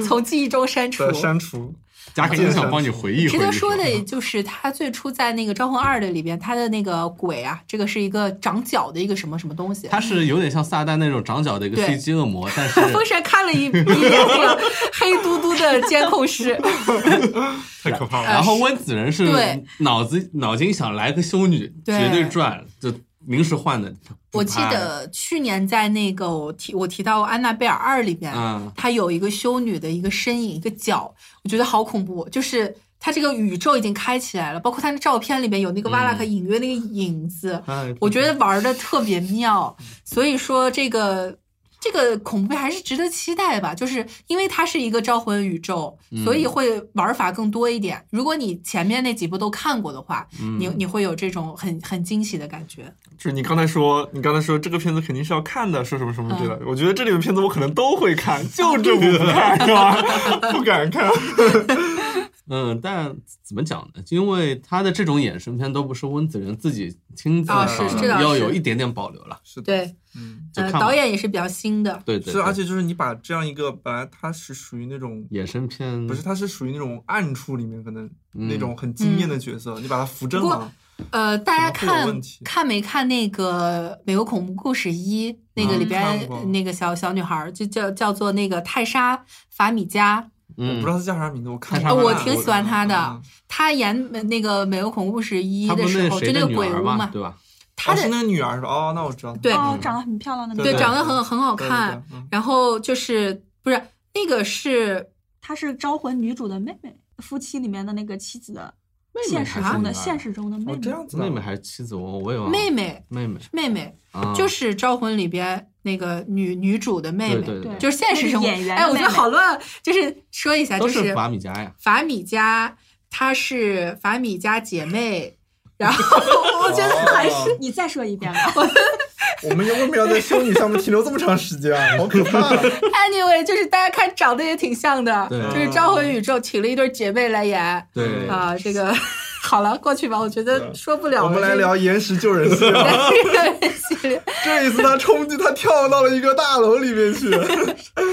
D: 从记忆中删除
F: 对，。删除。
B: 嘉凯真想帮你回忆回忆。
D: 值得说的，也就是他最初在那个《招魂二》的里边，他的那个鬼啊，这个是一个长脚的一个什么什么东西。
B: 他是有点像撒旦那种长脚的一个
D: 对
B: CG 恶魔，但
D: 风
B: 是
D: 扇看了一一眼那个黑嘟嘟的监控室，
F: 太可怕了！
B: 然后温子仁是
D: 呃对
B: 脑子脑筋想来个修女，
D: 对
B: 绝对赚，就临时换的。
D: 我记得去年在那个我提我提到《安娜贝尔二》里边，
B: 嗯
D: 它有一个修女的一个身影，一个脚，我觉得好恐怖，哦就是。它这个宇宙已经开起来了，包括它的照片里面有那个瓦拉克隐约那个影子，
F: 哎
B: 不拍，
D: 我觉得玩的特别妙，所以说这个这个恐怖片还是值得期待吧，就是因为它是一个招魂宇宙，
F: 嗯
D: 所以会玩法更多一点。如果你前面那几部都看过的话，
F: 嗯
D: 你你会有这种很很惊喜的感觉。
F: 就是你刚才说，你刚才说这个片子肯定是要看的，说什么什么之类的。我觉得这里的片子我可能都会 [LAUGHS] 看，就这部不看，是吧？不敢看。
B: 嗯，但怎么讲呢？因为他的这种衍生片都不是温子仁自己亲自
D: 啊
B: 上
F: 是
B: 的，
F: 这
D: 倒
B: 要
D: 是
B: 有一点点保留了。
F: 是的，
D: 对，
F: 嗯，
B: 就
D: 呃，
B: 看吧
D: 导演也是比较新的，
B: 对对
F: [LAUGHS] 是，而
B: 对，
F: 且就是你把这样一个本来它是属于那种。
B: 衍生片
F: 不是，它是属于那种暗处里面可能
B: 嗯
F: 那种很惊艳的角色，你把它扶正
D: 不
F: 了
D: 过，呃，大家
F: 可能会有
D: 看
F: 问题
D: 看没看那个《美国恐怖故事一》那个里边、
F: 嗯看过
D: 那个小小女孩儿，就叫叫做那个泰莎·法米加，
F: 我
B: 嗯
F: 不知，道它叫啥名字，我看
B: 看
F: 过
B: 我
F: 看
B: 挺
F: 过
D: 喜欢
F: 的
D: 她的
F: 嗯
D: 她演那个《美国恐怖故事一
B: 他》不
D: 的
B: 是
D: 时
B: 那
D: 候，就
B: 谁
D: 那
B: 的
D: 个
B: 女
D: 鬼
B: 儿
D: 屋
B: 嘛，
D: 嘛，
B: 对吧？
D: 她
F: 哦
D: 的、
F: 是那个女儿是吧？哦，那我知道。
D: 对
E: 哦，长得很漂亮的女
F: 对
D: 对
E: 生，
D: 长得很很好
F: 对对
D: 看，
F: 对嗯
D: 然后就是不是那个是
E: 她是招魂女主的妹妹，夫妻里面的那个妻子的，
B: 妹
E: 现
B: 妹
E: 实
B: 还是
E: 中
B: 女
E: 的
B: 儿
E: 现实中的妹
F: 哦，
E: 妹
F: 这。样子的
B: 妹妹还是妻子，我我也忘了
D: 妹妹
B: 妹妹，
D: 妹妹，
B: 啊
D: 就是《招魂》里边那个女女主的妹妹，
B: 对对
E: 对
D: 就是现实生活
E: 那个演员的
D: 哎，我觉得
E: 妹妹
D: 好乱，就是说一下，
B: 都
D: 就是
B: 法米加呀。
D: 法米加，她是法米加姐妹，然后我觉得还是。
F: 哦
E: 你再说一遍吧。
F: [LAUGHS] 我们为什么要在修女上面停留这么长时间啊？好可怕！
D: [LAUGHS] Anyway，就是大家看长得也挺像的，
B: 对
D: 就是《招魂宇宙》请了一对姐妹来演啊、
B: 对
D: 这个好了，过去吧，我觉得
F: 对
D: 说不了了。
F: 我们来聊延时救人系
D: 这 [LAUGHS]
F: 啊。
D: 个这个系列，
F: 这一次他冲进，他跳到了一个大楼里面去。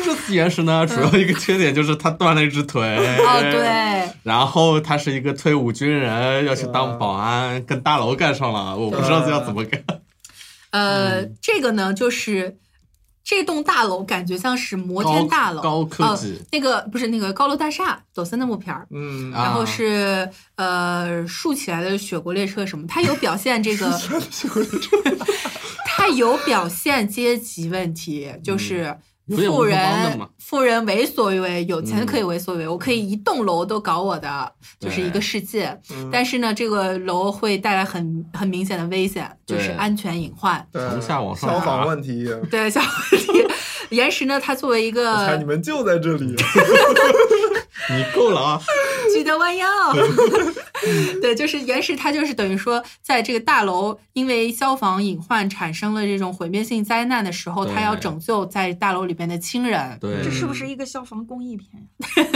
B: 这次岩石呢，主要一个缺点就是他断了一只腿。
D: 嗯哦，。对，
B: 然后他是一个退伍军人，要去
F: 对
B: 当
F: 啊
B: 保安，跟大楼干上了，我不知道要怎么干。
D: 呃，这个呢，就是这栋大楼感觉像是摩天大楼，
B: 高高科技
D: 呃那个不是那个高楼大厦，抖森那部片儿。
F: 嗯
B: 啊
D: 然后是呃竖起来的雪国列车什么，它有表现这个它有表现阶级问题，就是
B: 嗯有点乌
D: 富
B: 托邦的
D: 人
B: 嘛
D: 富人为所欲为，有钱
B: 嗯
D: 可以为所欲为，我可以一栋楼都搞我的，就是一个
B: 对嗯
D: 世界。但是呢，这个楼会带来很很明显的危险，就是
B: 对
D: 安全隐患。
F: 对
B: 从下往上
F: 消
B: 爬
F: 防问 [LAUGHS] 题，
D: 对，小 [LAUGHS] 问题，岩石呢，他作为一
F: 我猜你
D: 个
F: 们就在这里。
B: 你够了啊！
D: 记得弯腰， [LAUGHS] 对，就是岩石，他就是等于说，在这个大楼因为消防隐患产生了这种毁灭性灾难的时候，他要
B: 对
D: 拯救在大楼里边的亲人，
B: 对
E: 这，是不
D: 嗯
E: 是一个消防公益片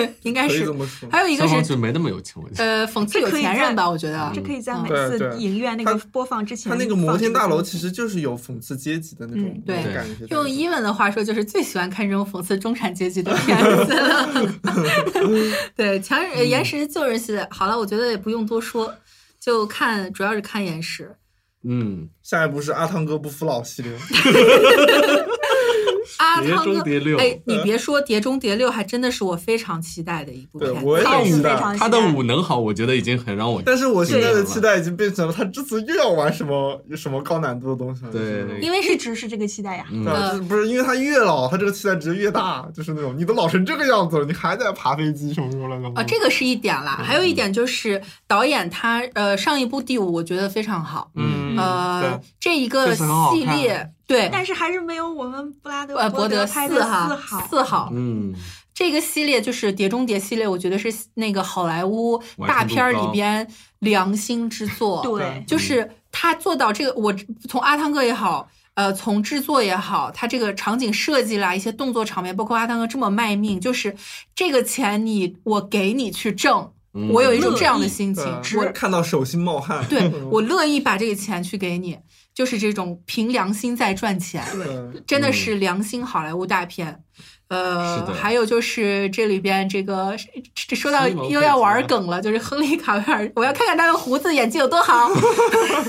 E: 呀？
D: 应该
F: 可以
D: 是
F: 这。么说。
D: 还有一
B: 消
D: 个
B: 防
D: 是
B: 局没那么有钱，我觉得。
D: 呃，讽刺有钱人吧，我觉得
E: 这可以在
D: 嗯
E: 每
F: 对
E: 次
F: 对
E: 影院那个
F: 它
E: 播放之前
F: 他
E: 放这
F: 那
E: 个
F: 个
E: 东西。
F: 摩天大楼其实就是有讽刺阶级的那种
D: 嗯对
F: 那种感觉在里面。
D: 用伊文的话说，就是最喜欢看这种讽刺中产阶级的片子了。对，强人呃岩石救人系列，好了，我觉得也不用多说，就看主要是看岩石。
B: 嗯，
F: 下一步是阿汤哥不服老系列，
D: 阿
B: 碟
D: 汤
B: 中
D: 哥，
B: 谍六
D: 哎，你别说，《碟中谍六》还真的是我非常期待的一部
F: 对
D: 片。
F: 我
E: 他
F: 也
E: 也是
F: 期
E: 非
F: 待。
E: 常
B: 他
E: 期
B: 的
E: 待
B: 舞能好，我觉得已经很让我
F: 但是我现在的
B: 对
F: 期待已经变成了他这次又要玩什么什么高难度的东西了。就是那
B: 对
F: 种
D: 因为
E: 一
D: 是
E: 直是这个期待呀。
B: 嗯
F: 对，就是不是因为他越老，他这个期待值越大，就是那种你都老成这个样子了，你还在爬飞机什么什么乱七八糟
D: 啊，这个是一点啦，还有一点就是导演他呃上一部《第五》，我觉得非常好。
B: 嗯
D: 呃
F: 对，
D: 这一个
F: 确实很好
D: 系
F: 看
D: 列对，
E: 但是还是没有我们布拉德
D: 呃，伯
E: 德
D: 德
E: 拍的四
D: 哈
E: 好。
D: 四好，
B: 嗯，
D: 这个系列就是《碟中谍》系列，我觉得是那个好莱坞
B: 完成度
D: 大片儿里
B: 高
D: 边良心之作。
E: 对，
D: 就是他做到这个，我从阿汤哥也好，呃，从制作也好，他这个场景设计啦，一些动作场面，包括阿汤哥这么卖命，就是这个钱你我给你去挣，
B: 嗯
D: 我有一种这样的心情，
F: 对
D: 我
F: 是看到手心冒汗。
D: 对我乐意把这个钱去给你，就是这种凭良心在赚钱，
F: 对，
D: 真的是良心好莱坞大片。
B: 嗯是
D: 呃，
B: 的
D: 还有就是这里边这个，这说到
B: 西蒙
D: 又要
B: 佩吉
D: 玩
B: 啊
D: 梗了，就是亨利卡维尔，我要看看他的胡子演技有多好，
B: [LAUGHS]
D: [LAUGHS]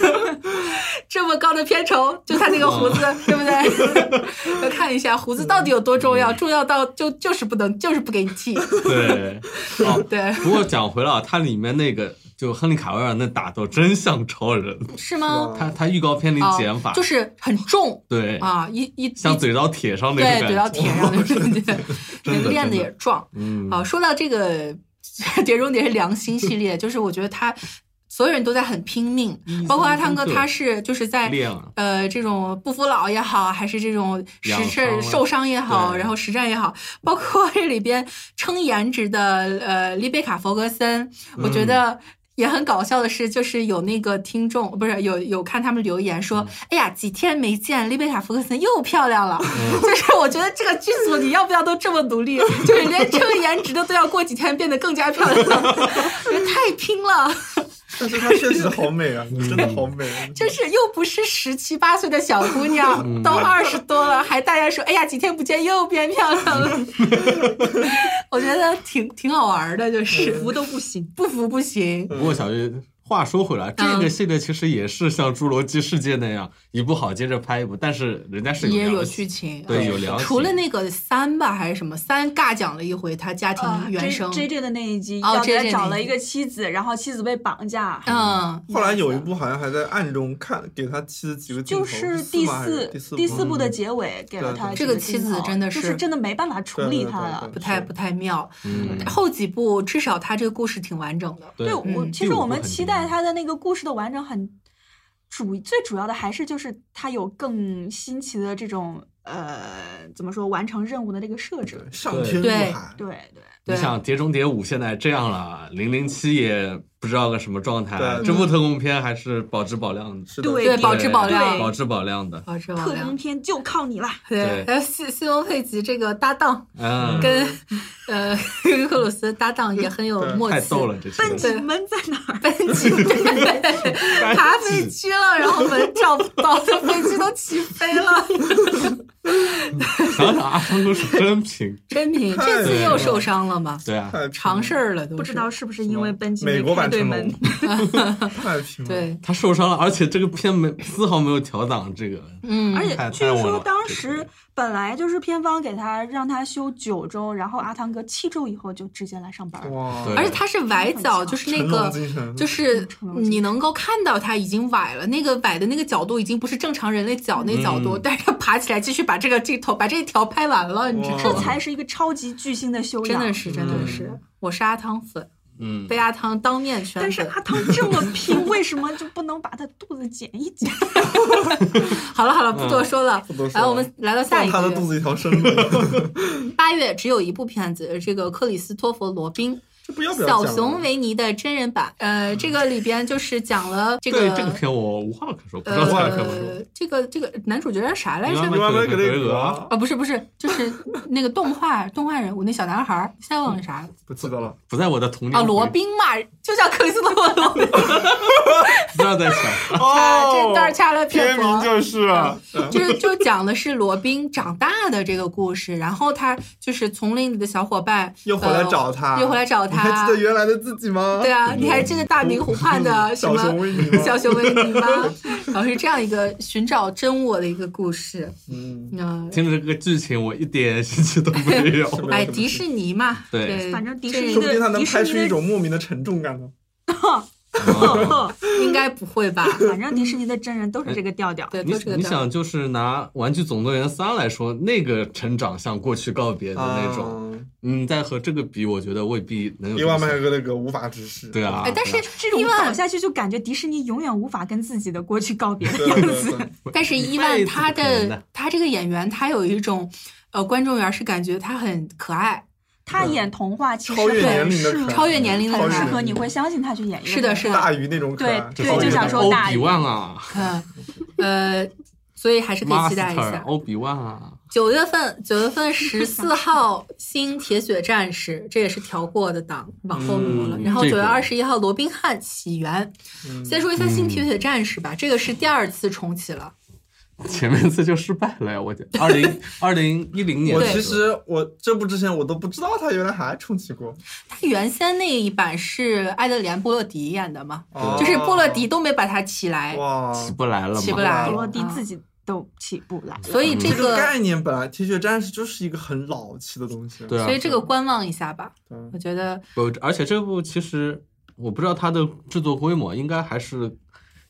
D: 这么高的片酬，就他那个胡子，对不对？要 [LAUGHS] 看一下胡子到底有多重
B: 嗯
D: 要，重要到就就是不能，就是不给你剃，
B: 对。哦， [LAUGHS]
D: 对，
B: 不过讲回了，它里面那个就亨利卡维尔那打斗真像超人，
D: 是吗？
B: 他他预告片里
D: 啊
B: 剪法
D: 就是很重
B: 对，
D: 啊，一一一
B: 像嘴到铁上那
D: 对
B: 种
D: 怼到
B: 感觉，
D: 铁
B: [LAUGHS]
D: 哦上的感觉， [LAUGHS] 那
B: 真
D: 个
B: 的
D: 链子
B: 真的
D: 也壮。
B: 嗯
D: [LAUGHS] 啊，说到这个《碟中谍》是良心系列，就是我觉得它。所有人都在很拼命，
B: 嗯
D: 包括阿汤哥，他是就是在
B: 练了
D: 呃这种不服老也好，还是这种实
B: 养伤
D: 事
B: 了
D: 受伤也好，
B: 对
D: 然后实战也好，包括这里边称颜值的呃丽贝卡·弗格森，
B: 嗯
D: 我觉得。也很搞笑的是，就是有那个听众，不是有有看他们留言
B: 嗯
D: 说，哎呀，几天没见，丽贝卡·福克森又漂亮
B: [LAUGHS]
D: 了。
B: 嗯
D: 就是我觉得这个剧组你要不要都这么努力，就是连这个颜值的都要过几天变得更加漂亮
B: [LAUGHS]
D: 了，人太拼了。
F: 但是她确实好美 [LAUGHS] 啊，真的好美啊。
D: 就是又不是十七八岁的小姑
B: 嗯
D: 娘，都二十多了，还大家说，哎呀，几天不见又变漂亮了。 [LAUGHS] 我觉得挺挺好玩的，就是
G: 服都不行。
D: 不服不行。
B: 不过小月，话说回来，这个
D: 嗯
B: 系列其实也是像《侏罗纪世界》那样，一部好接着拍一部，但是人家是
D: 也
B: 有
D: 有
B: 良
D: 剧
B: 心，
D: 情，啊
B: 对有良心
D: 除了那个三吧还是什么三尬讲了一回他家
E: 啊
D: 庭原
E: ，J
D: 生，
E: J J 的那一集，
D: 哦
E: 要
D: ，J J
E: 他
D: 那一
E: 找了
D: 集
E: 一个妻子，然后妻子被绑架，
D: 嗯，
F: [LAUGHS] 后来有一部好像还在暗中看给他妻子几个镜
E: [LAUGHS] 就
F: 头，
E: 是
F: 第
E: 第四
F: 第四
E: 第
F: 部嗯
E: 四部的结尾给了
F: 对
E: 他
F: 对
D: 这个妻子真的
E: 是，就是真的没办法处理他
F: 对对对
E: 了
F: 对。
D: 不太不太妙。
B: 嗯，
D: 后几部至少他这个故事挺完整的，
B: 对，
E: 我
D: 嗯
E: 其
B: 第
E: 实
B: 五
E: 我
B: 部
E: 们
B: 很
E: 期
B: 重
E: 待
B: 要
E: 他的那个故事的完整很主最主要的还是就是他有更新奇的这种呃怎么说完成任务的这个设置。
F: 上天入
D: 对
F: 海，
E: 对对，
B: 你
D: 对
B: 想《碟中谍五》现在这样了，《零零七》也不知道个什么状态
F: 对，
B: 这部特工片还是保质保量的，
F: 是的，
D: 嗯
E: 对
D: 对，保质保量，
E: 对
B: 保质保量的，
D: 保质保
E: 特工
D: 量。
E: 片就靠你啦！
D: 啊对，呃
B: 对
D: 还有西西蒙佩吉这个搭档，
B: 嗯，
D: 跟呃 [LAUGHS] 克鲁斯搭档也很有默契，
B: 太逗
D: [LAUGHS]
B: 了，这期
E: 奔
D: 级
E: 你们在
D: [LAUGHS]
E: 哪儿？
D: 奔
B: [LAUGHS]
D: 机，对，爬飞机了，然后门找不到，飞机都起飞了。
B: 想想阿汤哥是真品，
D: 真品这次又受伤了嘛，
B: 对啊，
F: 太拼
D: 常事儿了都是
E: 不知道。是不是因为奔机
F: 美
E: 没
F: 国
E: 开
F: 版
E: 对
F: 成
E: 门
F: 龙？， [LAUGHS] 太拼了。
D: 对，
B: 他受伤了，而且这个片没丝毫没有调档这个，
D: 嗯，
E: 而且
B: 太
E: 据
B: 太稳
E: 说
B: 了
E: 当
B: 这个
E: 时本来就是片方给他让他休九周，然后阿汤哥七周以后就直接来上班了。
F: 哇，
B: 对
D: 而且他是崴脚，就是那
F: 成
D: 个
F: 龙精神
D: 就是
E: 成龙精神
D: 你能够看到他已经崴了，那个崴的那个角度已经不是正常人类脚那角度，
B: 嗯
D: 但是他爬起来继续把这个镜头把这一条拍完了，你知
E: 这
D: 道吗？
E: 才是一个超级巨星的修
D: 真
E: 养，嗯
D: 的是真的是，我是阿汤粉，
B: 嗯，
D: 被阿汤当面圈粉。
E: 但是阿汤这
F: [LAUGHS]
E: 么拼，为什么就不能把他肚子减一减？
D: 好了好
B: 嗯
D: 了，不多说了
F: 不多。说
D: 来，
F: 了
D: 我们来到下
F: 放
D: 一
F: 他
D: 个
F: 的
D: 月
F: 肚，子一条生 [LAUGHS] 路，
D: 八月只有一部片子，这个克里斯托弗·罗宾。
F: 这不要不要
D: 小
F: 讲
D: 熊
F: 了
D: 维尼的真人版，呃，这个里边就是讲了这
B: 对
D: 个
B: 这个片我无话可说，不知道咋可说，
D: 呃，这个这个男主角是啥来着
B: 你？
F: 另外那个
B: 格
F: 那
B: 雷
F: 个
B: 格
D: 啊，不是不是，就是那个动画动画人物那小男孩儿，现在
B: 嗯
D: 忘了啥了
F: 不记得了，
B: 不在我的童年
D: 啊？罗宾嘛，就叫克里斯托弗罗宾，啊
B: 不知道在想 [LAUGHS] 啥，
F: 哦，
D: [LAUGHS] 这段掐了
F: 片
D: 片头
F: 名。就是啊
D: [LAUGHS] 就是就讲的是罗宾长大的这个故事，然后他就是丛林里的小伙伴
F: 又回来找他，
D: 呃又回来找
F: 你还
D: 他
F: 记得，原来的自己吗？
D: 对啊，你还记得大明湖畔的什
F: 小熊
D: 么
F: 维尼
D: [LAUGHS]
F: 吗？
D: 小熊维尼 [LAUGHS] 吗？然后是这样一个寻找真我的一个故事，
F: 嗯，
D: 嗯、
B: 听着这个剧情我一点兴趣都
D: [LAUGHS]
B: 没有，
F: 是吧
D: 哎，迪士尼嘛，
B: 对
E: 反正迪士尼
D: 这
F: [LAUGHS] 说不定他
E: 的
F: 能
E: 迪
F: 拍
E: 士
F: 出一
E: 尼 [LAUGHS] 的，嗯
F: 种莫名的沉重感呢。
D: 哦
B: 啊
D: 应该不会
B: [LAUGHS]
D: 吧？
E: 反正迪士尼的真人都是这个调调。
D: 对，
B: 你
D: 都是个
B: 你
D: 调
B: 想，就是拿《玩具总动员三》来说，那个成长向过去告别的那种，
F: 啊，
B: 嗯，再和这个比，我觉得未必能有
F: 伊
B: 多
F: 万
B: 少
F: 麦克那个无法直视。
B: 对啊
D: 哎，，但是
E: 这种
D: 伊
E: 搞
D: 万，
E: 下去就感觉迪士尼永远无法跟自己的过去告别
F: 对
E: 的样
F: 对
E: 子。
F: 对，
D: 但是伊
B: 一辈
D: 万
B: 子
D: 他
B: 不可能的
D: 他这个演员，他有一种，呃，观众缘是感觉他很可爱。
E: 他演童话其实
F: 超越年
E: 很
F: 龄的
E: 适
F: 可爱，
E: 合，
D: 超越年龄的
F: 超
E: 很
F: 越
E: 适
F: 年龄
E: 合，你会相信他去演一个。
D: 是的，是的，
F: 大于那种可爱，
E: 对
B: 这
E: 对就想
F: 哦
E: 说
B: 欧
E: 大
B: 哦比万啊，
D: 嗯，呃，所以还是可以期待一
B: master
D: 下。
B: 欧比万啊，
D: 九月份，九月份十四号《新铁血战士》，这也是调过的档，往后挪了。
B: 嗯
D: 然后
B: 这
D: 九
B: 个
D: 月二十一号，《罗宾汉：起源》。
F: 嗯
D: 先说一下《新铁血战士》吧，这个是第二次重启了。
B: 前面一次就失败了呀，我觉得。二零二零一零年
F: 我
B: 的时候，
F: 其实我这部之前我都不知道他原来还重启过，
D: 它原先那一版是艾德莲·波洛迪演的嘛，
F: 哦
D: 就是波洛迪都没把它起来，
F: 哇，
B: 起不来了嘛，
D: 起不来
E: 罗蒂自己都起不来。
D: 所以这
F: 这个
D: 个，
F: 概念本来铁血战士就是一个很老气的东西，
B: 对啊
D: 所以这个观望一下吧。
F: 对
D: 我觉得
B: 不，而且这部其实我不知道它的制作规模，应该还是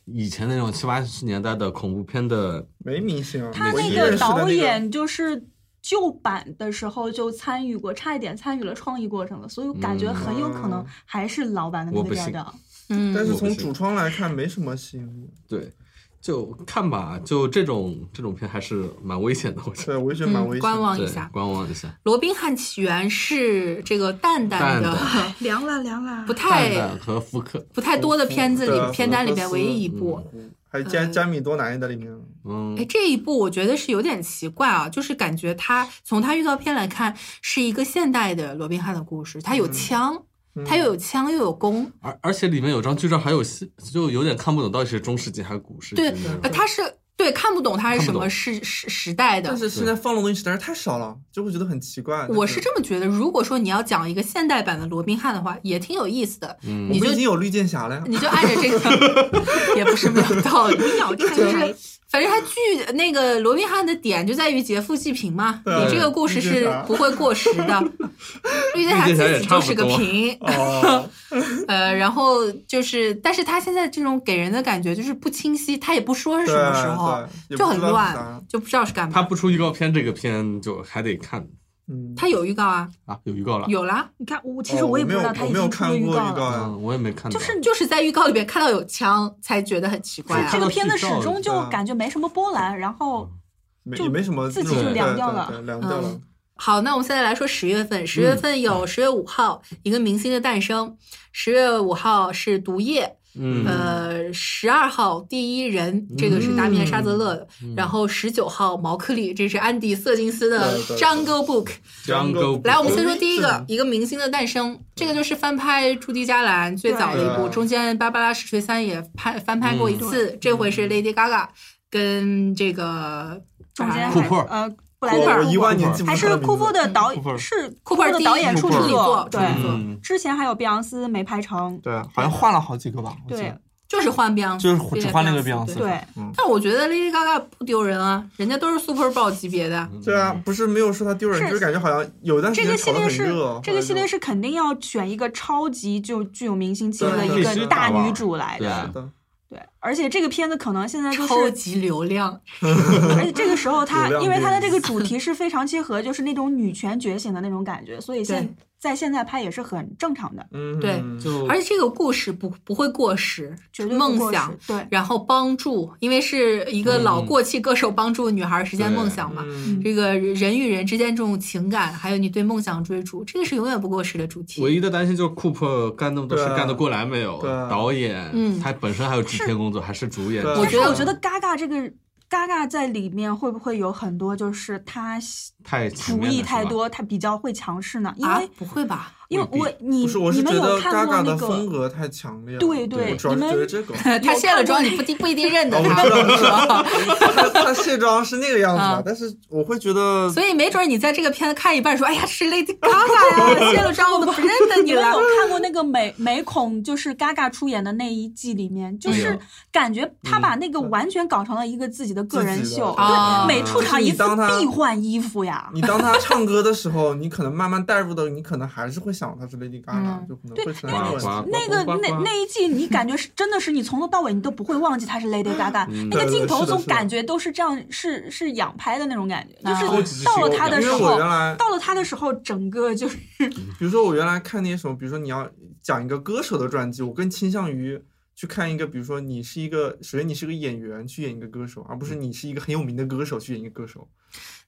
B: 以前那种七八十年代的恐怖片的，
F: 没明星啊。
E: 他
F: 我
E: 那
F: 一认识的那
E: 导演就是旧版的时候就参
F: 嗯
E: 与过，差一点参与了创意过程了，所以我感觉很有可能还是老版的那
B: 我不
E: 个调
B: 信
E: 调。
A: 嗯
F: 但是
B: 我不
F: 从
B: 信
F: 主创来看没什么吸引力。
B: 对，就看吧，就这种这种片还是蛮危险的，我觉得。
F: 对，我也觉得蛮
D: 嗯，
F: 危险的。
D: 观望一
B: 对
D: 下，。
B: 观望一下。
D: 罗宾汉起源是这个蛋蛋的
B: 蛋
E: 凉了凉了
D: 不
B: 蛋
D: 太
B: 蛋和福克，
D: 不太多的片子
F: 对
D: 里片单里边
F: 福克斯
D: 唯一一部。
F: 还有加
D: 嗯
F: 加米多拿也在里面，
B: 嗯
D: 哎，，这一部我觉得是有点奇怪啊，就是感觉它从它预告片来看是一个现代的罗宾汉的故事，它有枪，
F: 嗯
D: 它又有枪又有弓，
B: 而而且里面有张剧照，还有西，就有点看不懂到底是中世纪还是古世纪
D: 对
B: 那种。
D: 呃，它是对看不懂它是
B: 看不
D: 什么
B: 懂
D: 时时时代的
F: 但。是现在放的东西实在是太少了，就会觉得很奇怪。
D: 我
F: 但
D: 是，这么觉得，如果说你要讲一个现代版的罗宾汉的话，也挺有意思的。
B: 嗯
F: 我
D: 你
F: 们
D: 就
F: 已经有绿箭侠
E: [LAUGHS]
F: 了呀。
D: 你就按着这个， [LAUGHS] 也不是没有道理。
E: 鸟
D: 就
E: 看
D: 是，反正他剧那个罗宾汉的点就在于劫富济贫嘛，
F: 对
D: 你这个故事
F: 绿
D: 是
F: 箭侠
D: 不会过时的。绿箭侠
B: 绿箭侠
D: 自
B: 也
D: 己
B: 差
D: 就
B: 不
D: 是个
B: 多
D: 贫，
F: 哦，
D: 呃，然后就是，但是他现在这种给人的感觉就是不清晰，他也不说是
F: 对
D: 什么时候，，
F: 对
D: 就很。
F: 也不知道是啥
D: 乱，就不知道是干
B: 他
D: 嘛。
B: 不出预告片，这个片就还得看
F: 嗯，
D: 他有预告啊，
B: 啊，有预告了。
D: 有啦，
E: 你看我
F: 哦我没有我没有看过
E: 了。
F: 告呀。
B: 嗯，我也没看到。
E: 就是
D: 就是在预告里边看到有枪，才觉得很奇怪
B: 看
E: 这
D: 啊。
B: 到
E: 个片子
B: 剧
E: 始
B: 照了
E: 终就
F: 对啊
E: 感觉没什么波澜，然后
F: 没
E: 就
F: 也没什么
E: 自己
F: 那种
E: 就凉掉
F: 对
E: 了
F: 嗯对对凉掉了嗯
D: 嗯。好，那我们现在来说十月份，十月份有十月五号《一个明星的诞生》，十月五号是《毒液》，
B: 嗯，
D: 呃，十二号第一人，这个是达米安
F: 嗯
D: 沙泽勒的，然后十九号毛克利，这是安迪瑟金斯的
F: 对对对，
D: 《Jungle Book》。
B: Jungle
D: 来，我们先说第一个，《
F: 嗯
D: 一个明星的诞生》，这个就是翻拍朱迪·加兰最早的一部，
F: 对嗯
D: 中间芭芭拉·史翠珊也拍翻拍过一次，这回是 Lady Gaga 跟这个
E: 中间
D: 啊
B: 库
E: 还
B: 珀
E: 呃布莱
F: 我
E: 克
F: 我
E: 尔
F: 一万年记不住
E: 还是
F: 他的名字
E: 库珀的导
F: 库珀
E: 是
D: 库珀
E: 的
D: 第一
E: 导演处
F: 库珀
E: 女作，
D: 处
E: 对
D: 女作，
B: 嗯
E: 之前还有碧昂斯没拍成，
F: 对，好像换了好几个吧。我记
E: 对
F: 得
D: 就是换变，
F: 就是只换那个碧昂斯。
E: 对，
F: 嗯，
D: 但我觉得 Lady Gaga 不丢人啊，人家都是 Super Bowl 级别
E: 嗯
D: 的，
F: 对啊，不是没有说他丢人，
E: 是
F: 就是感觉好像有一段时
E: 这
F: 间
E: 个系
F: 炒得
E: 列
F: 很
E: 是
F: 热。
E: 这个系列
F: 是
E: 是肯定要选一个超级就具有明星气质的
F: 对
E: 一
F: 必须
E: 个大
B: 打吧
E: 女主来
B: 对
E: 的
B: 啊，
F: 的，
E: 对，而且这个片子可能现在就
D: 超
E: 是
D: 级流量，
E: 而且这个
F: [LAUGHS]
E: 时候它，
F: 流量
E: 因为它的
F: 电
E: 这
F: 影
E: 个主题是非常契合，就是那种女权觉醒的那种感觉，所以现在现在拍也是很正常的，
F: 嗯，
D: 对
B: 就
D: 而且这个故事不不会过时，
E: 绝对不
D: 梦
E: 过时嗯
D: 想。
E: 对。
D: 然后帮助，因为是一个老过气歌手帮助女孩实现梦想嘛。
F: 嗯
D: 这个人与人之间这种情感，还有你对梦想追逐，这个是永远不过时的主题。
B: 唯一的担心就是库珀干那么多事
F: 对啊
B: 干得过来没有？
F: 对啊
B: 导演，
D: 嗯
B: 他本身还有制片工作，还是主演。
F: 对啊
E: 但
D: 我
E: 是
D: 觉
E: 我
D: 得
E: 觉得 Gaga 这个 Gaga 在里面会不会有很多就是她
B: 太前
E: 主
B: 面了
E: 意太，
B: 是吧
E: 多，她比较会强势呢？因
D: 啊
E: 为，
D: 不会吧？
E: 因为我你
F: 不是，我
E: 你
F: 是
E: 们
F: 觉得
E: 有看过
F: Gaga
E: 那
F: 的风
E: 个
F: 格太强烈了。
B: 对
E: 对对
F: 我主要
E: 你
F: 是觉得
E: 们
F: 这个。
D: 他卸了妆，你不不一定认得他。
F: 哦我知
D: 我跟你说
F: 他他卸妆是那个样子
D: 啊
F: 的，但是我会觉得，
D: 所以没准你在这个片子看一半说：“哎呀，是 Lady Gaga 呀，卸 [LAUGHS] 了妆我都不认得你
E: 你们 [LAUGHS]
D: 了
E: 有。看过那个美美恐，就是 Gaga 出演的那一季里面，就
B: 没有
E: 是感觉她把那个完全搞成了一个自己的个人
F: 自己的
E: 秀，
D: 啊
E: 对，每出场
F: 就是你
E: 一次
F: 当她
E: 必换衣服呀。
F: 你当他唱歌的时候，你可能慢慢带入的，你可能还是会想他是 Lady Gaga，
D: 嗯
F: 就可能
E: 对
F: 会存在这个
B: 呱呱
F: 问题。
E: 那个
B: 呱呱呱
E: 那那一季，你感觉是真的是你从头到尾你都不会忘记她是 Lady Gaga，那
F: 对
E: 个
F: 对
E: 镜头
F: 是的
E: 总
F: 是的
E: 感觉都是这样，是是仰拍的那种感觉，
D: 啊
E: 就
B: 只是
E: 是到了
B: 去
E: 她的
F: 因
E: 时
F: 为我
E: 候
F: 原，来，
E: 到了她的时候，整个就是
F: 比如说我原来看那些什么，比如说你要讲一个歌手的传记，我更倾向于去看一个，比如说你是一个，首先你是个演员去演一个歌手，而不是你是一个很有名的歌手去演一个歌手。”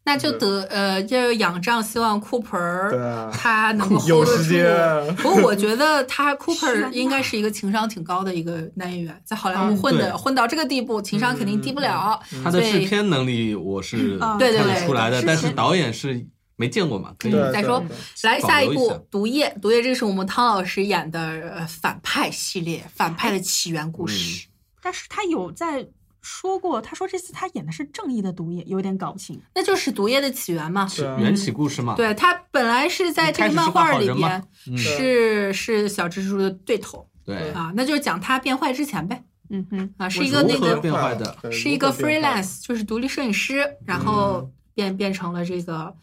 D: 那就得呃，要仰仗希望 Cooper
B: 啊
F: 对，啊
D: 他能
B: [LAUGHS]
D: 够 hold
F: 有
D: 得
F: 时
D: 住
F: 间
D: 不过我觉得他 Cooper
E: 天
D: 应该是一个情商挺高的一个男演员，在好莱坞
B: 嗯
D: 混
B: 对嗯
D: 的混到这个地步，情商肯定低不了。
B: 他的制
D: 对
B: 片能力我是
E: 嗯
B: 看
D: 对对
B: 得
D: 对
B: 出来的，
E: 是
B: 但
E: 是
B: 是导演是没见过嘛，可以
F: 对
D: 再
F: 对
D: 说
F: 对
D: 来
B: 保
D: 下一
B: 留一
D: 部
B: 下
D: 《毒液》，《毒液》这是我们汤老师演的呃反派系列，反派的起源故事。
B: 哎
E: 但是他有在说过，他说这次他演的是正义的毒液，有点搞不清。
D: 那就是毒液的起源嘛，
F: 对啊
B: 缘起故事嘛。
D: 嗯对他本来是在这
B: 一开
D: 个
B: 始
D: 漫
B: 是画
D: 画
B: 好
D: 里
B: 人嘛嗯
D: 边是是小蜘蛛的对头
B: 对，
D: 啊，那就是讲他变坏之前呗
E: 嗯哼，
D: 啊， [LAUGHS] 是
B: 为
D: 一个
B: 如
D: 那
B: 何
D: 个
B: 变坏的
F: 对
D: 是一个
F: 如何变嗯坏
D: freelance，就是独立摄影师，然后变变成了这个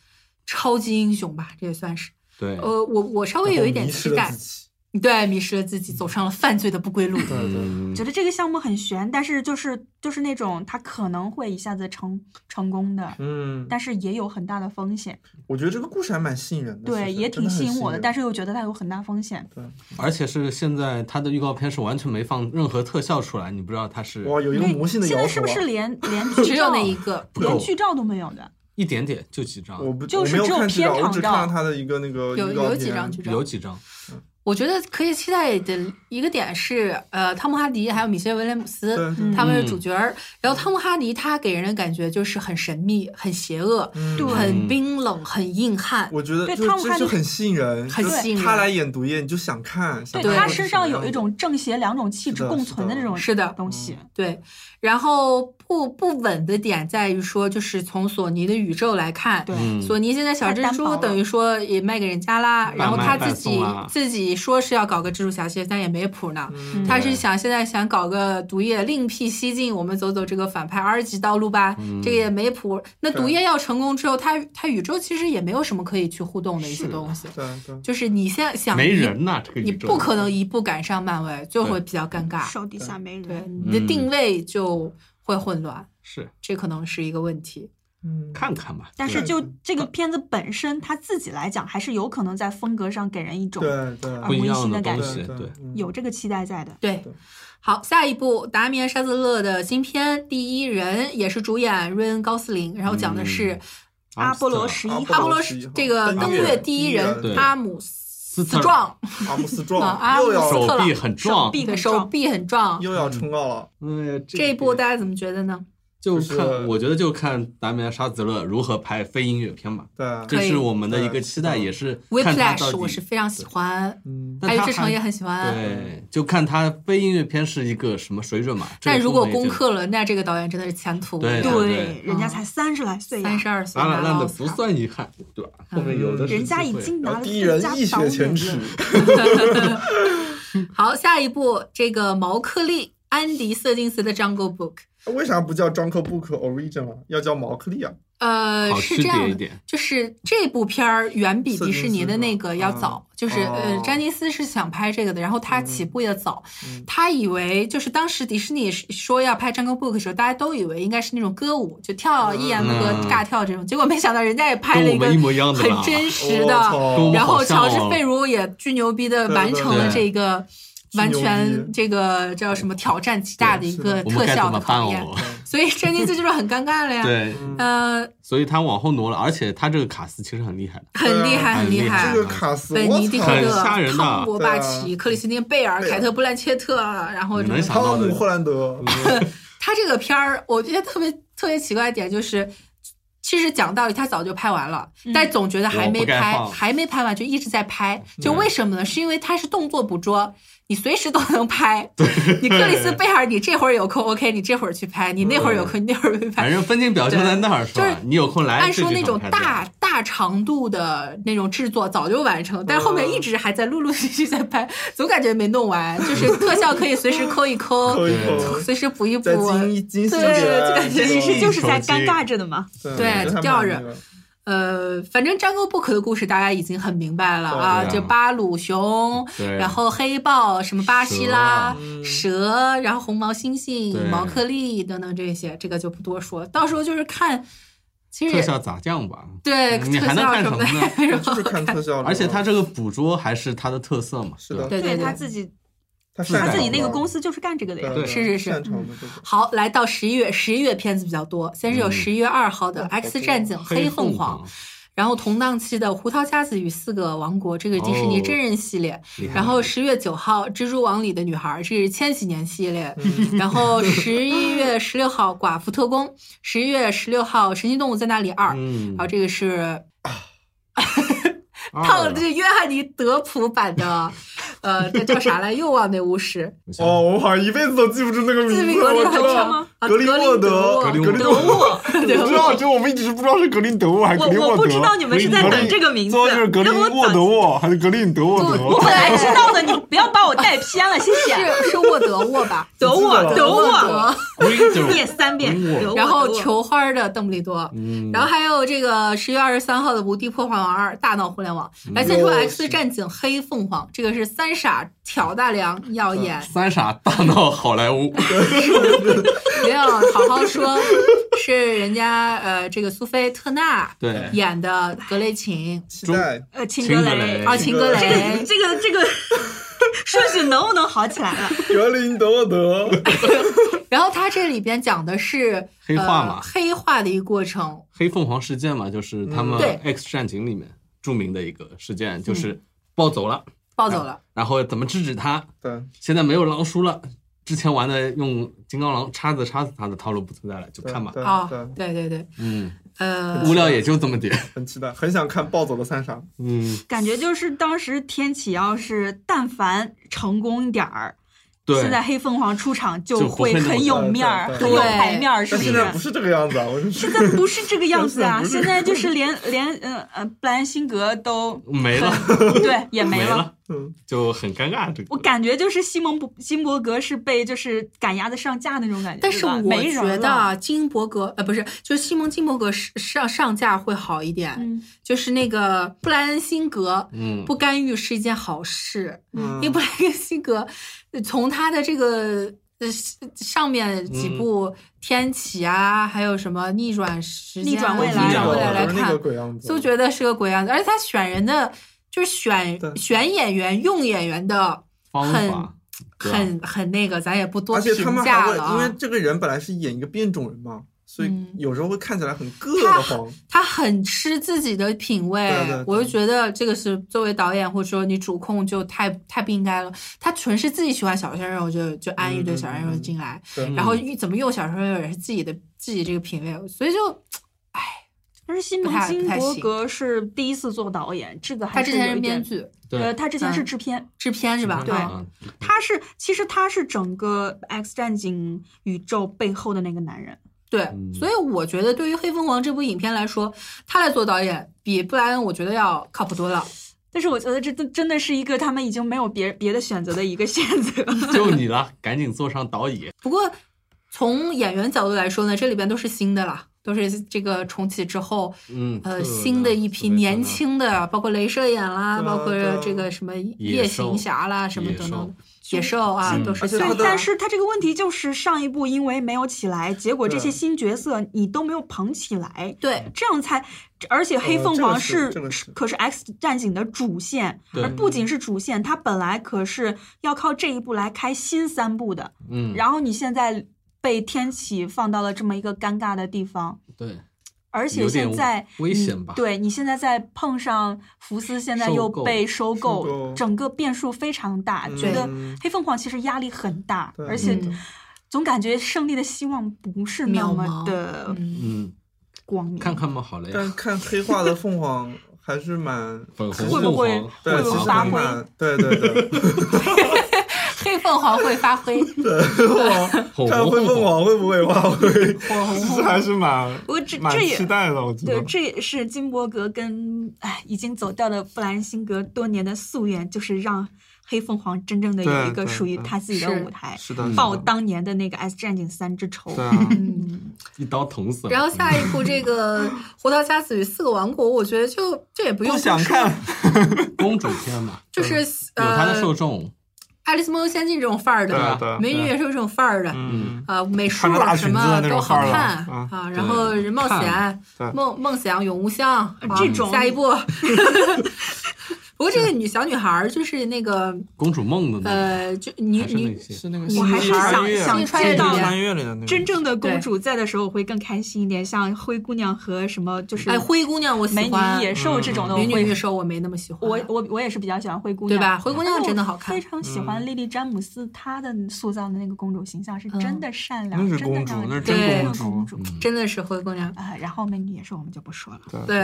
D: 超级英雄吧，这也算是。
B: 对，
D: 呃，我我稍微有一点期
F: 然后迷失了
D: 待
F: 自，己
D: 对，迷失了自己，走上了犯罪的不归
F: [LAUGHS]
D: 路。
F: 对对，
B: 嗯
E: 觉得这个项目很悬，但是就是就是那种它可能会一下子成成功的，
F: 嗯，
E: 但是也有很大的风险。
F: 我觉得这个故事还蛮吸引人的，
E: 对，
F: 其实
E: 也挺吸引我的，但
F: 是
E: 是又觉得它有很大风险。
B: 而且是现在它的预告片是完全没放任何特效出来，你不知道它是
F: 真的很吸引人哇，有一个
E: 因为
F: 魔性的
E: 现
F: 摇
E: 在
F: 头，啊
E: 是不是连
F: [LAUGHS]
E: 连
D: 只
E: 剧
D: 有
E: 照
D: 那一个，
B: 不
E: 连
B: 够
E: 剧照都没有的？
B: 一点点，就几张，
F: 我不
E: 就
F: 我
E: 是
F: 没有
E: 只有
F: 看剧照，
E: 片
F: 我
E: 场
F: 只看了
E: 照
F: 他的一个那个
D: 有
F: 预告
D: 有几
F: 片
D: 张剧照
B: 有，几张，
D: 我觉得可以期待的一个点是，呃，汤姆哈迪还有米歇尔威廉姆斯，
F: 对，
E: 嗯
D: 他们是主角儿。然后汤姆哈迪他给人的感觉就是很神秘、很邪恶、
F: 嗯
E: 对
D: 很冰冷、很硬汉。
F: 我觉得
E: 对
F: 就
E: 汤姆
F: 这
E: 汉
F: 就
E: 克
F: 很吸引人，
D: 很
F: 就是
D: 吸引
F: 他
D: 人
F: 来演毒液，你就想看，想
E: 对
F: 看
E: 他
F: 会是
E: 身
F: 什么
E: 上
F: 样
E: 有一
F: 子
E: 种正邪两种气质
F: 是的
E: 共
F: 是
E: 存的
F: 的
E: 那种
D: 是的，
E: 东西。
D: 对。然后不不稳的点在于说，就是从索尼的宇宙来看，
E: 对
B: 嗯，
D: 索尼现在小
E: 太
D: 蜘
E: 单薄
D: 蛛
E: 了
D: 等于说也卖给人家啦，然后他
B: 慢慢
D: 自
B: 淡
D: 己
B: 送啊
D: 自己说是要搞个蜘蛛侠系列，但也没谱呢。
F: 嗯
D: 他是想现在想搞个毒液，另辟蹊径，我们走走这个反派 R 级道路吧，
B: 嗯
D: 这个也没谱。那毒液要成功之后，他他宇宙其实也没有什么可以去互动的一些东西，
F: 对对，
D: 就是你现在想
B: 嗯没
D: 一
B: 人呐、这个
D: 你
B: 宇宙
D: 不可能一步赶上漫威，就会比较尴尬，
E: 手底下没
D: 嗯对
F: 嗯
E: 人，
D: 你的定位就会混乱，
B: 是
D: 这可能是一个问题。
F: 嗯，
B: 看看吧，
E: 但是
B: 对
E: 就这个片子本身，它自己来讲还是有可能在风格上给人一种
F: 对对
D: 啊
E: 耳
B: 不
E: 目
B: 一
E: 一
B: 样
E: 新
B: 的
E: 的感
B: 东
E: 觉，
B: 西，
F: 对
B: 对，
F: 嗯
E: 有这个期待在的。
D: 对
F: 对，
D: 好，下一部达米安·沙泽勒的新片《第一人》，也是主演瑞恩·高斯林，然后讲的是
F: 嗯
E: 阿波罗十一
F: 阿
E: 号，
F: 波
D: 阿波罗
F: 罗11号
D: 这个登
F: 登
D: 月
F: 月
D: 第一
F: 第一
D: 人
B: 人
D: 阿姆斯
B: 斯特
D: 壮，
F: 阿姆斯
D: 啊
F: 壮
D: 阿
F: 又
D: 姆斯
F: 要
D: 特
B: 手
D: 朗
B: 臂很壮
E: 手，臂
D: 对
E: 很
D: 手
E: 壮
D: 臂很壮。
F: 又要冲高了，
B: 哎呀，
D: 这一部
B: 部
D: 大家怎么觉得呢？
B: 就
F: 就是
B: 看，我觉得就看达米安·沙泽勒如何拍非音乐片吧，
F: 对，
B: 这
D: 可以
B: 是我们的一个
F: 对
B: 期待，
F: 嗯
B: 也是
D: 《
B: 看他
D: Whiplash
B: 到》底
D: 我是非常喜欢，
F: 嗯，
B: 但
D: 还有
B: 他
D: 这场也很喜欢。
B: 对，就看他非音乐片是一个什么水准嘛。这个
D: 但如果
B: 风格也
D: 攻
B: 就
D: 克了，那这个导演真的是前途无
B: 对
D: 量。
B: 对
F: 啊
E: 人家才三十来岁呀，
D: 三十二岁
B: 拉
D: 拿
B: 拉烂
D: 了嗯
B: 的
D: 奥斯
B: 不
D: 卡，
B: 算遗憾，对吧？后面有的是
E: 人家已
B: 机会
E: 经
F: 然
E: 拿
F: 后
E: 了
F: 第一
E: 最
F: 人
E: 佳
F: 一
E: 导
F: 雪前
E: 演
F: 耻
E: 了，
D: 好，下一部这个毛克利安迪·瑟金斯的《Jungle Book》，
F: 为啥不叫 Jungle Book Origin 啊？要叫毛克利啊？
D: 呃，
B: 好
D: 是这
B: 区别
D: 样
B: 一
D: 的，
B: 点。
D: 就是这部片儿远比
F: 瑟
D: 迪
F: 金
D: 士尼
F: 斯
D: 的
F: 是
D: 那
F: 吧
D: 个要
F: 啊
D: 早，就是呃
F: 哦，
D: 詹尼斯是想拍这个的，然后他起步也早，
F: 嗯
D: 他以为就是当时迪士尼是说要拍《Jungle Book》的时候，大家都以为应该是那种歌舞，就跳一言不合
B: 嗯
D: 尬跳这种，结果没想到人家也拍
B: 跟
D: 了
B: 我
D: 个
B: 们一模一样的
D: 很
B: 啦，
D: 真实
F: 哦我
D: 的，
F: 操
B: 跟我们
D: 然后
B: 好像
D: 乔
B: 哦
D: 治·费如也巨牛逼的
F: 对
D: 完
F: 对
D: 成了
B: 对
D: 这个
F: 巨
D: 完
F: 牛
D: 全
F: 逼
D: 这个叫什么挑战极大的一
F: 是
D: 个
F: 的
B: 我们
D: 特
B: 该
D: 效
B: 怎
D: 的
B: 么办
D: 考验，
B: 哦？
D: [LAUGHS] 所以詹妮斯就是很尴尬了呀。
B: 对，
D: 呃，
B: 所以他往后挪了，而且他这个卡斯其实很厉
D: [LAUGHS]
B: 害的，
D: 很厉害，
B: 很
D: 很
B: 厉
D: 厉
B: 害
D: 害
F: 啊这。个卡
D: 啊
F: 斯，
D: 本尼迪
F: 我
D: 克
F: 操
B: 很
D: 特
B: 吓人、的
D: 汤博·巴
F: 对啊
D: 奇、克里斯汀·贝尔、
F: 对啊
D: 凯特·布兰切特，啊然后
B: 你
D: 这
B: 能
D: 个
B: 想
F: 汤
B: 到
F: 姆
B: 的
F: 霍兰德，
D: 他这个片儿，我觉得特别特别奇怪的点就是，其实讲道理他早就拍完了，
E: 嗯
D: 但总觉得还没
B: 我不该
D: 拍，
B: 放
D: 还没拍完就一直在拍，就为什么呢？是因为他是动作捕捉。你随时都能拍，你克里斯贝尔，你这会儿有空，OK，你这会儿去拍；你那会儿有空，你那会儿去拍
B: 反。正分镜表就在那儿，是
D: 对
B: 吧
D: 就？
B: 你有空来，
D: 按说
B: 这
D: 那
B: 就
D: 种
B: 想拍
D: 大大长度的那种制作早就完成，但是后面一直还在陆陆续续在拍，总感觉没弄完，就是特效可以随时抠一抠，
F: [LAUGHS] 扣一
B: 对
D: [LAUGHS]
F: 扣，
D: 随时补一补
F: 再。精一精细
D: 对
F: 点
D: 这个
F: 儿，
D: 感觉
F: 这
E: 其
F: 个
E: 实就是
B: 手
E: 在
B: 机
E: 尴尬着的嘛。
D: 对
F: 我觉得还
D: 吊
F: 蛮
D: 着
F: 那个
D: 呃，反正《Jungle Book》的故事大家已经很明白了啊，
B: 对啊
D: 这巴鲁熊，
B: 对，
D: 然后黑豹，什么巴西拉
F: 嗯
D: 蛇，然后红毛猩猩、
B: 对
D: 毛克利等等这些，这个就不多说，到时候就是看，其实
B: 特
D: 也
B: 效砸酱吧，
D: 对
B: 你
D: 特
B: 还能
D: 效
B: 看
D: 什
B: 什
D: 么
B: 么
D: 的 [LAUGHS]
B: 呢？
D: 没什么
B: [LAUGHS]
F: 就
D: 好
F: 是看
D: 看。
F: 特效了，
B: 而且他这个捕捉还是他的特色嘛，
F: 是
B: 对吧
F: 的，
D: 对对
E: 他
D: 对，
E: 自己
F: 他擅
E: 他
F: 长
E: 自己那个
F: 的
E: 公司嗯就是干这个的呀。
F: 对
B: 是
D: 是是
F: 擅长的这个
D: 好，来到十一月，十一月片子比较多，先是有
B: 嗯
D: 十一月二号的《
F: 哇
D: X
F: 好多
D: 战警：黑
B: 凤
D: 凤凰》，然后同档期的《胡桃夹子与四个王国》，这个迪士尼
B: 哦
D: 真人系列，
B: 厉害
D: 然后十月九号，《蜘蛛网里的女孩》这是千禧年系列，
F: 嗯
D: 然后十一月十六号《寡妇特工》，十一月十六号《神奇动物在哪里二》，
B: 嗯
D: 然，后这个是
B: 二
D: 胖
B: 了
D: 这约翰尼·德普版的，呃，这叫啥来？又忘那巫师，
B: 我想
F: 哦，我好像一辈子都记不住那个名
D: 自
F: 字，
D: 闭格
F: 嗯
D: 林
F: 我知
D: 很强
F: 道
D: 吗？啊
F: 格林沃德，
D: 格
B: 林
F: 格
B: 沃
F: 林
B: 德
D: 德
F: 沃
D: 沃，
F: 德，我知道，只有我们一直不知道是格林德沃还是
E: 我
F: 格林沃
E: 我
F: 德。
E: 不知道你们是在
F: 格林
E: 等这个名字，
F: 最后就是格
E: 那
F: 林
E: 我
F: 沃
E: 早
F: 德沃还是格林德沃德？
D: 我
E: 本来知
F: [LAUGHS]
E: 道的，你不要把我带偏了，谢谢。
D: 是是沃德沃吧？
E: 德沃，
F: 记得了
E: 德
D: 沃
E: 沃，
D: 德，
B: Green 就
D: [LAUGHS]
B: 是
E: 念三遍，
B: 嗯
E: 有我
D: 然后
E: 有我
D: 球花儿的邓布利多，
B: 嗯，
D: 然后还有这个十月二十三号的《无敌破坏王二》大闹互联网，
B: 嗯
D: 来先说《
F: 哟
D: X 战警：黑凤凰》，这个是三傻挑大梁要演，
B: 三傻大闹好莱坞，嗯
D: [LAUGHS] 没有好好说， [LAUGHS] 是人家呃这个苏菲特纳
B: 对，
D: 演的格雷琴
F: 期待
E: 呃，秦
B: 秦
E: 格
B: 格
E: 雷
B: 雷，
D: 啊，秦格雷。
E: 这个这个 [LAUGHS] 顺序能不能好起来啊了？
F: 格林德
E: [LAUGHS]
F: 德，
D: 然后他这里边讲的是
B: 黑化
D: 呃
B: 嘛
D: 黑化的一个过程，
B: 黑凤凰事件嘛，就是他们
D: 嗯对嗯
B: X 战警里面著名的一个事件，就是暴走了，
D: 暴走了。
B: 然后怎么制止他？
F: 对，
B: 现在没有狼叔了，之前玩的用金刚狼叉子叉死他的套路不存在了，就
F: 对
B: 看吧。
F: 对
D: 啊
F: 嗯对，，
D: 对对对，
B: 嗯，
D: 呃，
B: 物料也就这么点。
F: 很期待，很想看暴走的三傻。
B: 嗯，
E: 感觉就是当时天启要是但凡成功一点儿，
B: 对
E: 现。在黑凤凰出场
B: 就
E: 就
B: 不会那么
E: 很有面儿，
F: 对对
E: 很
D: 对
E: 有牌面儿，是
F: 但
E: 不
F: 现
E: 是？
F: 在不是这个样子啊！我真是
E: 现在不是这个样子啊！
F: 不是
E: 现在就是连连呃呃布莱恩辛格都
B: 没了，
E: 对也没
B: 没
E: 了。
B: 了，
F: 嗯，
B: 就很尴尬。这个
E: 我感觉就是西蒙伯辛伯格是被就是赶鸭子上架那种感觉，
D: 但是
E: 对吧
D: 我
E: 没
D: 觉
E: 人
D: 得
E: 了
D: 啊，金伯格呃不是，就是西蒙金伯格是上上架会好一点，
E: 嗯
D: 就是那个布莱恩辛格
B: 嗯，
D: 不干预是一件好事，
F: 嗯
D: 因为布莱恩辛格呃从他的这个呃上面几部《天启》啊，还有什么《逆转时间》啊、
E: 逆转未来
D: 逆转未来来
F: 就是那
D: 看
F: 个，鬼样子，
D: 都觉得是个鬼样子，而且他选人的就是选
F: 对
D: 选演员用演员的
B: 方法对吧
D: 很很那个，咱也不多
F: 啊而且他
D: 评
F: 们还
D: 价
F: 会
D: 了，
F: 因
D: 啊
F: 为。这个人本来是演一个变种人嘛，所以
D: 嗯
F: 有时候会看起来很硌
D: 他
F: 得慌。
D: 他很吃自己的品味，
F: 对对对
D: 我就觉得这个是作为导演或者说你主控就太太不应该了。他纯是自己喜欢小鲜肉，就就安一堆小鲜肉进来，
F: 对
B: 嗯
D: 然后用怎么用小鲜肉也是自己的自己这个品味，所以就，唉，
E: 但是西
D: 不
E: 蒙
D: 太
E: 辛
D: 不太
E: 伯
D: 行
E: 格是第一次做导演，这个
D: 他
E: 还
D: 之前
E: 有
D: 是
E: 一
D: 编，
E: 点
D: 剧、
E: 呃，
B: 对
E: 他之前是
D: 嗯
E: 制片，
D: 制片是吧？
E: 对
D: 啊
B: 嗯
E: 他是其实他是整个 X 战警宇宙背后的那个男人，
D: 对
B: 嗯，
D: 所以我觉得对于《黑凤凰》这部影片来说，他来做导演比布莱恩我觉得要靠谱多了。
E: 但是我觉得这真真的是一个他们已经没有别别的选择的一个选
F: [LAUGHS]
E: 择。
B: 就你了， [LAUGHS] 赶紧坐上导椅。
D: 不过从演员角度来说呢，这里边都是新的啦，都是这个重启之后
B: 嗯，
D: 呃，
B: 特
D: 新的一批年轻的，包括镭射眼啦，
F: 对啊
D: 包括
F: 对啊
D: 这个什么
B: 野
D: 夜
B: 兽
D: 行侠啦，什么
B: 野
D: 等
B: 兽
D: 等的，野兽啊，
B: 嗯
D: 都是
F: 而且
D: 新
F: 他
E: 对，
F: 的
D: 的。
E: 但是他这个问题就是上一部因为没有起来，结果这些
F: 对
E: 新角色你都没有捧起来，
D: 对，
E: 这样才，而且黑
F: 呃
E: 凤
F: 这个
E: 凰
F: 是
E: 是,、
F: 这个是嗯
E: 可是 X 战警的主线，
B: 对
E: 而不仅是主线，它本来可是要靠这一部来开新三部的，
B: 嗯，
E: 然后你现在被天启放到了这么一个尴尬的地方，
B: 对，
E: 而且
B: 有点
E: 现在
B: 危
E: 你
B: 险吧
E: 对你现在再碰上福斯，现在又
B: 收购
E: 被收购，
F: 收购
E: 整个变数非常大，觉得
F: 嗯
E: 黑凤凰其实压力很大，
F: 对
E: 而且
D: 嗯
E: 总感觉胜利的希望不是那
D: 渺
E: 么
D: 茫
E: 的
D: 嗯，
B: 嗯，
E: 光明。
B: 看看嘛，好了
F: 但
B: 呀。
F: 看黑化的凤凰还是蛮，
B: 粉红
E: 会不会
B: 凤凰
F: 对，
E: 会
F: 其
E: 不
F: 实
E: 会发
F: 还
E: 挥
F: 蛮，对对对，
D: 黑凤凰会发挥
F: 黑
B: [LAUGHS]
F: 凤
B: 火
F: 凰看
B: 红
F: 黑
B: 凤
F: 凤
B: 凰
F: 凰会不会发挥，
D: 火红
F: 其
D: 红
F: 实还是蛮
E: 不过这
F: 蛮
E: 这
F: 期
E: 也
B: 嗯
F: 待的，我觉
E: 对，
F: 得。
E: 这也是金伯格跟哎已经走掉的布莱恩辛格多年的夙愿，就是让黑凤凰真正的有一
F: 对
E: 个
F: 对
E: 属于
F: 对
E: 他自己的
D: 是
E: 舞台，
F: 是的，是
E: 报
F: 的
E: 当年的那个《S 战警三》之仇。
F: 对啊，
D: 嗯，
B: 一刀捅死了。
D: 然后下一部这个《胡桃夹子与四个王国》，我觉得就这也不用
F: 不
D: 多
F: 想
D: 说，
F: 看，
B: 嗯公主片嘛，
D: 就是
B: 嗯有它的
D: 呃，
B: 受
D: 《
B: 众，
D: 爱丽丝梦游仙境》这种范儿的
F: 对啊
D: 嘛，
F: 对啊
D: 美女
F: 对啊
D: 也是有这种范儿的，
F: 嗯，
D: 啊，美术
F: 穿着大
D: 什
F: 裙子的
D: 么
F: 那
D: 都
F: 种
D: 好
F: 范儿了
D: 看
F: 啊
D: 然后
B: 对
D: 冒险
F: 看、
D: 梦梦想、永无乡啊
E: 这种
D: 下一步。不过这个女小女孩儿就是那个
B: 公主梦的呢，
D: 呃，就女
B: 还是那
D: 女
B: 些。
F: 那个
D: 我还是
E: 想想
D: 穿
E: 知道
D: 越
F: 穿越里的那个，
E: 真正的公
D: 对
E: 主在的时候，我会更开心一点。像灰姑娘和什么，就是
D: 哎，灰姑娘我喜
E: 美女
D: 欢，
E: 与野
F: 嗯
E: 兽这种的，我
D: 美女
E: 会
D: 与兽我没那么喜欢，
E: 我我我也是比较喜欢灰姑
D: 对
E: 娘，
D: 吧？灰姑娘真的好
E: 非
D: 看，
E: 常喜
F: 嗯
E: 欢莉莉詹姆斯，她的塑造的那个公主形象是真
D: 嗯
E: 的善良，
F: 那是
E: 真的
F: 公主
E: 让人
F: 那是
D: 真
E: 对
F: 公主嗯
E: 公主。嗯哎
D: 真的是灰姑娘。
E: 啊，然后美女野兽我们就不说了。
D: 对，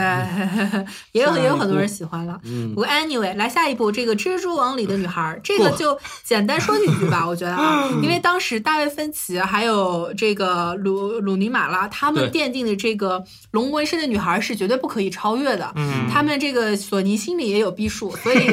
D: 也有
F: 下一
D: [LAUGHS] 也有很多
F: 部
D: 人喜欢了。
B: 嗯
D: 不，过安 Anyway，来下一部这个《蜘蛛网里的女孩》，这个就简单说几句吧，我觉得啊，因为当时大卫芬奇还有这个鲁鲁尼马拉他们
B: 对
D: 奠定的这个龙纹身的女孩是绝对不可以超越的。
F: 嗯
D: 他们这个索尼心里也有逼数，所以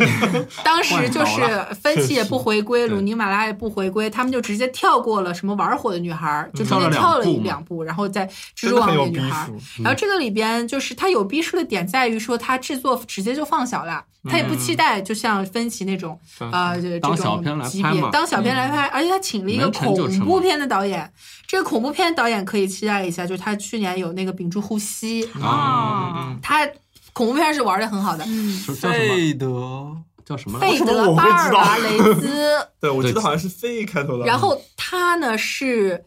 D: 当时就是
B: 换
D: 芬奇也不回归，
B: 对
D: 鲁尼马拉也不回归，他们就直接跳过了什么玩火的女孩，就中间跳
B: 跳
D: 了
B: 了
D: 一
B: 两步
D: 两步，
B: 嘛
D: 然后在蜘
F: 真
D: 蛛
F: 的
D: 网
F: 很
D: 里
F: 有
D: 的
F: 逼
D: 女孩。
F: 数，
B: 嗯
D: 然后这个里边就是它有逼数的点在于说，它制作直接就放小了，它也不期待，就像芬奇那种啊，就这
B: 嗯当小片
D: 种
B: 来
D: 级
B: 拍
D: 别
B: 嘛
D: 当小片来拍，而且他请了一个
B: 能成就
D: 恐
B: 成
D: 怖
B: 嘛
D: 片的导演，这个恐怖片导演可以期待一下，就是他去年有那个《屏住呼吸》，
F: 嗯
B: 啊，
D: 他恐怖片是玩的很好的，
B: 是叫什么
F: 费德，
B: 叫嗯什么来
D: 费
B: 着？
D: 德·
F: 我会
D: 巴尔
F: 知道
D: 达雷兹。
F: 对我记
B: 对
F: 得好像是费开头的，
D: 然后他呢是，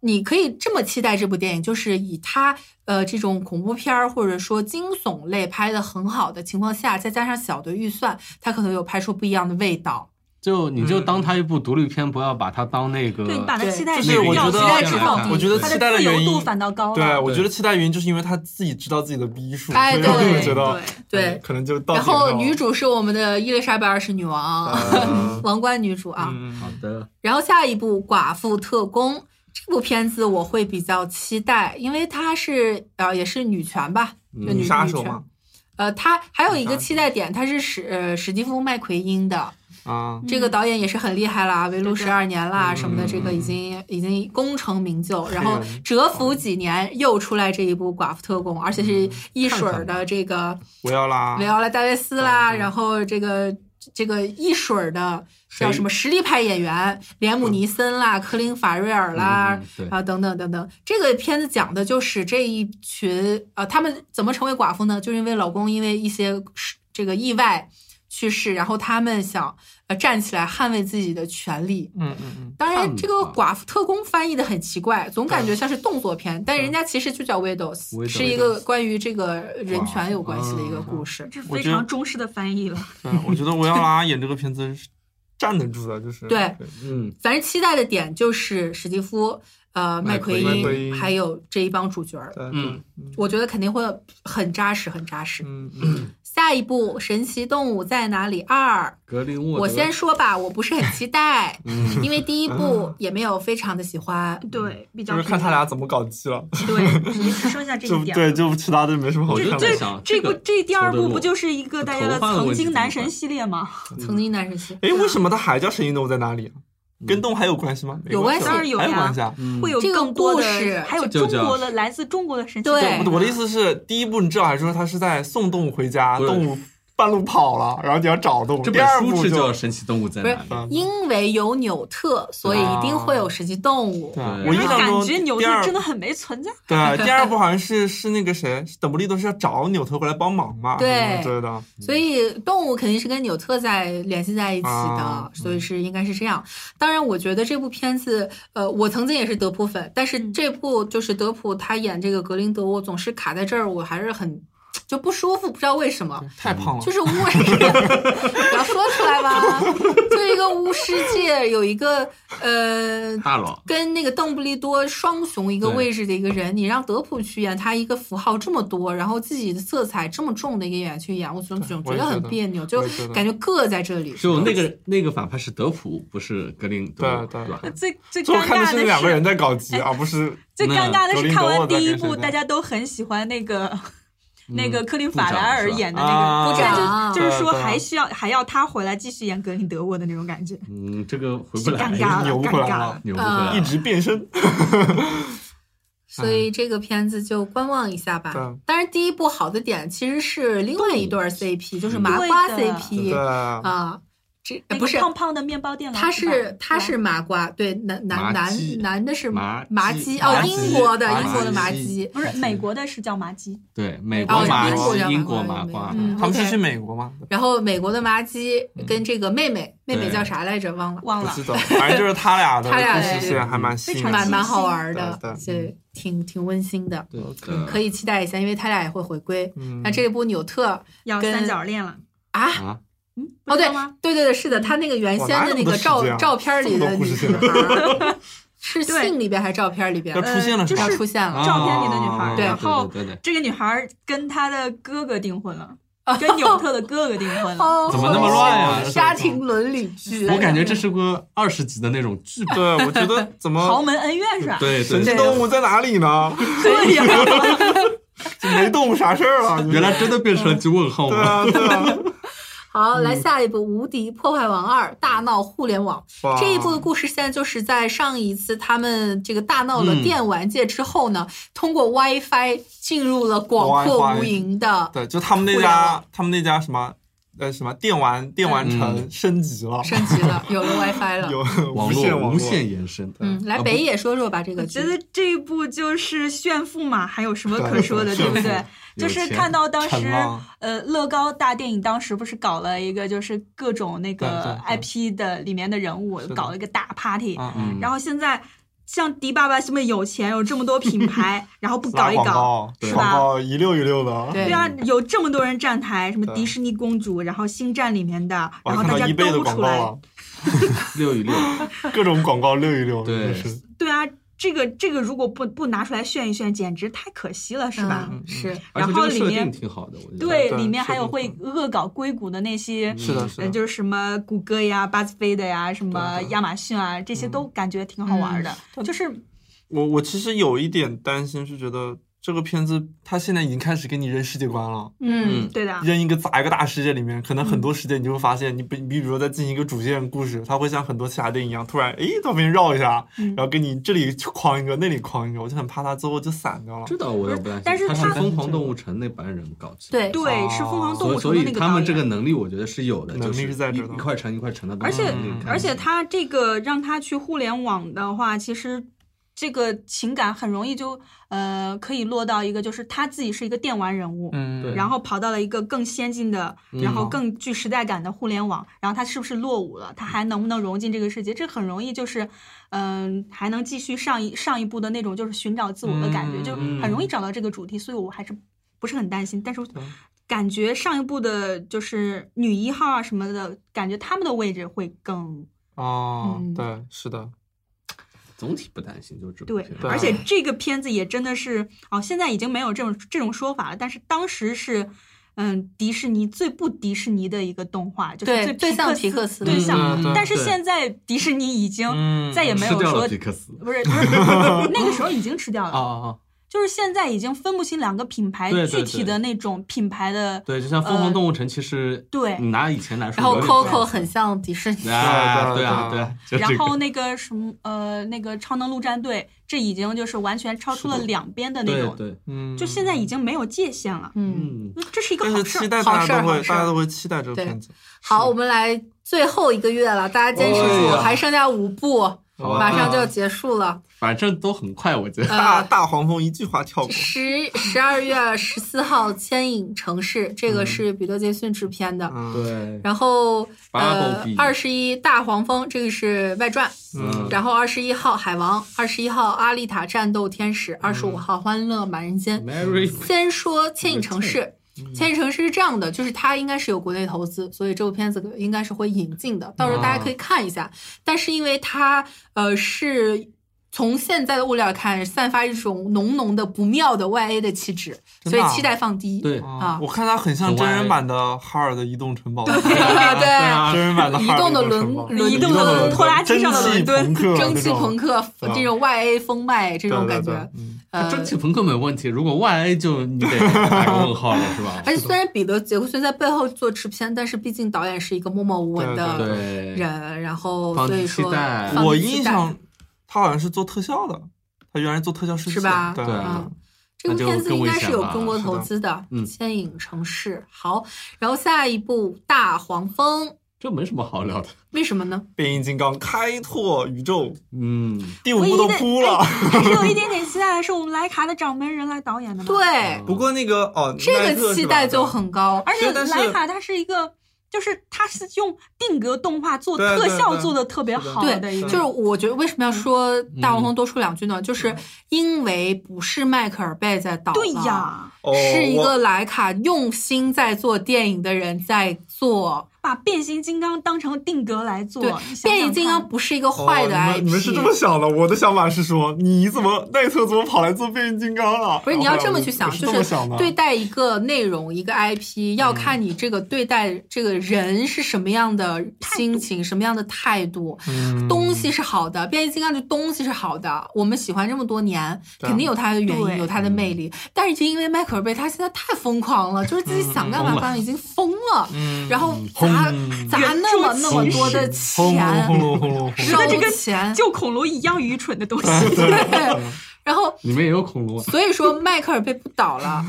D: 你可以这么期待这部电影，就是以他呃这种恐怖片儿或者说惊悚类拍的很好的情况下，再加上小的预算，他可能有拍出不一样的味道。
B: 就你就
F: 嗯
B: 当它一部独立片，不要把它当那个。
E: 嗯对你把它
D: 对
E: 期待
D: 就
E: 值
D: 是
F: 我觉
E: 要求
F: 得
D: 期待值放低
F: 我觉得
E: 它
F: 期待
E: 的
F: 的
E: 自
F: 原
E: 由度
F: 因，
E: 反倒高
F: 对
E: 了。
F: 我
B: 对
F: 觉得期待原因就是因为他自己知道自己的逼数，
D: 哎
F: 所以让
D: 对
F: 我觉得
D: 对，
F: 可能就到
D: 然后
F: 点
D: 女
F: 上
D: 主是我们的伊丽莎白二世女王，
F: 呃
D: [LAUGHS] 王冠女主啊。
F: 嗯
B: 好的，
D: 然后下一部《寡妇特工》这部片子我会比较期待，因为它是呃也是女权吧，就女
F: 女嗯杀手
D: 女权
F: 嘛，
D: 呃，它还有一
F: 女
D: 个
F: 杀
D: 期待点，它是史呃史蒂夫麦奎因的，
F: 啊，
D: 这个导演也是很厉害啦，《围炉
E: 对
D: 十二年》啦
F: 嗯
D: 什么的，这个已经已经功成名就，然后
F: 是啊
D: 蛰伏几年又出来这一部《寡妇特工》，而且
F: 嗯
D: 是一水儿的这个
F: 维奥拉，
D: 维奥拉·戴维斯啦，
F: 啊嗯嗯
D: 然后这个这个一水儿的叫
B: 谁
D: 什么实力派演员，连
F: 嗯
D: 姆尼森啦、科林·法瑞尔啦
B: 嗯，对，
D: 啊，等等等等，这个片子讲的就是这一群呃，他们怎么成为寡妇呢？就是因为老公因为一些事这个意外去世，然后他们想呃站起来捍卫自己的权利。
F: 嗯嗯嗯，
D: 当然，
B: 捍
D: 这个
B: 卫啊
D: 寡妇特工翻译的很奇怪，总感觉像是动作片，但人家其实就叫 widows，
B: 嗯 Widows
D: 是一个关于这个人权有关系的一个
B: 寡妇嗯
D: 故事。
E: 这
F: 我
E: 非
F: 觉得
E: 常中式的翻译了。
F: 对，我觉得维奥拉演这个片子是站得住的，就是
D: 对
B: 嗯，
D: 反正期待的点就是史蒂夫、呃麦
B: 麦
D: 奎
B: 奎
F: 因麦奎
D: 因
F: 因
D: 还有这一帮主角儿，
F: 对，
B: 嗯
F: 对，
D: 我觉得肯定会很扎实，很扎实。
F: 嗯嗯
D: 下一部《神奇动物在哪里二
B: 格林》，沃德。，
D: 我先说吧，我不是很期待
B: 嗯，
D: 因为第一部也没有非常的喜欢。
E: 对，比较
F: 就是看他俩怎么搞基了， [LAUGHS]
E: 对，只只剩下这
F: 就
E: 一点。
F: 对，就其他的没什么好
B: 我
F: 看
B: 就
F: 的
B: 在
E: 这。
B: 想
E: 这
B: 这
E: 部
B: 个
E: 这第二
B: 说
E: 部
B: 得
E: 不
B: 我
E: 就是一个大家的
B: 头发的问
E: 曾
B: 题
E: 经
B: 怎么
E: 男
B: 办
E: 神系列吗？
D: 曾经男神系，
F: 哎，为什么他还叫《神奇动物在哪里》啊？跟动还有关系吗？没
D: 有关系
E: 当然有
F: 还有
E: 呀
F: 关系啊。
B: 嗯
E: 会有
D: 这个
E: 更多
D: 故事
E: 的，还有
B: 就
E: 中
B: 叫
E: 国的来自中国的神奇
D: 对
E: 动物
F: 我我的意思是，第一部你至少还说他是在送动物回家，
B: 对
F: 动物半路跑了，然后你要找动物。
B: 这
F: 第
B: 本
F: 二
B: 书
F: 部
B: 是
F: 就
B: 叫《神奇动物在哪里》
F: 啊
D: 因为有纽特，所以一定会有神奇动物。
F: 对
B: 对
F: 我印
E: 就是
F: 象
E: 感
F: 中
E: 觉牛
F: 第
E: 顿
F: 二
E: 真的很没存在。
F: [LAUGHS] 对啊第二部好像是是那个谁，是邓布利多是要找纽特过来帮忙嘛？
D: 对
F: 知道。
D: 所以动物肯定是跟纽特在联系在一起的，
F: 啊
D: 所以是应该是这样。当然，我觉得这部片子，呃，我曾经也是德普粉，但是这部就是德普他演这个格林德沃总是卡在这儿，我还是很就不舒服，不知道为什么。
F: 太胖了，
D: 就是巫， [LAUGHS] 我要说出来吧，就一个巫师界有一个呃，
B: 大佬，
D: 跟那个邓布利多双雄一个
B: 对
D: 位置的一个人，你让德普去演他一个符号这么多，然后自己的色彩这么重的一个演员去演，我总总觉
F: 我也
D: 得很
F: 觉得
D: 别扭，就
F: 我也觉得
D: 感觉硌在这里。
B: 就那个那个反派是德普，不是格林德沃，
F: 对对啊
B: 吧？
E: 最最
F: 最后
E: 尴
F: 看的
E: 尬
F: 是
E: 的
F: 两个人
E: 是，
F: 在搞基，而不是
D: [LAUGHS]
E: 最尴尬的
F: 格
E: 是
F: 林
E: 看
F: 德
E: 完
F: 沃在
E: 第一
F: 跟谁
E: 部，
F: 在
E: 大家都很喜欢那个那个
B: 嗯
E: 克林
B: 部
E: 法
B: 长
E: 莱
B: 是
E: 尔
B: 吧
E: 演的那
F: 啊
E: 个
D: 部长
E: 就是
F: 对
E: 说
F: 对
E: 还需要还要他回来继续演格林德沃的那种感觉，
B: 嗯，这个回不来
E: 尴，尬了，
F: 扭不
E: 尴
F: 回来
E: 尬
F: 了
E: 了。
B: 扭不回来
F: 一
B: 了。
F: 直变身。
D: 所以这个片子就观望一下吧。
F: 哎对
D: 当然，第一部好的点其实是另外一对儿 CP，就是麻瓜
E: 对的
D: CP
F: 对，
D: 啊，这
E: 那个
D: 不是
E: 胖胖的面包店老
D: 他
E: 板
D: 是他是
E: 嗯吧
D: 麻瓜，对男男
B: 麻鸡
D: 男男的是
B: 麻
D: 麻
B: 鸡
D: 鸡哦
B: 麻，鸡
D: 英国的
B: 麻
D: 英国的
B: 鸡
D: 麻鸡，
E: 不是美国的是叫麻鸡，
B: 对，美
D: 哦
B: 国麻
D: 英国
B: 鸡
D: 叫，
B: 英
D: 麻
B: 国
D: 瓜
B: 麻
D: 对
B: 瓜，
D: 嗯
F: 他们是
D: OK
F: 去美国吗？
D: 然后美国的麻鸡跟这个妹妹，妹妹
B: 对
D: 叫啥来着？忘了，
E: 忘
F: 不
E: 了
F: 记。得，反正就是他俩的
D: 他俩
F: 故事
D: 对
F: 线还蛮吸引
E: 非常
D: 蛮
F: 人
E: 吸
F: 的。
D: 蛮好玩的，
F: 对对
D: 对，挺挺温馨的，
B: 对
F: 嗯
B: 的
D: 可以期待一下，因为他俩也会回归。
F: 嗯
D: 啊那这一部纽特
E: 要
D: 跟
E: 三角恋了，
D: 啊，
B: 啊，
D: 哦对
E: 知道吗
D: 对对对，是的，他那个原先
F: 哇哪
D: 的
F: 有
D: 那
F: 那么
D: 个
F: 多时间
D: 照
F: 啊
D: 照片里的
F: 这么多
D: 女
F: 故事
D: 女
F: 线啊
D: 孩， [LAUGHS] 是
E: 对
D: 信里边还是照片里边
F: 要？出现了
E: 呃就是
F: 吧哦
D: 要出现了
E: 照片里的女孩
B: 啊
D: 对
E: 然后
B: 对对对对
E: 这个女孩跟她的哥哥订婚了，跟纽特的哥哥订婚了。
D: 哦
B: 怎么那么乱呀
D: 家庭伦理剧，
B: 我感觉这是个二十集的那种剧本。
F: 对，我觉
D: [LAUGHS]
F: 得怎
E: 豪
F: 么
E: 门恩怨是吧？
B: 对
F: 神
B: 对，
F: 奇动物在哪
D: [LAUGHS]
F: 里呢？
E: 对呀，
F: 没动物啥事儿
B: [LAUGHS]
F: 啊？
B: 原来真的变成了句问号
F: 对
B: 吗？
F: 啊对啊，
D: 好，来下一部《无敌破坏王二：大闹互联网》
F: 哇
D: [LAUGHS] 这一部的故事，现在就是在上一次他们这个大闹了电玩界之后呢，通过 WiFi 进入了广阔
F: WiFi
D: 无垠的
F: 对，就他们那
D: 互联网
F: 家，他们那家什么，呃，什么电玩电玩城
B: 嗯
F: 升级了，
D: 升级了，有了 WiFi 了。
F: 有
B: 网
F: 无线
B: 络
F: 网
B: 无
F: 络
B: 限延伸，
D: 嗯，来
B: 啊
D: 北野说说吧，这
E: 我
D: 个剧
E: 觉得这一部就是炫富嘛，还有什么可说的，
F: 对
E: 对不对
F: 炫？
B: 富有
E: 就是
B: 钱
E: 看到当时
F: 陈浪
E: 呃，乐高大电影当时不是搞了一个就是各种那个
F: 对
E: IP 的里面的人物
F: 是的
E: 搞了一个大 party，
F: 啊
B: 嗯
E: 然后现在像迪爸爸这么有钱，有这么多
F: [LAUGHS]
E: 品牌，然后不搞一
F: 广
E: 搞，
F: 告，
B: 对
E: 是
F: 广
E: 吧
F: 告一溜一溜的，
D: 对
E: 对啊，有这么多人站台，什么
F: 对
E: 迪士尼公主，然后星战里面的，
F: 我
E: 然
F: 还
E: 后
F: 看
E: 大
F: 到
E: 家
F: 一倍的
E: 都
F: 广
E: 出
F: 告
E: 来，
F: 了，
B: 六一六，
F: 各种广告溜一溜，真的
B: 对
F: 是
E: 对啊，这个这个如果不不拿出来炫一炫，简直太可惜了，是吧？
D: 嗯
F: 嗯
D: 是
B: 而且
E: 然
B: 这
E: 后
B: 个
E: 里
B: 设
E: 面
B: 定挺好的，我觉得。
E: 对，
F: 对
E: 里面还
F: 是
E: 有
F: 的
E: 会恶搞硅谷的那些，
F: 是的，嗯是
E: 呃，
F: 的，
E: 就是什么谷歌呀、巴菲菲的呀、什么
F: 对对
E: 亚马逊啊，这些都感觉挺好玩的。
D: 嗯
E: 就是
F: 我我其实有一点担心，是觉得这个片子它现在已经开始给你扔世界观了。
E: 嗯，对的，
F: 扔一个砸一个大世界里面，可能很
E: 嗯
F: 多世界你就会发现，你比你比如说在进行一个主线故事，它会像很多其他电影一样，突然诶到旁边绕一下，
E: 嗯
F: 然后给你这里框一个，那里框一个，我就很怕它最后就散掉了。
B: 这倒我也不担心，
E: 但是
B: 他
E: 他
B: 是疯狂动物城那帮人搞起
D: 对
B: 来的，
E: 对，是疯狂动
B: 所
E: 物
B: 以
E: 城
B: 哦所
E: 的那
B: 以
E: 个
B: 他
E: 导
B: 们这个
E: 演。
B: 能力，我觉得是有的，
F: 能
B: 就
F: 力是在
B: 一
F: 这儿的
B: 一块城一块城的东
E: 而
B: 西，
E: 且
B: 嗯
E: 而且他这个让他去互联网的话，其实这个情感很容易就呃可以落到一个，就是他自己是一个电玩人物，
F: 嗯，
B: 对嗯
E: 然后跑到了一个更先进的，然后更具时代感的互联网，然后他是不是落伍了？他还能不能融进这个世界？这很容易就是，嗯、还能继续上一上一步的那种，就是寻找自我的感觉，
F: 嗯
E: 就
B: 嗯
E: 很容易找到这个主题，所以我还是不是很担心。但是感觉上一部的就是女一号啊什么的，感觉他们的位置会更
F: 哦
D: 嗯，
F: 对，是的，
B: 总体不担心，就这部
E: 对
B: 片，
F: 对
E: 而且这个片子也真的是哦，现在已经没有这种这种说法了，但是当时是。嗯，迪士尼最不迪士尼的一个动画，就
D: 对
E: 是最
D: 最像皮克斯
E: 对
D: 嗯
E: 像。
F: 嗯对
E: 但是
B: 对
E: 现在迪士尼已经
F: 嗯
E: 再也没
B: 吃
E: 有
B: 掉
E: 说
B: 了皮克斯，
E: 不是不
B: [LAUGHS]
E: 是那个时候已经吃掉
F: 啊
E: 了，
F: 啊啊，
E: [LAUGHS] 就是现在已经分不清两个品牌
B: 哦对对
E: 具体的那种品牌的
B: 对，就像疯狂动物城，其实
E: 嗯对
B: 你拿以前来说
D: 然后
B: 有点不一样，
D: Coco 很像迪士尼，
B: 啊，
F: 对
B: 对啊，
F: 对
B: 对啊，就这
E: 然
B: 个
E: 后那个什么呃，那个超能陆战队，这已经就是完全超出了
B: 是的
E: 两边的那
B: 对
E: 种，
B: 对，
F: 嗯，
E: 就现在已经没有界限了。
D: 嗯，
B: 嗯，
E: 这是一个
F: 但
E: 好
F: 是
E: 事
F: 期
E: 儿，
F: 待
D: 好
F: 大
D: 事
F: 家
D: 儿
F: 都
D: 好
F: 会，
D: 事儿
F: 大家都会期待这个
D: 对
F: 片子。
D: 好，我们来最后一个月了，大家坚持住，
B: 哎呀
D: 还剩下五部，
B: 好吧
D: 马上就要结束了。
B: 反正都很快，我觉
D: 呃
B: 得。
F: 大大黄蜂一句话跳过，
D: 十十二月十四号，《牵引城市》这个是彼得·杰逊制片的，
F: 嗯，
B: 对，
D: 然后呃
B: Bumblebee
D: 二十一大黄蜂这个是外传，
F: 嗯
D: 然后二十一号海王，二十一号阿丽塔战斗天使，二十五号欢乐满人间。
B: Mary
D: 先说《牵引城市》。
F: 嗯
D: 《牵引城市》是这样的，就是它应该是有国内投资，所以这部片子应该是会引进的，到时候大家可以看一下。但是因为它呃是从现在的物料看，散发一种浓浓的不妙的 YA 的气质，
F: 真
D: 所
F: 的
D: 以
F: 啊
D: 期待放低。
B: 对
D: 啊
F: 哦我看它很像
B: 很
F: 真
B: 歪
F: 人版的哈尔的移动城堡，
D: [LAUGHS] 对
B: 啊
F: [LAUGHS] 真人版的
D: 移
F: 哈尔
D: 动的
F: 城
D: 轮
F: 堡
D: 轮
E: 移动的
D: 轮
E: 拖拉机上的
F: 蒸汽
D: [LAUGHS]
F: 朋克
E: 伦敦
D: 蒸
F: 那
D: 汽
F: 种
D: 朋克
F: 啊对
D: 这种 YA 风脉这种
F: 对
D: 感觉，
F: 对对嗯
D: 呃，
B: 蒸汽朋克没有问题，如果 YA 就你得打个问号了，是吧？
D: [LAUGHS] 而且虽然彼得·杰克逊在背后做制片，但是毕竟导演是一个默默无闻
F: 对
D: 的
B: 对，
D: 人，然后
B: 放
D: 所以
B: 弃期
D: 说
B: 待
D: 放
F: 我
D: 弃期
F: 印
D: 待
F: 象他好像是做特效的，他原来做特效设计
D: 是吧
F: 对
B: 对
D: 啊
B: 啊，
D: 这部片子应该是有中国投资的，
B: 那就更危险了是的嗯
D: 牵引城市》好，然后下一部《大黄蜂》，
B: 这没什么好聊的。
D: 为什么呢？
F: 变形金刚开拓宇宙，
B: 嗯，
F: 第五部都哭了。[LAUGHS]
E: 哎
D: 哎
E: 还是有一点点期待的，是我们莱卡的掌门人来导演的嘛？，
D: 对，
F: 不过那个哦，
D: 这
F: 耐
D: 个
F: 克是
D: 期
F: 吧
D: 待就很高。
E: 而且
F: 是但是
E: 莱卡它是一个，就是它是用定格动画做
F: 对对
E: 特效
F: 对
E: 做的特别好
D: 对
E: 的一，个，
D: 就是我觉得为什
F: 嗯
D: 么要说《大黄蜂》多出两句呢？就是因为不是迈克尔贝在导，
E: 对，呀，
F: 哦
D: 是一
F: 我
D: 个莱卡用心在做电影的人在做。
E: 把变形金刚当成定格来做。
D: 对
E: 你想想，
D: 变形金
E: 看
D: 刚不是一个坏的
F: 哦
D: IP，、
F: 你们你们是这么想的？我的想法是说，你怎么奈特怎么跑来做变形金刚了？
D: 不是你要这么去
F: 我
D: 想，
F: 是
D: 就
F: 这么想的
D: 对待一个内容、一个 IP，要看你这个对待这个人是什么样的心情、什么样的态度。
F: 嗯
D: 东西是好的，变形金刚这东西是好的，我们喜欢这么多年，
F: 对
D: 肯定有它的原因，
E: 对
D: 有它的魅力。但是就因为迈克尔贝他现在太疯狂了，就是自己想干嘛
B: 疯了
D: 干嘛，已经疯了，
F: 嗯
D: 然后砸砸那么那么多的
F: 轰隆轰
D: 钱，
F: 隆轰隆轰
E: 轰
D: 烧
E: 这个
D: 钱，
E: 就恐龙一样愚蠢的东西。
D: 对，然后
B: 里面也有恐龙啊，
D: 所以说迈克尔被不倒
F: [LAUGHS]
D: 了，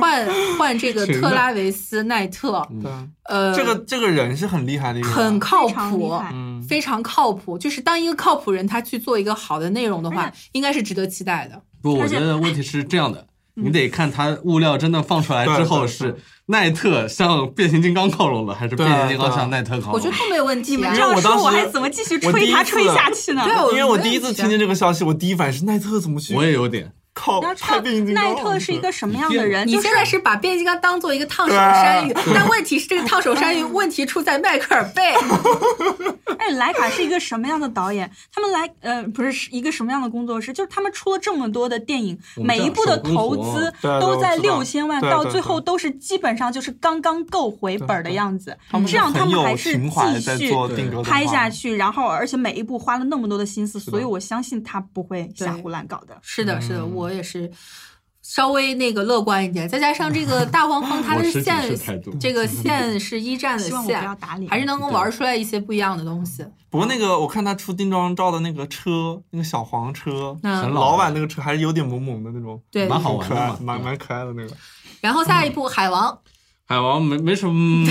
D: 换换这个特拉维斯奈特，
F: 隆。
D: 呃，
F: 对，这个这个人是很厉害的一个人，
D: 很靠
E: 非常厉
D: 谱，
E: 害
F: 嗯，
D: 非常靠谱。就是当一个靠谱人，他去做一个好的内容的
E: 而
D: 话，应该是值得期待的。
F: 哦
B: 不，我
E: 而且
B: 觉得问题是这样的，你得看它物料真的放出来之后
F: 对对
B: 是奈特向变形金刚靠拢了，还是
F: 对
B: 变形金刚
F: 对
B: 向奈特靠拢了？
D: 我觉得都没问题
E: 你们
D: 啊
E: 这。
F: 因为
E: 样
F: 我当
E: 说，
F: 时
E: 我还怎么继续
F: 我第
E: 吹
F: 一
E: 他
F: 次
E: 吹下去呢？
D: 对我
F: 因为我
D: 没
F: 第一
D: 问
F: 次
D: 题
F: 听见这个消息，我第一反应是奈特怎么去
B: 我也有点，
F: 靠
E: 你要知
F: 拍
E: 道
F: 变形金刚
E: 奈
F: 了？
E: 特是一个什么样的
B: 你
E: 人？
D: 你
E: 就是
D: 现在是把变形金刚当做一个烫手山芋
F: 对，
D: 但问题是这个烫手山芋
E: 嗯
D: 问题出在迈克尔贝，
E: 而且莱卡是一个什么样的导演？他们来呃不是是一个什么样的工作室？就是他们出了这么多的电影，
B: 我们
E: 每
B: 这样
E: 一部的
B: 手工
E: 投
B: 活
E: 资
F: 对对
E: 都在
F: 我知道
E: 六千万，
F: 对啊
E: 到
F: 对
E: 最
F: 对
E: 后都是基本上就是刚刚够回本儿的
F: 对对啊
E: 样子
F: 他们。
E: 这样他
F: 很
E: 们
F: 有
E: 还是
F: 情怀在
E: 继续
F: 做定格动画
E: 拍下。去，然后而且每一部花了那么多的心思，
F: 的
E: 所以我相信他不会
D: 对
E: 瞎胡乱搞的。
D: 是的，是的，
F: 嗯
D: 我也是稍微那个乐观一点，再加上这个大黄
F: 嗯
D: 蜂，它
B: 我
D: 的
B: 持谨慎态
D: 线
B: 度。
D: 这个线是一战的
E: 希望我不要
D: 线，啊
E: 打
F: 嗯
E: 脸。
D: 还是能够玩出来一些不一样的东西。
F: 不过那个我看他出定妆照的那个车，那个小黄车，
D: 嗯
B: 很
F: 老版那个车还是有点萌萌的那种，
D: 对，
B: 蛮好玩
F: 很可
B: 的
F: 爱
B: 嘛，，
F: 蛮蛮可爱的那个。
D: 然后下一部《海王
B: 海王没没什么，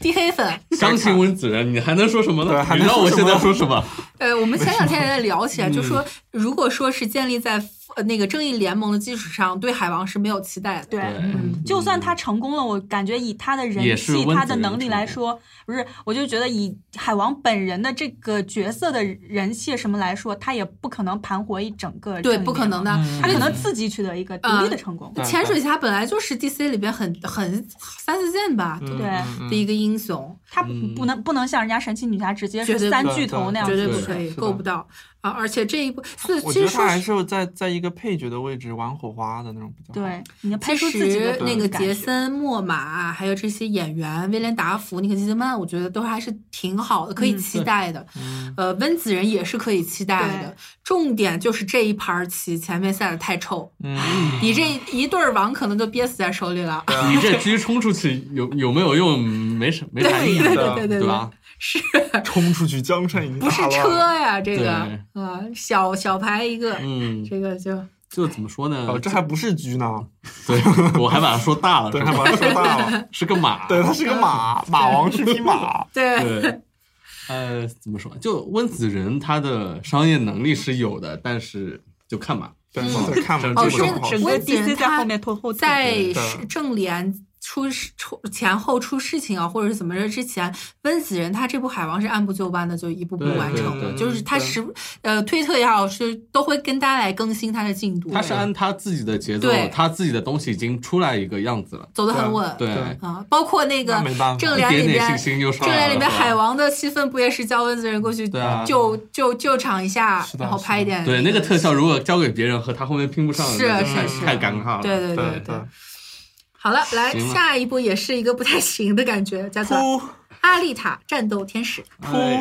D: 地黑粉》，
B: 相信温子仁，你还能说什么
F: 对啊
B: 呢？
F: 还
B: 你
F: 能
B: 知道
F: 说
B: 我
F: 什
B: 现在
F: 么
B: 说什么？
D: 呃，我们前两天也在聊起来，就
F: 嗯
D: 说如果说是建立在呃那个正义联盟的基础上，对海王是没有期待的。
E: 对。
F: [LAUGHS]
B: 嗯
E: 就算他成功了，我感觉以他的
B: 也
E: 人
B: 是
E: 气、
B: 温
E: 他
B: 子
E: 的
B: 仁
E: 能力
B: 成
E: 来
B: 功
E: 说，不是，我就觉得以海王本人的这个角色的人气什么来说，他也不可能盘活一整个
D: 对，
E: 正
D: 不可
E: 面
D: 能
E: 嘛，
D: 的。
F: 嗯
D: 嗯
E: 他可能自己取得一个独立的成功。
F: 对
D: 潜水侠本来就是 DC 里边很很三四线吧
F: 嗯
E: 对
F: 嗯嗯
D: 的一个英雄，
E: 他不不能不能像人家神奇女侠直接
D: 绝
E: 是
D: 对
E: 三
F: 不
E: 巨头那样
D: 绝
E: 子
D: 对
E: 的
D: 不
E: 人，
D: 可以
F: 嗯是的
D: 够不到啊！而且这一部，所以
F: 我
D: 其
F: 觉
D: 实
F: 得他
D: 说
F: 还
D: 是。
F: 是在在一个配角的位置玩火花的那种比较好。
E: 对，你要拍
D: 其
E: 出自己的
D: 实那个
E: 感
D: 杰
E: 觉
D: 森、莫玛，还有这些演员，威廉达福、尼克基德曼，我觉得都还是挺好的，可以
E: 嗯
D: 期待的。
F: 嗯，
D: 呃，温子仁也是可以期待的
E: 对。
D: 重点就是这一盘棋前面下的太臭，
F: 嗯，
D: 你这一对儿王可能就憋死在手里了。
F: 啊
B: 你这狙冲出去有有没有用？没什没啥意义，
F: 对
D: 对对对
B: 对吧？
D: 是
F: [LAUGHS] 冲出去江山已经
D: 不是
F: 大乱
D: 车
F: 了。
D: 呀？这个啊
B: 对、
D: 小小牌一个，
B: 嗯，
D: 这个就
B: 就怎么说呢？
F: 哦，这还不是狙呢，
B: [LAUGHS]
F: [LAUGHS]
B: 对，我还把它说大了，
F: 对，
B: 是
F: 还
B: 吧
F: 把它说大了。嗯
B: 是个马，[LAUGHS]
F: [LAUGHS] 对，他是
D: 嗯
F: 个 [LAUGHS] 马，马王是匹马。
D: 对
B: 对，呃，怎么说？就温子仁他的商业能力是有的，但是就看吧。
F: 对，
D: 嗯
F: 是的看吧，
B: 哦
F: 这
B: 是
F: 个很好
D: 是
E: 整个
D: 温子仁
E: DC 在
D: 他
E: 后面拖后腿。
D: 在
F: 对对
D: 是正联出事出前后出事情啊，或者是怎么着之前，温子仁他这部《海王》是按部就班的，就一步步
B: 对
D: 完
B: 对
D: 成的，
B: 嗯对
D: 就是他
F: 对
D: 时呃推特也好是都会跟大家来更新他的进度，
B: 他是按他自己的节奏
D: 对，
B: 他自己的东西已经出来一个样子了。
D: 走得很稳，
B: 对，
D: 啊，包括那个
F: 那没办法
D: 正
B: 一
D: 联里
B: 点点信
D: 边。
B: 心就上
D: 正联
B: 来了。
D: 里边
B: 是吧
D: 海王的戏份不也是叫温子仁过去
B: 啊对啊
D: 救救救场一下，
F: 是的
D: 然后
F: 是
D: 拍一
F: 的
D: 点
B: 对那个特效，如果交给别人和他后面拼不上，
D: 是
B: 那就是
F: 是
B: 太尴尬了。
D: 对对
F: 对
D: 对。好了，来
B: 行了
D: 下一部也是一个不太行的感觉，
B: [LAUGHS]
D: 叫做《
F: 扑
D: 阿丽塔：战斗天使》。
B: 哎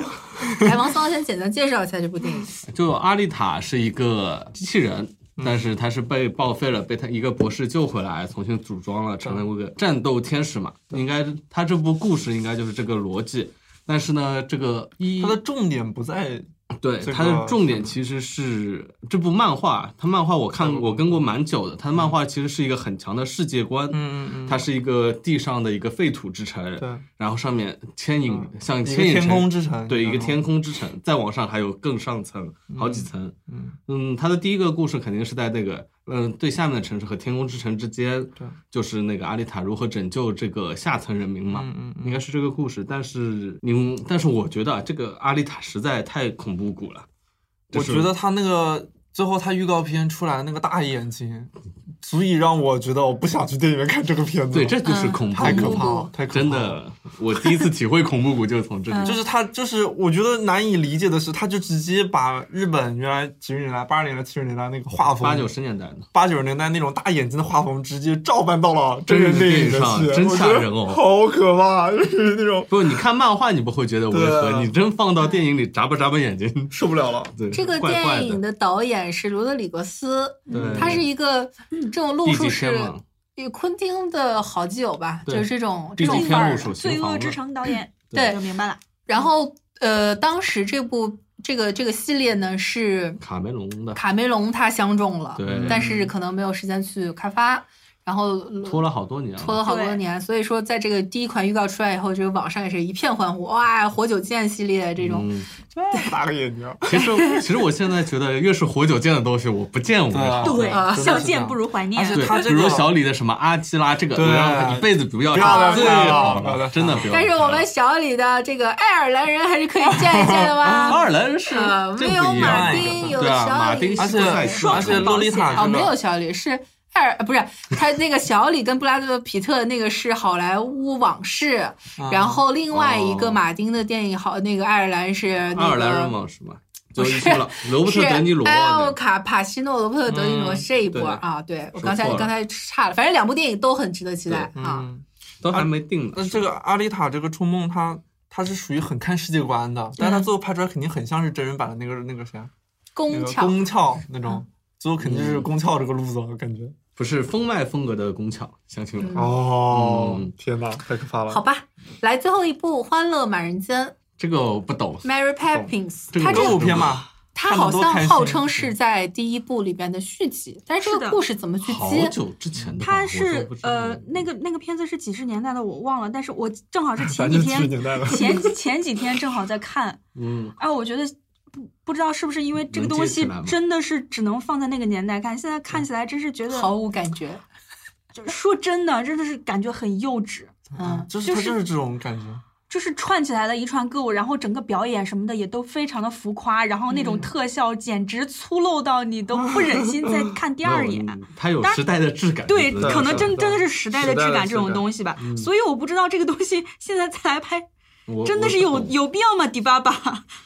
F: 扑，
D: 来，王松先简单介绍一下这部电
B: 嗯
D: 影。
B: 就阿丽塔是一个机器人。
F: 嗯
B: 但是她是被报废了，被他一个博士救回来，重新组装了，成为一个
F: 嗯
B: 战斗天使嘛。应该他这部故事应该就是这个逻辑。但是呢，这个一
F: 它的重点不在
B: 对
F: 这
B: 它的
F: 个
B: 重点其实是这部漫画，它漫画我看
F: 嗯
B: 我跟过蛮久的，它的漫画其实是一个很强的世界观，
F: 嗯嗯嗯，
B: 它是一个地上的一个废土之城，
F: 对
B: 然后上面牵引
F: 嗯
B: 像
F: 一
B: 牵
F: 个
B: 引
F: 天
B: 城
F: 空之城，
B: 对，一个
F: 嗯
B: 天，空之城，再往上还有更上层，好几层。
F: 嗯
B: 嗯，它的第一个故事肯定是在那个，嗯，最下面的城市和天空之城之间，
F: 对，
B: 就是那个阿丽塔如何拯救这个下层人民嘛，
F: 嗯嗯嗯
B: 应该是这个故事。但是你，但是我觉得啊这个阿丽塔实在太恐怖谷了。就
F: 我
B: 是
F: 觉得他那个最后他预告片出来那个大眼睛，足以让我觉得我不想去电影院看这个片子。
B: 对，这
D: 嗯
B: 就是恐怖
F: 太可
B: 谷，
F: 怕了，嗯太可怕了
B: 真。
F: [LAUGHS]
B: 的，我第一次体会恐怖谷就是从这
D: 嗯
B: 里。
F: 就是他，就是我觉得难以理解的是，他就直接把日本原来几十年代、八十年代、七十年代那个画风，
B: 八九十年代的
F: 八九十年代那种大眼睛的画风，直接照搬到了真人电影的
B: 真
F: 戏，
B: 人电影上真
F: 我觉
B: 吓
F: 得
B: 人哦
F: 好可怕，就是那种
B: 不，你看漫画你不会觉得违
F: 对
B: 和，
F: 啊
B: 你真放到电影里眨巴眨巴眼睛， [LAUGHS]
F: 受不了了。
B: 对，
D: 这个
B: 怪怪
D: 电影
B: 的，
D: 的导演是罗德里格斯，
B: 对
D: 他是一个这种路
B: 地
D: 数
B: 级
D: 是
B: 天王
D: 比昆汀的好基友吧，
B: 对
D: 就是这种这
B: 地
D: 种范
B: 级天
D: 儿
B: 路
D: 的。
B: 属
E: 罪
B: 刑
E: 恶
B: 房
E: 之
B: 的。
E: 城导演，
D: 对
E: 我明白了。
D: 然后呃，当时这部这个这个系列呢是
B: 卡梅隆的，
D: 卡嗯梅隆他相中了，
B: 对，嗯
D: 但是可能没有时间去开发，然后
B: 拖了好多年
D: 拖
B: 了。
D: 了好多
E: 对
D: 年，所以说在这个第一款预告出来以后，这个网上也是一片欢呼，哇，活久见系列这种，
B: 嗯，
F: 打个眼睛，
B: 其实其实我现在觉得，越是活久见的东西，我不见我越好。
F: 对
D: 啊
E: 相见不如怀念啊
F: 而。且
B: 对
F: 他，这
B: 比如
F: 个
B: 小李的什么阿基拉，这个
F: 对
B: 我让他一辈子不要
F: 不要
B: 看
F: 再
B: 最
F: 看了
B: 好
F: 不要
B: 了，
F: 再看
B: 真的不要看了。
D: 但是我们小李的这个爱尔兰人还是可以见一见的
B: [LAUGHS] 啊爱
D: 吧？
B: 尔兰是
D: 呃
B: 这
D: 没有
B: 不一样
D: 马
F: 一
D: 丁，
F: 个
D: 有
B: 对啊，
D: 小
B: 马
D: 李
B: 丁，
F: 而
B: 是
F: 且
B: 在
F: 而且洛丽塔
D: 哦，
F: 这
D: 没有
F: 个，
D: 小李是艾尔，不是他那个小李跟布拉德皮特那个是好莱坞往事，然后另外一个
B: 啊哦
D: 马丁的电影好那个爱尔兰是
B: 爱尔兰
D: 那个
B: 人嘛是吧？就是说了，罗伯
D: 是
B: 特·
D: 哎
B: 德尼罗
D: 埃奥
B: 的
D: 卡帕西诺、罗伯特·德尼罗
B: 嗯
D: 这一波
B: 对
D: 啊，对我
B: 说
D: 刚才
B: 错了
D: 刚才差了，反正两部电影都很值得期待啊。
F: 嗯，
B: 都还没定呢。
F: 但是这个阿丽塔这个冲梦，它它是属于很看世界观的，但是它最后拍出来肯定很像是真人版的那个那个谁啊，那
D: 宫
F: 个
D: 壳
F: 宫壳那种，
E: 嗯
F: 最后肯定是宫壳这个路子了，感觉。
B: 不是风脉风格的工巧，相信我。
F: 哦
B: 嗯
F: 天哪，太可怕了！
D: 好吧，来最后一部《欢乐满人间
B: 这个我不
D: [LAUGHS]
B: 懂，》
D: （Mary Poppins），
B: 哦这个
D: 它
B: 我
D: 这
F: 歌
D: 个
F: 舞片嘛，
D: 它
F: 看
D: 好
F: 得多
D: 像
F: 开
D: 号
F: 心
D: 称是在第一部里边的续集，但是这
E: 是
D: 个
E: 的
D: 故事怎么去
B: 好
D: 接？
B: 久之前的吧，
E: 他
B: 我
E: 是
B: 都不知道
E: 呃，那个那个片子是几十年代的，我忘了，但是我正
B: [LAUGHS]
E: 好是前
F: 反
E: 几
F: 正七十
E: 天
F: 年代了。
E: 前前几天正好在看，
B: 嗯，
E: 哎，我觉得不不知道是不是因为这个
B: 能
E: 东
B: 接起
E: 西
B: 来吗嗯
E: 真的是只能放在那个年代看，现在看起来真是觉得
D: 毫无感觉，
E: 就说真的，真的是感觉很幼稚，
D: 嗯，
F: 就是他就是这种感觉，
E: 就是串起来的一串歌舞，然后整个表演什么的也都非常的浮夸，然后那
B: 嗯
E: 种特效简直粗陋到你都不忍心
B: [LAUGHS]
E: 再看第二眼。
B: 没
F: 嗯
B: 有，它有
E: 当然
B: 时代的质感。
E: 对，
B: 我觉得
E: 可能
F: 是
E: 真
F: 的
E: 真的是时代的
F: 时代
E: 质
F: 的
E: 感这
F: 质
E: 种
F: 感
E: 东西吧，
B: 嗯
E: 所以我不知道这个东西现在再来拍，
B: 我
E: 真的是
B: 我
E: 有
B: 不懂
E: 有必要吗？迪巴巴，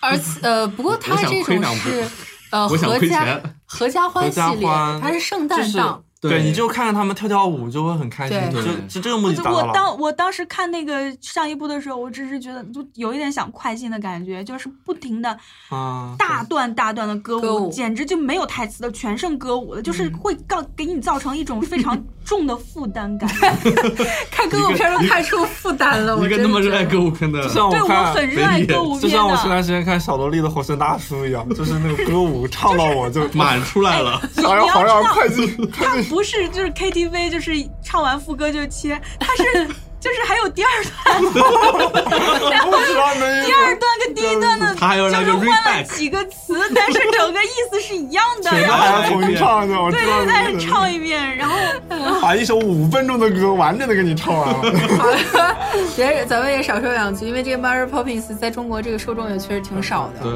D: 而且呃，不过它
B: 我想
D: 这
B: 亏
D: 种
B: 两部
D: 是呃
B: 我想
D: 合
B: 亏
D: 家
B: 钱
D: 合家欢
F: 合
D: 系
F: 家
D: 列，
F: 欢
D: 它是圣
F: 就
D: 诞
F: 是
D: 档，
B: 对
F: 你就看着他们跳跳舞就会很开心，
D: 对
F: 就
B: 对
F: 就这个目
E: 我
F: 的
E: 就
F: 达到
E: 我
F: 了。
E: 当我当时看那个上一部的时候，我只是觉得就有一点想快进的感觉，就是不停的
F: 啊，
E: 大段大段的歌舞，
D: 歌舞
E: 简直就没有台词的，全剩歌舞的，
F: 嗯
E: 就是会告给你造成一种
F: [LAUGHS]
E: 非常重的负担感。
D: 看歌舞片都看出负担了。我
B: 一个
D: 真
B: 那
D: 的
B: 么
D: 觉
B: 热爱
D: 得
B: 歌舞片的，
F: 就像
E: 对
F: 我
E: 我
F: 看，
E: 很热爱歌舞
F: 就
E: 片
F: 像我前
E: 的，
F: 段时间看小萝莉的《火神大叔》一样，就是那个歌
E: [LAUGHS]
F: 舞唱到我就
B: [LAUGHS] 满出来了。
E: 哎
F: 想要好像快进。
E: 它不是就是 KTV 就是唱完副歌就切，它
F: [LAUGHS]
E: 是就是还有第二段，
F: 我知道那意
E: 第二段跟第一段的
B: 他还有那
E: 就是
B: 个
E: 换了
B: reback，
E: 几个词，但是整个意思是一样的。
F: 全
E: 然
F: 都
E: 后
F: 还要重新唱一遍，我知
E: 对
F: 道
E: 对，
F: 那
E: 再
F: 意思
E: 唱一遍，然后
F: 把一首五分钟的歌完整的给你唱完了。
D: [LAUGHS] 别，咱们也少说两句，因为这个 Mary Poppins 在中国这个受众也确实挺少的。
B: 对，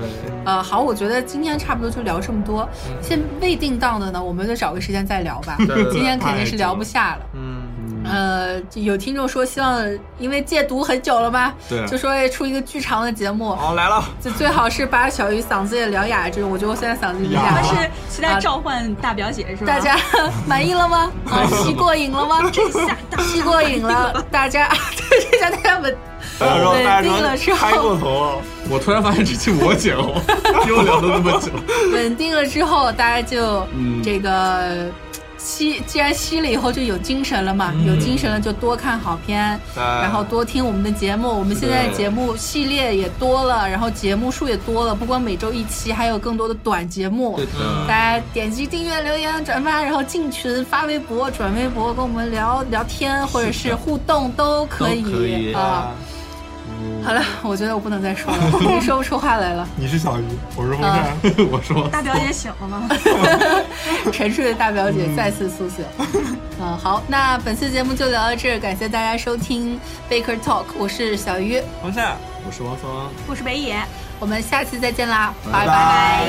D: 呃，好，我觉得今天差不多就聊这么多。现未定档的呢，我们就找个时间再聊吧。
F: 对
D: [LAUGHS] 今天肯定
F: 太
D: 是
F: 久
D: 聊
F: 了
D: 不下了。
F: 嗯，
D: 呃，有听众说希望，因为戒毒很久了嘛，
B: 对啊
D: 就说出一个剧长的节目，
F: 好来了，
D: 就最好是把小鱼嗓子也聊哑这种。我觉得我现在嗓子已经
F: 哑
D: 哑
E: 但
F: 了
D: 了。
E: 是期待召唤大表姐是吧？
D: 大家 [LAUGHS] 满意了
F: [LAUGHS]
D: 吗？啊，吸过瘾了吗？
E: 这下大
D: 吸过瘾
F: [LAUGHS]
D: 了，大家 [LAUGHS] 对这下大家稳
F: 大家说大
D: 稳定
F: 家
D: 了之
F: 说开
D: 后
F: 过，头了，
B: 我突然发现这期我剪 [LAUGHS] 哦，又聊了那么
E: [LAUGHS]
B: 久。
D: 稳定了之后，大家就
B: 嗯
D: 这个吸，既然吸了以后就有精神了
F: 嗯
D: 嘛，有精神了就多看好片，然后多听我们的节目。我们现在
B: 对
D: 节目系列也多了，然后节目数也多了，不光每周一期，还有更多的短节目
B: 对。的，
D: 大家点击订阅、留言、转发，然后进群、发微博、转微博，跟我们聊聊天或者是互动都可以
B: 都可以嗯
D: 啊。好了，我觉得我不能再说了，我已经说不出话
B: [LAUGHS]
D: 来了。
F: 你是小鱼，我是风扇，
B: 我说
E: 大表姐醒了吗？
D: 沉睡的大表姐再次苏醒。嗯，好，那本期节目就聊到这儿，感谢大家收听 Baker Talk，我是小鱼，
F: 风扇，
B: 我是王芳。
E: 我是北野。
D: 我们下期再见啦，拜
F: 拜。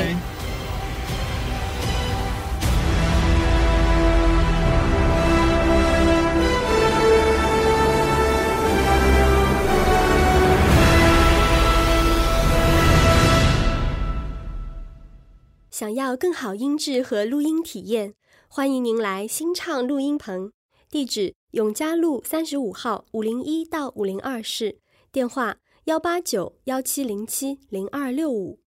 H: 想要更好音质和录音体验，欢迎您来新唱录音棚，地址永嘉路三十五号五零一到五零二室，电话幺八九幺七零七零二六五。